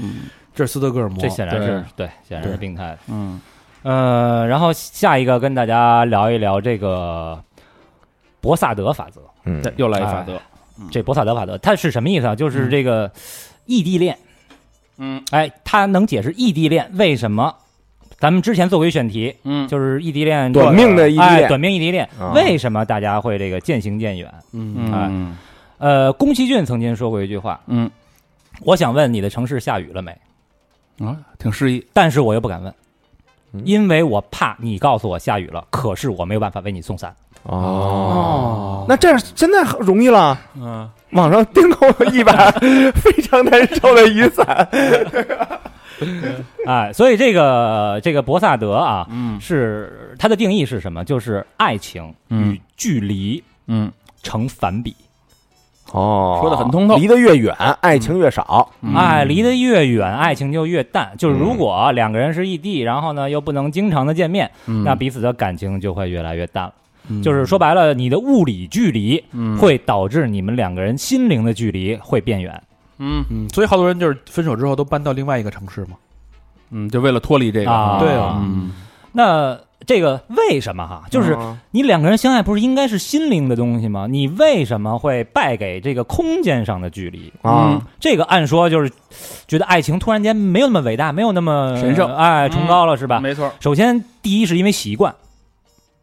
Speaker 4: 嗯
Speaker 1: 这是斯德哥尔摩啊
Speaker 3: 这，显然是对，显然是病态的。
Speaker 4: 嗯
Speaker 3: 呃，然后下一个跟大家聊一聊这个博萨德法则。
Speaker 2: 嗯，
Speaker 4: 又来一法则，
Speaker 3: 这博萨德法则它是什么意思啊？就是这个异地恋，
Speaker 4: 嗯
Speaker 3: 哎，它能解释异地恋为什么？咱们之前做过一选题，
Speaker 4: 嗯
Speaker 3: 就是异地恋
Speaker 2: 短命的异地
Speaker 3: 哎，
Speaker 2: 恋，
Speaker 3: 短命异地恋
Speaker 2: 啊
Speaker 3: 为什么大家会这个渐行渐远？
Speaker 1: 嗯，
Speaker 4: 嗯
Speaker 3: 呃，宫崎骏曾经说过一句话，
Speaker 4: 嗯
Speaker 3: 我想问你的城市下雨了没，
Speaker 4: 啊，挺诗意。
Speaker 3: 但是我又不敢问
Speaker 2: 嗯，
Speaker 3: 因为我怕你告诉我下雨了，可是我没有办法为你送伞。
Speaker 2: 哦，
Speaker 1: 哦，
Speaker 2: 那这样现在容易了。
Speaker 4: 嗯，
Speaker 2: 网上订购了一 把非常难受的雨伞，
Speaker 3: 哎，所以这个这个博萨德啊，
Speaker 4: 嗯
Speaker 3: 是它的定义是什么？就是爱情
Speaker 4: 嗯
Speaker 3: 与距离
Speaker 4: 嗯
Speaker 3: 成反比，
Speaker 2: 哦
Speaker 4: 说得很通透
Speaker 2: 离得越远，爱情越少。
Speaker 4: 嗯
Speaker 3: 哎，离得越远，爱情就越淡。就是如果两个人是异地，然后呢又不能经常的见面，
Speaker 4: 嗯
Speaker 3: 那彼此的感情就会越来越淡了。就是说白了，你的物理距离
Speaker 4: 嗯
Speaker 3: 会导致你们两个人心灵的距离会变远。
Speaker 4: 嗯
Speaker 1: 嗯，所以好多人就是分手之后都搬到另外一个城市嘛。
Speaker 4: 嗯，就为了脱离这个
Speaker 3: 啊
Speaker 1: 对啊
Speaker 4: 嗯
Speaker 3: 那这个为什么哈？就是
Speaker 4: 哦
Speaker 3: 你两个人相爱，不是应该是心灵的东西吗？你为什么会败给这个空间上的距离？
Speaker 2: 啊，
Speaker 3: 这个按说就是觉得爱情突然间没有那么伟大，没有那么
Speaker 4: 神圣
Speaker 3: 哎，崇高了是吧？
Speaker 4: 嗯没错，
Speaker 3: 首先，第一是因为习惯，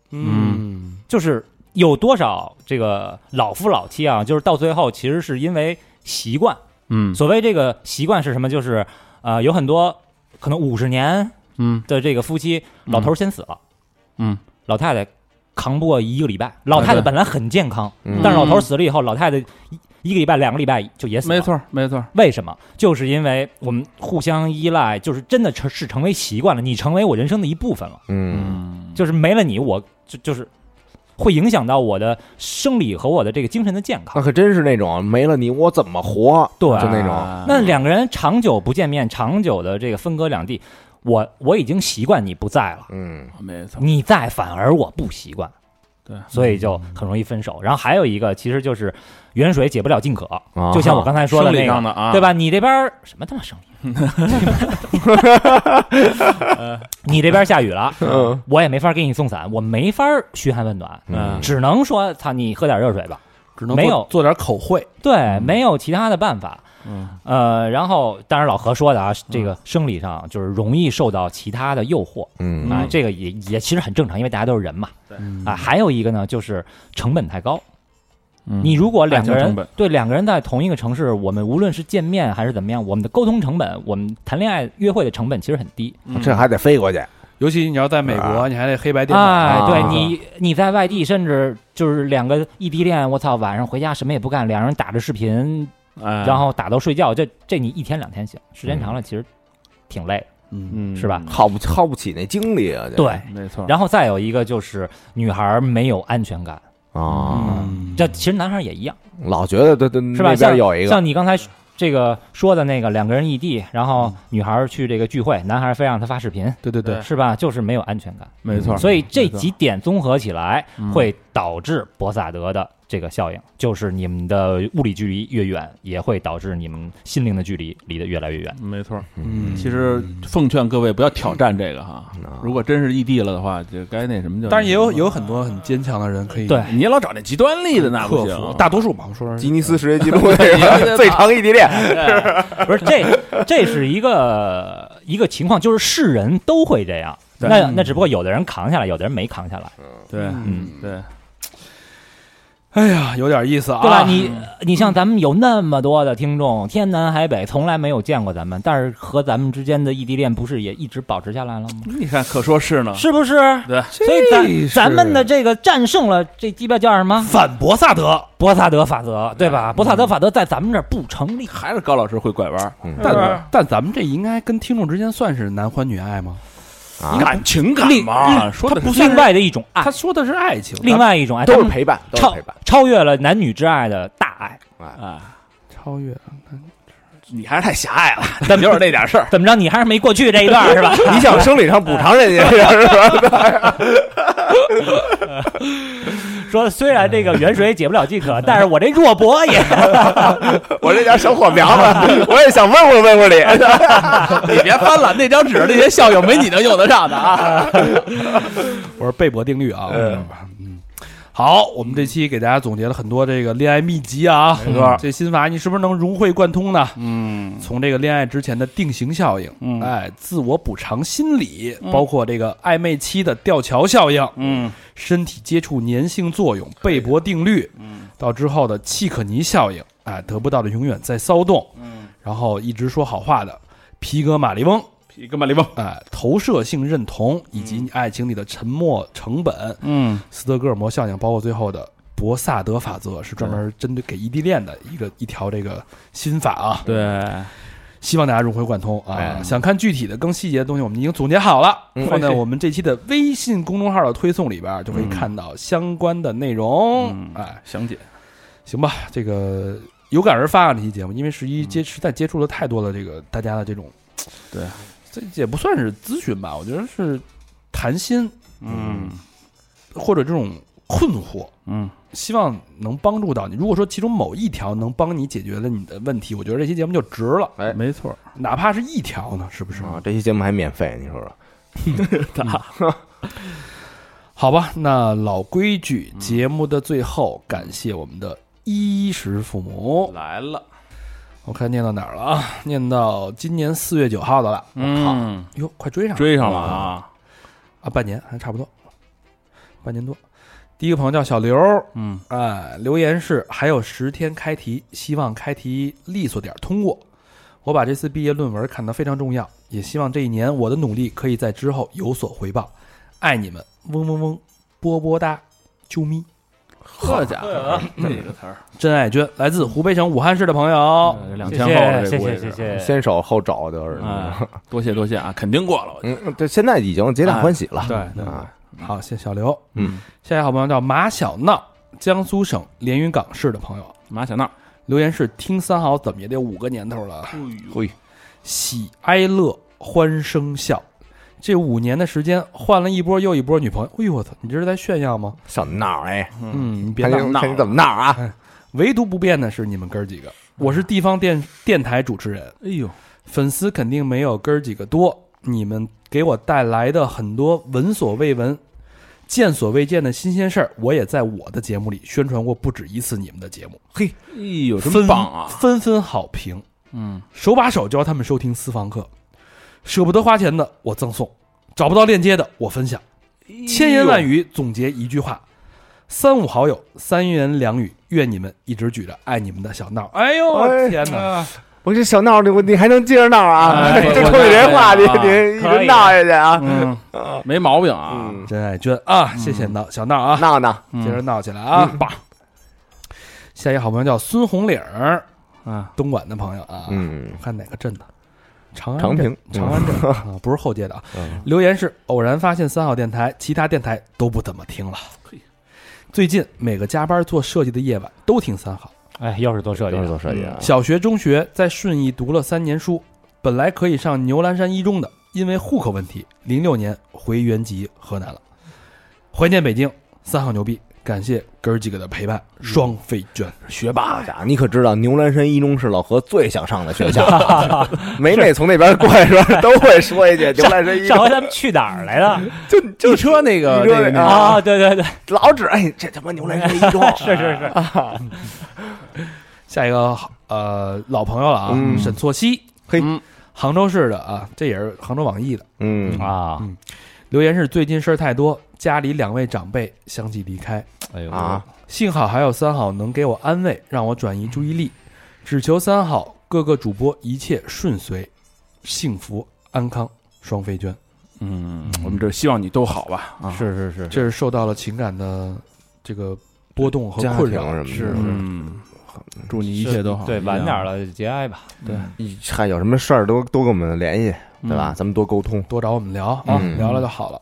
Speaker 4: 嗯，
Speaker 3: 就是有多少这个老夫老妻啊，就是到最后其实是因为习惯。
Speaker 4: 嗯
Speaker 3: 所谓这个习惯是什么？就是呃，有很多可能五十年
Speaker 4: 嗯
Speaker 3: 的这个夫妻，老头儿先死了，
Speaker 4: 嗯，
Speaker 3: 老太太扛不过一个礼拜，老太太本来很健康，
Speaker 2: 嗯
Speaker 3: 但是老头儿死了以后，老太太一一个礼拜、两个礼拜就也死了。
Speaker 4: 没，错没错，
Speaker 3: 为什么？就是因为我们互相依赖，就是真的成是成为习惯了，你成为我人生的一部分了。
Speaker 2: 嗯，
Speaker 4: 嗯
Speaker 3: 就是没了你，我就就是会影响到我的生理和我的这个精神的健
Speaker 2: 那
Speaker 3: 康。
Speaker 2: 可真是那种没了你我怎么活？
Speaker 3: 对
Speaker 2: 就那种，
Speaker 4: 啊
Speaker 3: 那两个人长久不见面，长久的这个分隔两地，我我已经习惯你不在了，
Speaker 2: 嗯，
Speaker 4: 没错，
Speaker 3: 你在反而我不习惯，
Speaker 4: 对，
Speaker 3: 所以
Speaker 2: 嗯
Speaker 3: 就很容易分手。然后还有一个其实就是远水解不了近渴，
Speaker 2: 啊
Speaker 3: 就像我刚才说的
Speaker 4: 生
Speaker 3: 那
Speaker 4: 理上
Speaker 3: 个，
Speaker 4: 的啊，
Speaker 3: 对？吧？你这边儿什么他 妈生理？你这边下雨了，
Speaker 2: 嗯
Speaker 3: 我也没法给你送伞，我没法嘘寒问暖，
Speaker 2: 嗯
Speaker 3: 只能说操你喝点热水吧。
Speaker 1: 只能
Speaker 3: 没
Speaker 1: 做
Speaker 3: 有
Speaker 1: 做点口惠，
Speaker 3: 对，没有其他的办法。
Speaker 4: 嗯
Speaker 3: 呃，然后当然老何说的啊，这个生理上就是容易受到其他的诱惑
Speaker 2: 嗯
Speaker 3: 啊，这个也也其实很正常，因为大家都是人嘛。
Speaker 4: 嗯
Speaker 3: 啊，还有一个呢，就是成本太高。你如果两个
Speaker 4: 爱情
Speaker 3: 人
Speaker 4: 嗯成本
Speaker 3: 对两个人在同一个城市，我们无论是见面还是怎么样，我们的沟通成本，我们谈恋爱约会的成本其实很低。
Speaker 4: 嗯
Speaker 2: 这还得飞过去。
Speaker 1: 尤其你要在美国，
Speaker 2: 啊
Speaker 1: 你还得黑白颠倒。
Speaker 3: 哎，对
Speaker 2: 啊
Speaker 3: 你你在外地，甚至就是两个异地恋，我操，晚上回家什么也不干，两人打着视频
Speaker 4: 然
Speaker 3: 然后打到睡觉，这这你一天两天行，时间长了其实挺累的。
Speaker 1: 嗯，
Speaker 4: 嗯
Speaker 3: 是吧
Speaker 2: 耗不耗不起那精力啊！这
Speaker 3: 对，
Speaker 4: 没错，
Speaker 3: 然后再有一个就是女孩没有安全感，
Speaker 2: 啊，
Speaker 1: 嗯
Speaker 3: 这其实男孩也一样，
Speaker 2: 老觉得对对
Speaker 3: 是吧？
Speaker 2: 那
Speaker 3: 像
Speaker 2: 边有一个
Speaker 3: 像你刚才这个说的那个两个人异地，然后女孩去这个聚会，男孩非让她发视频，
Speaker 1: 对对对
Speaker 4: 对，
Speaker 3: 是吧？就是没有安全感，
Speaker 4: 没错，
Speaker 3: 所以这
Speaker 4: 嗯没错
Speaker 3: 几点综合起来
Speaker 4: 嗯
Speaker 3: 会导致博萨德的。这个效应就是你们的物理距离越远，也会导致你们心灵的距离离得越来越远。
Speaker 4: 没错。
Speaker 1: 嗯，
Speaker 4: 其实奉劝各位不要挑战这个哈，
Speaker 2: 嗯啊
Speaker 4: 如果真是异地了的话，就该那什么就。
Speaker 1: 当然也有也有很多很坚强的人可以
Speaker 3: 嗯对
Speaker 4: 你老找那极端力的那不
Speaker 1: 克
Speaker 4: 行
Speaker 1: 服，，大多数吧，我说
Speaker 2: 吉尼斯世界 纪录那个最长异地恋，
Speaker 1: 哎
Speaker 3: 不是这，这是一个一个情况，就是世人都会这样。
Speaker 4: 对
Speaker 1: 嗯啊
Speaker 3: 那那只不过有的人扛下来，有的人没扛下来。
Speaker 4: 对
Speaker 1: 嗯
Speaker 4: 对，
Speaker 1: 哎呀，有点意思啊，
Speaker 3: 对吧？你你像咱们有那么多的听众，天南海北从来没有见过咱们，但是和咱们之间的异地恋不是也一直保持下来了吗？
Speaker 4: 你看，可说是呢。
Speaker 3: 是不是？
Speaker 4: 对，
Speaker 3: 所以
Speaker 1: 啊这
Speaker 3: 咱
Speaker 1: 是
Speaker 3: 咱们的这个战胜了这鸡巴叫什么
Speaker 1: 反博萨德，
Speaker 3: 博萨德法则，对吧？博萨德法则在咱们这儿不成立。
Speaker 4: 还是高老师会拐弯儿，
Speaker 2: 嗯
Speaker 1: 但但咱们这应该跟听众之间算是男欢女爱吗？
Speaker 2: 啊，
Speaker 4: 感情感嘛，说的
Speaker 1: 他不
Speaker 4: 是
Speaker 1: 算
Speaker 3: 另外的一种爱
Speaker 1: 他，说的是爱情，
Speaker 3: 啊另外一种爱，
Speaker 2: 都
Speaker 3: 他
Speaker 2: 是
Speaker 3: 们
Speaker 2: 陪伴，都是
Speaker 3: 超
Speaker 2: 陪伴。
Speaker 3: 超越了男女之爱的大爱。
Speaker 4: 啊，
Speaker 1: 超越
Speaker 4: 你还是太狭隘了，咱们就是那点事 儿。
Speaker 3: 怎么着？你还是没过去这一段是吧？
Speaker 2: 你想生理上补偿 人
Speaker 4: 嗯
Speaker 2: 家是吧？
Speaker 3: 说虽然这个远水解不了近渴，但是我这弱博也
Speaker 2: 我这点小火苗 子，我也想问问问问你。
Speaker 5: 你 别翻了，那张纸那些效应没你能用得上的啊！
Speaker 1: 我是贝博定律啊。嗯，好，我们这期给大家总结了很多这个恋爱秘籍啊，
Speaker 4: 没错
Speaker 1: 这心法你是不是能融会贯通呢？
Speaker 4: 嗯
Speaker 1: 从这个恋爱之前的定型效应，
Speaker 4: 嗯
Speaker 1: 哎，自我补偿心理，包括这个暧昧期的吊桥效应，
Speaker 4: 嗯，
Speaker 1: 身体接触粘性作用、贝博定律，
Speaker 4: 嗯，
Speaker 1: 到之后的契可尼效应，哎，得不到的永远在骚动，
Speaker 4: 嗯，
Speaker 1: 然后一直说好话的皮格马利翁，
Speaker 4: 皮格马利翁，
Speaker 1: 哎，投射性认同以及你爱情里的沉默成本，
Speaker 4: 嗯
Speaker 1: 斯德哥尔摩效应，包括最后的博萨德法则，是专门针对给异地恋的一个一条这个心法啊。
Speaker 4: 对，
Speaker 1: 希望大家融会贯通啊！
Speaker 2: 哎
Speaker 1: 想看具体的、更细节的东西，我们已经总结好了，
Speaker 2: 嗯
Speaker 1: 放在我们这期的微信公众号的推送里边，就可以看到相关的内容。
Speaker 4: 嗯
Speaker 1: 哎，
Speaker 4: 详解，
Speaker 1: 行吧，这个有感而发啊！这期节目，因为十一接实在接触了太多的这个大家的这种，
Speaker 4: 嗯对，
Speaker 1: 这也不算是咨询吧，我觉得是谈心
Speaker 4: 嗯
Speaker 1: 或者这种困惑，
Speaker 4: 嗯，
Speaker 1: 希望能帮助到你。如果说其中某一条能帮你解决了你的问题，我觉得这期节目就值了，
Speaker 2: 哎
Speaker 4: 没错，
Speaker 1: 哪怕是一条呢，是不是？
Speaker 2: 啊，这期节目还免费，你说说？
Speaker 1: 好吧，那老规矩，节目的最后，感谢我们的衣食父母。
Speaker 4: 来了，嗯
Speaker 1: 我看念到哪儿了啊？念到今年四月九号的了，
Speaker 4: 嗯，
Speaker 1: 哟，快追上了，
Speaker 4: 追上了啊，
Speaker 1: 啊，半年还差不多，半年多。第一个朋友叫小刘，
Speaker 4: 嗯
Speaker 1: 啊，留言是还有十天开题，希望开题利索点儿通过。我把这次毕业论文看得非常重要，也希望这一年我的努力可以在之后有所回报。爱你们，嗡嗡嗡，波波哒，啾咪，
Speaker 4: 好家伙，这个词儿，
Speaker 1: 真爱娟，来自湖北省武汉市的朋友，
Speaker 4: 两
Speaker 3: 谢
Speaker 4: 千后
Speaker 3: 谢
Speaker 4: 的这
Speaker 3: 嗯谢
Speaker 4: 个
Speaker 3: 谢
Speaker 4: 位
Speaker 3: 谢
Speaker 4: 置，
Speaker 3: 谢谢。
Speaker 2: 先手后肘就是。
Speaker 4: 哎，多谢多谢啊，肯定过了，我觉
Speaker 2: 嗯，这现在已经皆大欢喜了。
Speaker 4: 得对
Speaker 2: 啊，
Speaker 1: 好，谢谢小刘。
Speaker 2: 嗯，
Speaker 1: 下一个好朋友叫马小闹，江苏省连云港市的朋友，
Speaker 4: 马小闹，
Speaker 1: 留言是听三好怎么也得五个年头了。
Speaker 4: 哎
Speaker 2: 嘿，
Speaker 1: 喜哀乐欢声笑。这五年的时间，换了一波又一波女朋友。哎呦我操，你这是在炫耀吗？
Speaker 2: 小闹哎，
Speaker 1: 嗯，你别
Speaker 2: 看
Speaker 1: 闹
Speaker 2: 你
Speaker 1: 闹
Speaker 2: 看。你怎么闹啊？
Speaker 1: 唯独不变的是你们哥儿几个，我是地方电电台主持人，
Speaker 4: 哎呦，
Speaker 1: 粉丝肯定没有哥儿几个多。你们给我带来的很多闻所未闻、见所未见的新鲜事儿，我也在我的节目里宣传过不止一次。你们的节目
Speaker 4: 哎呦，真
Speaker 1: 纷
Speaker 4: 棒啊，
Speaker 1: 纷纷好评，
Speaker 4: 嗯，
Speaker 1: 手把手教他们收听私房课，舍不得花钱的我赠送，找不到链接的我分享，千言万语总结一句话：三五好友，三言两语，愿你们一直举着爱你们的小闹。哎呦，
Speaker 2: 哎
Speaker 1: 天哪！
Speaker 2: 我这小闹，你我你还能接着闹啊？
Speaker 4: 哎
Speaker 2: 就
Speaker 4: 我
Speaker 2: 冲你 这话，你
Speaker 4: 我
Speaker 2: 你一
Speaker 3: 可
Speaker 2: 直
Speaker 3: 以
Speaker 2: 闹下去啊？
Speaker 4: 嗯，没毛病啊，
Speaker 2: 嗯，
Speaker 1: 真爱娟啊，谢谢闹小闹啊，
Speaker 2: 闹闹，
Speaker 4: 嗯
Speaker 1: 接着闹起来啊！爸，下一个好朋友叫孙红领儿，
Speaker 4: 啊，
Speaker 1: 东莞的朋友啊，
Speaker 2: 嗯
Speaker 1: 我，看哪个镇的？长安
Speaker 2: 长
Speaker 1: 镇
Speaker 2: 平嗯
Speaker 1: 长安镇啊，不是后街的啊。留言是偶然发现三好电台，其他电台都不怎么听了
Speaker 4: 嘿。
Speaker 1: 最近每个加班做设计的夜晚都听三好。
Speaker 3: 哎，又是做设计
Speaker 2: 又是
Speaker 3: 的，
Speaker 2: 做设计的啊，
Speaker 1: 小学、中学在顺义读了三年书，本来可以上牛栏山一中的，因为户口问题，零六年回原籍河南了。怀念北京，三好牛逼！感谢哥儿几个的陪伴，
Speaker 2: 嗯
Speaker 1: 双飞娟。
Speaker 2: 学霸家伙，你可知道牛栏山一中是老何最想上的学校？每每从那边过来的时候，都会说 一句牛栏山一
Speaker 3: 上
Speaker 2: 中，
Speaker 3: 回咱们去哪儿来了？
Speaker 2: 就就
Speaker 4: 一车那个
Speaker 2: 一车
Speaker 4: 那个
Speaker 2: 那
Speaker 4: 那
Speaker 2: 啊
Speaker 3: 啊，对对对，
Speaker 2: 老指哎，这他妈牛栏山一中
Speaker 3: 是是是，
Speaker 1: 下一个呃老朋友了啊，
Speaker 2: 嗯
Speaker 1: 沈错西，
Speaker 2: 嘿
Speaker 4: 嗯
Speaker 1: 杭州市的啊，这也是杭州网易的。
Speaker 2: 嗯，
Speaker 3: 啊，
Speaker 1: 留言是最近事儿太多，家里两位长辈相继离开，
Speaker 4: 嗯
Speaker 3: 哎呦
Speaker 2: 啊，
Speaker 1: 幸好还有三好能给我安慰，让我转移注意力，只求三好各个主播一切顺遂，幸福安康。双飞娟，
Speaker 4: 嗯，我们这希望你都好吧啊，
Speaker 3: 是是是，
Speaker 1: 这是受到了情感的这个波动和
Speaker 2: 家庭
Speaker 1: 困扰
Speaker 2: 什，么的，
Speaker 1: 是
Speaker 4: 嗯，祝你一切都好，
Speaker 3: 对，晚点，了节哀吧。
Speaker 2: 一还有什么事儿都都跟我们联系，
Speaker 4: 嗯
Speaker 2: 对吧？？咱们多沟通。
Speaker 1: 多找我们聊啊，
Speaker 2: 嗯
Speaker 1: 聊了就好了。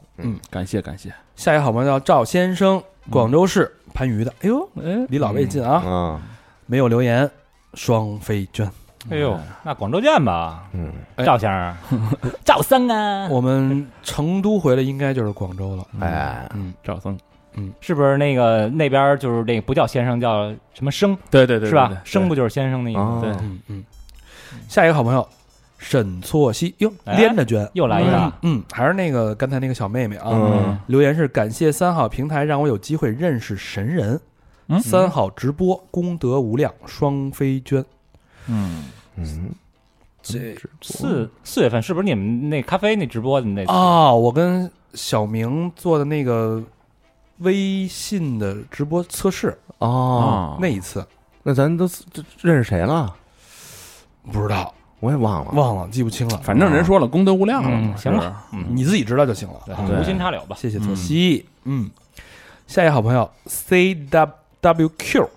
Speaker 4: 感谢感谢，
Speaker 1: 下一个好朋友叫赵先生，广州市番禺的。哎呦，
Speaker 3: 哎
Speaker 1: 离老魏近啊，
Speaker 2: 嗯
Speaker 1: 没有留言。双飞娟，
Speaker 3: 哎呦，那广州见吧，
Speaker 2: 嗯，
Speaker 3: 赵先生，赵三啊，
Speaker 1: 我们成都回来应该就是广州了。
Speaker 2: 哎，
Speaker 1: 嗯，
Speaker 4: 赵僧，
Speaker 3: 是不是那个那边儿就是那个不叫先生叫什么生
Speaker 4: 对对对，
Speaker 3: 是吧？生不就是先生的意
Speaker 2: 哦
Speaker 3: 思？对，
Speaker 1: 嗯嗯。下一个好朋友沈错西，哟，
Speaker 3: 哎
Speaker 1: 连着捐，
Speaker 3: 又来一个，
Speaker 1: 嗯，还是那个刚才那个小妹妹啊。
Speaker 2: 嗯
Speaker 1: 留言是感谢三好平台让我有机会认识神人，
Speaker 4: 嗯
Speaker 1: 三好直播功德无量，双飞娟。
Speaker 4: 嗯，
Speaker 2: 嗯，
Speaker 1: 这
Speaker 3: 四四月份是不是你们那咖啡那直播的那次？
Speaker 1: 啊，我跟小明做的那个微信的直播测试
Speaker 2: 哦，
Speaker 4: 啊
Speaker 1: 那一次，
Speaker 2: 那咱都这认识谁了？
Speaker 1: 不知道
Speaker 2: 我也忘了。
Speaker 1: 忘了记不清了，
Speaker 4: 反正人说了，功德无量了嘛，
Speaker 3: 嗯行了
Speaker 4: 是吧，
Speaker 1: 你自己知道就行了。啊
Speaker 3: 对，无心插柳吧。
Speaker 1: 谢谢
Speaker 4: 嗯
Speaker 1: 左西，嗯，下一个好朋友 C W W Q，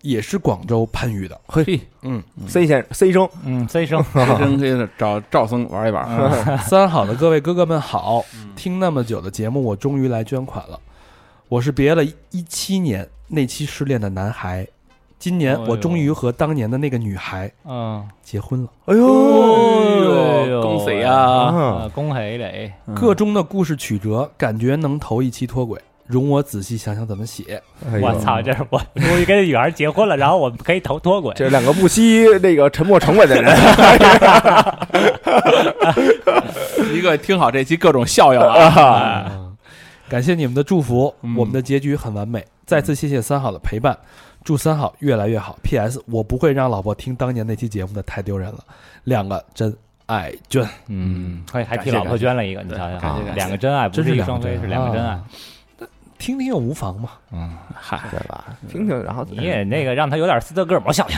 Speaker 1: 也是广州番禺的，
Speaker 2: 嘿
Speaker 1: 嗯，
Speaker 2: ，C 先生，C 生，
Speaker 3: 嗯，C 生，
Speaker 4: 真可以找赵僧玩一玩，
Speaker 1: 三好的各位哥哥们好，听那么久的节目，我终于来捐款了。我是别了一七年那期失恋的男孩，今年
Speaker 3: 哎呦
Speaker 1: 我终于和当年的那个女孩
Speaker 3: 嗯，
Speaker 1: 结婚了。
Speaker 2: 哎呦，
Speaker 3: 哎呦
Speaker 4: 恭喜啊！
Speaker 2: 啊
Speaker 3: 呃，恭喜得，
Speaker 4: 嗯
Speaker 1: 各中的故事曲折，感觉能投一期脱轨。容我仔细想想怎么写。
Speaker 2: 哎呦
Speaker 3: 我操，这是我终于跟女孩结婚了，然后我们可以投脱 轨，
Speaker 2: 这是两个不惜那个沉没成本的人，
Speaker 4: 一个听好这期各种笑笑啊，
Speaker 1: 嗯感谢你们的祝福，
Speaker 4: 嗯
Speaker 1: 我们的结局很完美。再次谢谢三好的陪伴，祝三好越来越好。P.S. 我不会让老婆听当年那期节目的，太丢人了。两个真爱娟，
Speaker 3: 嗯，还还替
Speaker 4: 感谢
Speaker 3: 老婆捐了一个，你瞧瞧，
Speaker 2: 感谢
Speaker 3: 两个真爱不
Speaker 1: 真是
Speaker 3: 是一
Speaker 1: 两个
Speaker 3: 双飞，
Speaker 1: 真爱
Speaker 3: 是两个真爱。
Speaker 1: 听听又无妨嘛。
Speaker 4: 嗨，
Speaker 2: 对吧？听听，然后
Speaker 3: 你也那个让他有点斯德哥尔摩效应。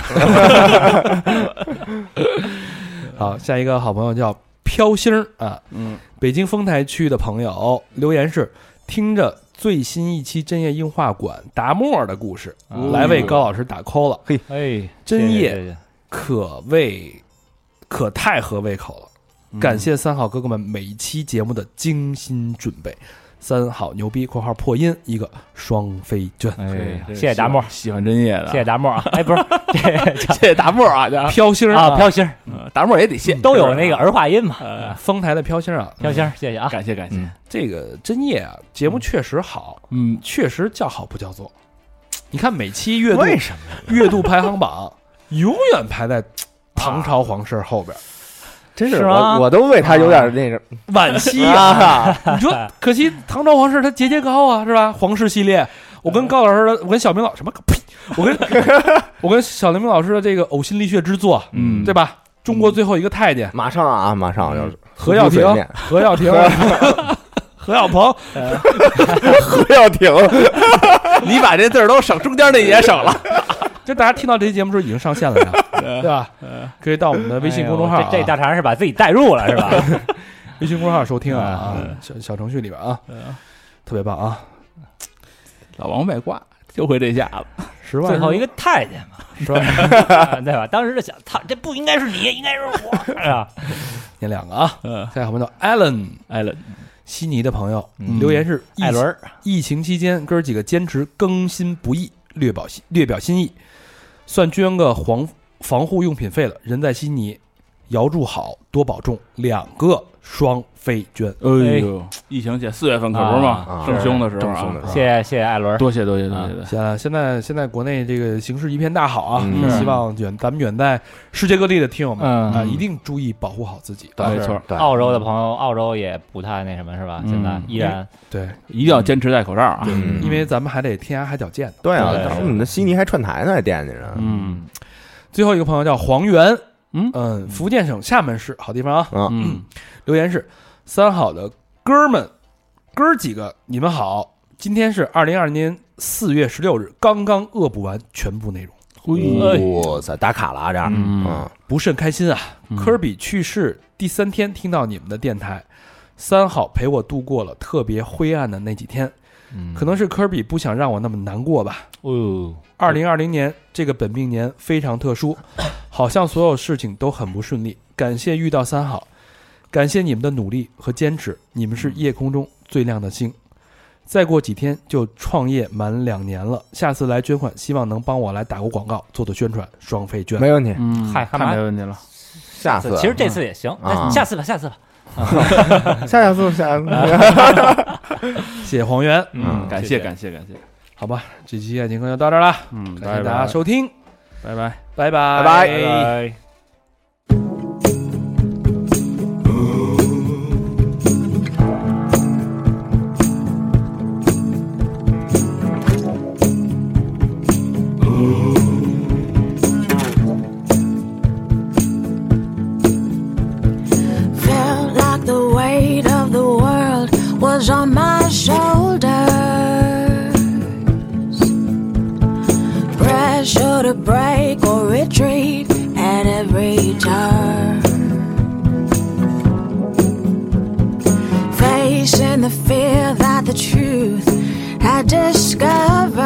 Speaker 1: 好，下一个好朋友叫飘星儿啊，
Speaker 4: 嗯，
Speaker 1: 北京丰台区的朋友留言是听着最新一期《针叶映画馆》达摩尔的故事，
Speaker 3: 哦
Speaker 1: 来为高老师打 call 了，
Speaker 3: 哎，
Speaker 1: 真
Speaker 3: 谢谢
Speaker 1: 叶
Speaker 3: 谢谢
Speaker 1: 可谓可太合胃口了。
Speaker 2: 嗯
Speaker 4: 嗯
Speaker 1: 感谢三好哥哥们每一期节目的精心准备，三好牛逼（括号破音）一个双飞卷。
Speaker 3: 哎，
Speaker 4: 这
Speaker 3: 谢谢达摩，
Speaker 4: 喜欢针叶的，
Speaker 3: 谢谢达摩啊！哎，不是，这
Speaker 4: 谢谢达摩啊，
Speaker 2: 哎
Speaker 4: 家
Speaker 1: 飘星儿
Speaker 3: 啊，飘星儿
Speaker 4: 嗯达摩也得谢，
Speaker 3: 都有那个儿化音嘛，
Speaker 1: 啊，丰台的飘星儿啊，
Speaker 3: 飘星儿，谢谢啊。
Speaker 4: 感谢感谢，
Speaker 1: 这个针叶啊，节目确实好，
Speaker 4: 嗯，
Speaker 1: 确实叫好不叫座。你看每期月度
Speaker 2: 为什么？啊
Speaker 1: 月度排行 榜，永远排在唐朝皇室后边，
Speaker 2: 真是
Speaker 3: 是吗
Speaker 2: 我我都为他有点那个
Speaker 1: 惋惜啊！
Speaker 2: 啊，
Speaker 1: 你说，可惜唐朝皇室它节节高啊，是吧？皇室系列，我跟高老师的，我跟小明老什么个呸，我跟我跟小明老师的这个呕心沥血之作，
Speaker 4: 嗯
Speaker 1: 对吧？中国最后一个太监
Speaker 2: 马上啊，马上要是
Speaker 1: 何耀
Speaker 2: 浮出水
Speaker 1: 庭
Speaker 2: 面，
Speaker 1: 何耀庭，何耀鹏，
Speaker 2: 何耀庭，
Speaker 4: 你把这字儿都省中间那也省了，
Speaker 1: 就大家听到这期节目时候已经上线了呀，对吧？可以到我们的微信公众号啊，
Speaker 3: 哎呦这这大肠是把自己带入了是吧？
Speaker 1: 微信公众号收听啊啊，小小程序里边啊，特别棒啊！
Speaker 4: 老王外挂就会这下子，
Speaker 1: 十万
Speaker 3: 最后一
Speaker 1: 个
Speaker 3: 个太监嘛，
Speaker 1: 是吧？
Speaker 3: 啊对吧？当时就想，操，这不应该是你，应该是我，是吧？
Speaker 1: 念两个啊，
Speaker 4: 嗯，
Speaker 1: 下一个朋友 Allen
Speaker 4: 艾伦，
Speaker 1: 悉尼的朋友
Speaker 3: 嗯
Speaker 1: 留言是疫
Speaker 3: 艾伦儿，
Speaker 1: 疫情期间哥儿几个坚持更新不易，略表略表心意，算捐个防防护用品费了。人在悉尼，遥祝好，多保重。两个双飞捐，
Speaker 4: 哎呦，疫情且四月份可不是嘛，
Speaker 2: 啊
Speaker 4: 正凶的时候
Speaker 2: 正凶
Speaker 4: 啊
Speaker 2: 的，时候
Speaker 3: 谢谢谢谢艾伦儿，
Speaker 4: 多谢多谢多
Speaker 1: 啊
Speaker 4: 谢多谢，
Speaker 1: 现现在现在国内这个形势一片大好啊，
Speaker 2: 嗯
Speaker 1: 希望远咱们远在世界各地的听友们
Speaker 3: 嗯
Speaker 1: 啊，一定注意保护好自己。
Speaker 2: 对
Speaker 4: 没错，
Speaker 2: 对，
Speaker 3: 澳洲的朋友，澳洲也不太那什么是吧？
Speaker 4: 嗯
Speaker 3: 现在依然
Speaker 1: 对，
Speaker 4: 一定要坚持戴口罩啊，
Speaker 2: 嗯
Speaker 1: 因为咱们还得天涯海角见呢。
Speaker 2: 对啊，
Speaker 3: 对
Speaker 2: 当时我们的悉尼还串台呢，还惦记着，
Speaker 4: 嗯
Speaker 1: 最后一个朋友叫黄源，
Speaker 4: 嗯
Speaker 1: 嗯，福建省厦门市好地方啊。
Speaker 4: 嗯，
Speaker 1: 留言是：三好的哥儿们，哥儿几个，你们好，今天是二零二零年四月十六日刚刚恶补完全部内容，
Speaker 2: 嗯
Speaker 4: 哎
Speaker 2: 我操，打卡了啊这儿，
Speaker 4: 嗯
Speaker 2: 嗯，
Speaker 1: 不甚开心啊！
Speaker 3: 嗯
Speaker 1: 科比去世第三天听到你们的电台，三好陪我度过了特别灰暗的那几天，可能是科比不想让我那么难过吧。
Speaker 3: 哦，
Speaker 1: 二零二零年这个本命年非常特 殊，好像所有事情都很不顺利。感谢遇到三好，感谢你们的努力和坚持，你们是夜空中最亮的星。再过几天就创业满两年了，下次来捐款，希望能帮我来打过广告，做做宣传，双费捐。
Speaker 2: 没问题，
Speaker 5: 嗯
Speaker 3: 嗨
Speaker 5: 太
Speaker 3: 干嘛
Speaker 5: 没问题了。
Speaker 2: 下次，
Speaker 3: 其实这次也行，
Speaker 2: 啊
Speaker 3: 那下次吧，下次吧。
Speaker 2: 下下次下下次，
Speaker 1: 谢谢黄源，
Speaker 2: 嗯
Speaker 4: 感谢感谢感谢，
Speaker 1: 好吧，这期爱情课就到这儿了，
Speaker 4: 嗯，
Speaker 1: 感
Speaker 4: 拜
Speaker 1: 谢大家
Speaker 4: 拜
Speaker 1: 收听，
Speaker 4: 拜拜。
Speaker 1: 拜拜
Speaker 2: 拜拜
Speaker 3: 拜。
Speaker 7: Felt like the weight of the world was on my shoulders. Pressure to break or retreat at every turn. Facing the fear that the truth had discovered.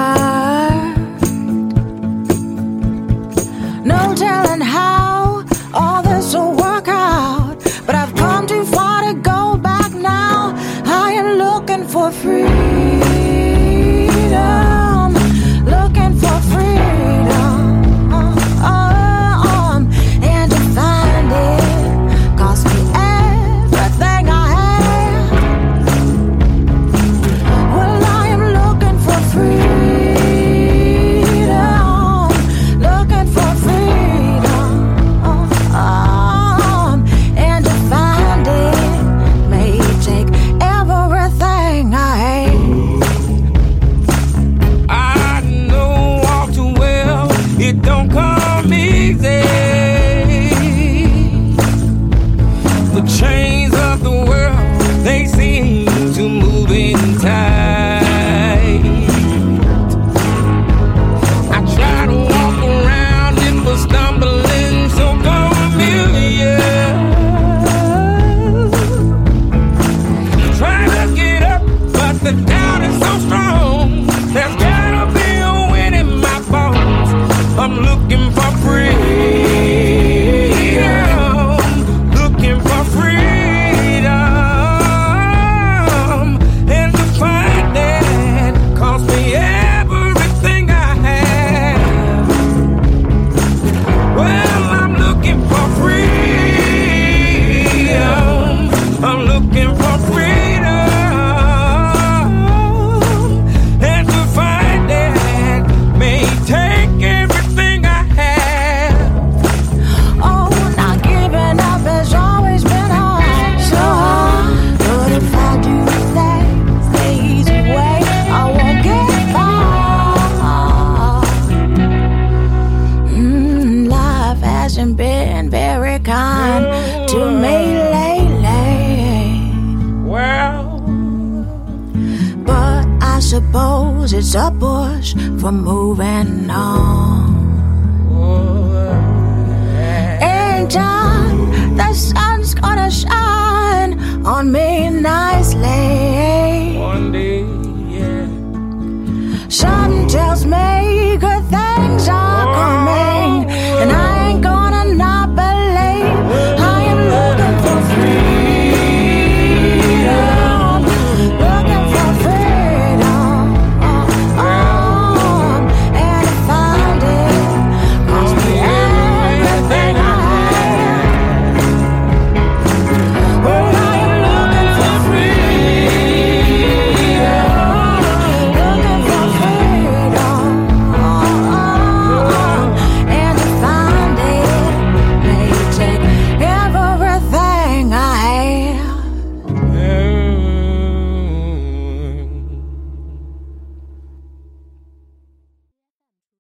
Speaker 7: No telling how all this will work out. But I've come too far to go back now. I am looking for freedom. Looking for freedom. Oh, oh, um, and to find it cost me everything I had. Well, I am looking for freedom. Looking for freedom, um, and to find it may take everything I hate.
Speaker 8: I know all too well it don't come easy. The chains of the world they seem to move in tight. I try to walk around it, but stumbling so familiar. Trying to get up, but the doubt is so strong. There's gotta be a win in my bones. I'm looking for freedom. Looking for freedom. And to find that cost me everything I had. Well, I'm looking for freedom. I'm looking for freedom. And to find that may take everything I have.
Speaker 7: Oh, not giving up has always been hard, so hard. But if I do things the easy way, I won't get far. Mm, life hasn't been very kind to me lately.
Speaker 8: Well,
Speaker 7: But I suppose it's a push for moving on. In time, the sun's gonna shine on me nicely.
Speaker 8: one day, yeah.
Speaker 7: Something tells me good things are coming, and I uh, uh,
Speaker 8: Mm.